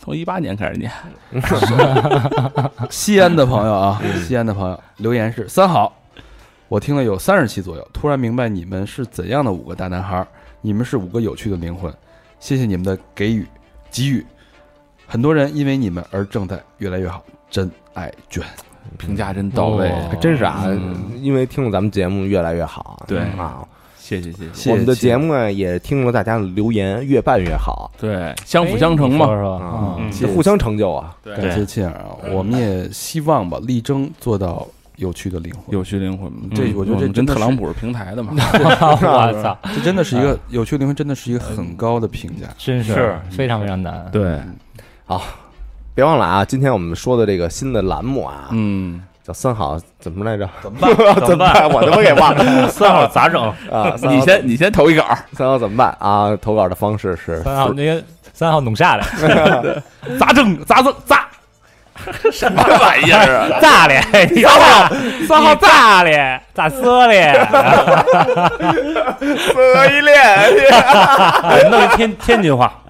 Speaker 5: 从一八年开始念，
Speaker 3: 西安的朋友啊，西安的朋友留言是三好，我听了有三十期左右，突然明白你们是怎样的五个大男孩儿，你们是五个有趣的灵魂，谢谢你们的给予给予，很多人因为你们而正在越来越好，真爱卷，
Speaker 5: 评价真到位，
Speaker 2: 还
Speaker 4: 哦
Speaker 2: 真是啊，因为听了咱们节目越来越好，
Speaker 5: 对
Speaker 2: 啊，
Speaker 5: 谢谢谢谢。
Speaker 3: 谢谢
Speaker 2: 我们的节
Speaker 3: 目
Speaker 2: 目呢也听了大家的留言，越办越好
Speaker 5: 对，
Speaker 4: 哎
Speaker 5: 相辅相成嘛。
Speaker 4: 是吧？
Speaker 2: 啊，
Speaker 6: 嗯
Speaker 2: 这互相成就啊。
Speaker 3: 感谢沁儿啊，我们也希望吧，力争做到有趣的灵魂，
Speaker 5: 有趣灵魂，
Speaker 3: 这
Speaker 5: 嗯
Speaker 3: 我觉得这
Speaker 5: 们
Speaker 3: 真
Speaker 5: 跟
Speaker 3: 的
Speaker 5: 特
Speaker 3: 是
Speaker 5: 朗普是平台的嘛，
Speaker 4: 我操，
Speaker 3: 这真的是一个有趣的灵魂，真的是一个很高的评价。
Speaker 4: 真
Speaker 6: 是
Speaker 4: 非常非常难。
Speaker 5: 对，
Speaker 2: 别忘了啊，今天我们说的这个新的栏目啊，
Speaker 5: 嗯，
Speaker 2: 叫三好怎么来着？
Speaker 6: 怎 么办？
Speaker 2: 怎么办？我他妈给忘了
Speaker 6: 三号咋整？
Speaker 2: 啊！三好
Speaker 5: 你先你先投一稿，
Speaker 2: 三好怎么办啊？投稿的方式是
Speaker 4: 三号那些三号弄啥来？
Speaker 6: 咋整？咋整？咋？什么玩意儿啊？
Speaker 4: 炸嘞！三号三号炸嘞！炸死嘞！
Speaker 2: 一 恋
Speaker 6: 弄天天津话，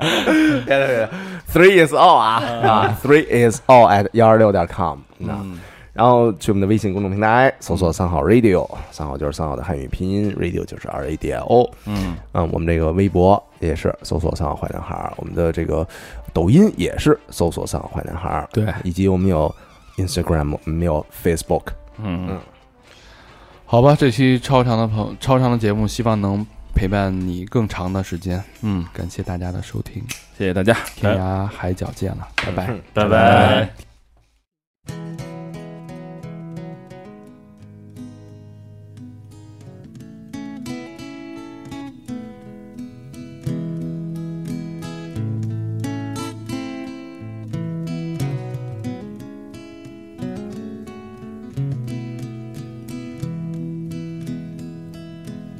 Speaker 2: ，three is all 啊啊，three is all at 幺二六点 com 啊。然后去我们的微信公众平台搜索“三好 radio”，三好就是三好的汉语拼音，radio 就是 R A D I O。嗯我们这个微博也是搜索“三好坏男孩儿”，我们的这个抖音也是搜索“三好坏男孩儿”，
Speaker 5: 对，
Speaker 2: 以及我们有 Instagram，我们有 Facebook。
Speaker 5: 嗯，
Speaker 3: 好吧，这期超长的朋超长的节目，希望能陪伴你更长的时间。嗯，感谢大家的收听，
Speaker 5: 谢谢大家，
Speaker 3: 天涯海角见了，拜
Speaker 2: 嗯
Speaker 3: 拜。
Speaker 6: 拜拜。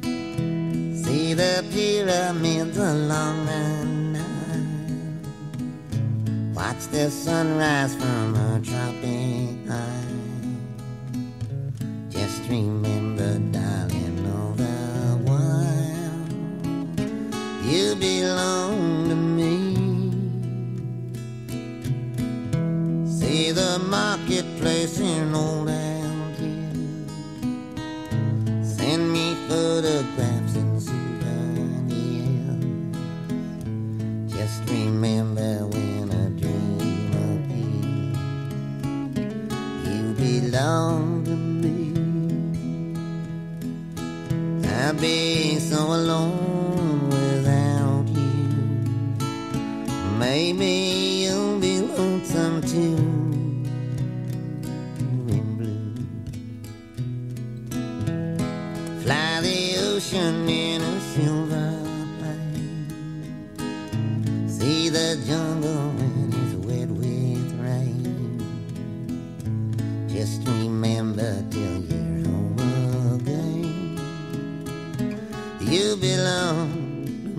Speaker 9: See the pyramids along the Nile. Watch the sunrise from a tropic isle. Just remember, darling, all the while you belong to me. See the marketplace in old Algiers. Send me photographs and souvenirs. Just remember when a dream appears, you belong to me. I'd be so alone without you. Maybe you'll be lonesome too. In blue. Fly the ocean in a silver plane. See the jungle when it's wet with rain. Just remember till you're home again. You belong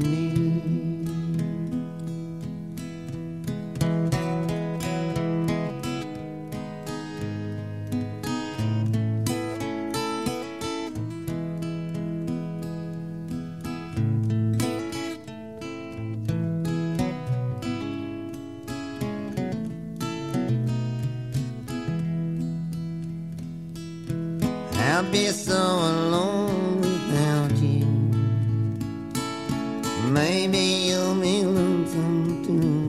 Speaker 9: to me. I'll be so alone without you. Maybe you'll be lonesome too.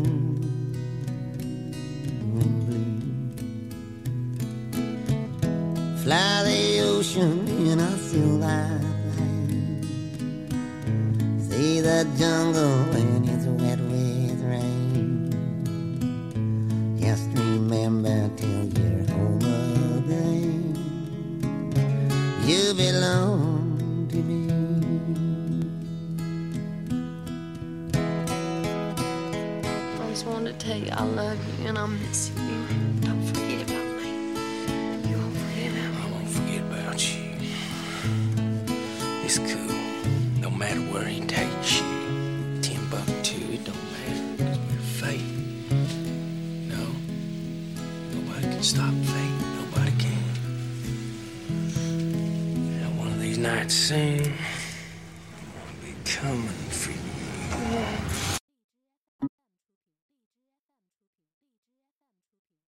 Speaker 9: Blue. Fly the ocean in a silver plane. See the jungle when it's wet with rain. Just remember till you're home again. You belong to me.
Speaker 10: I just wanted to tell you I love you and I miss you. Don't forget about me. You won't forget about me. I won't forget about you.
Speaker 9: midnight sing will be coming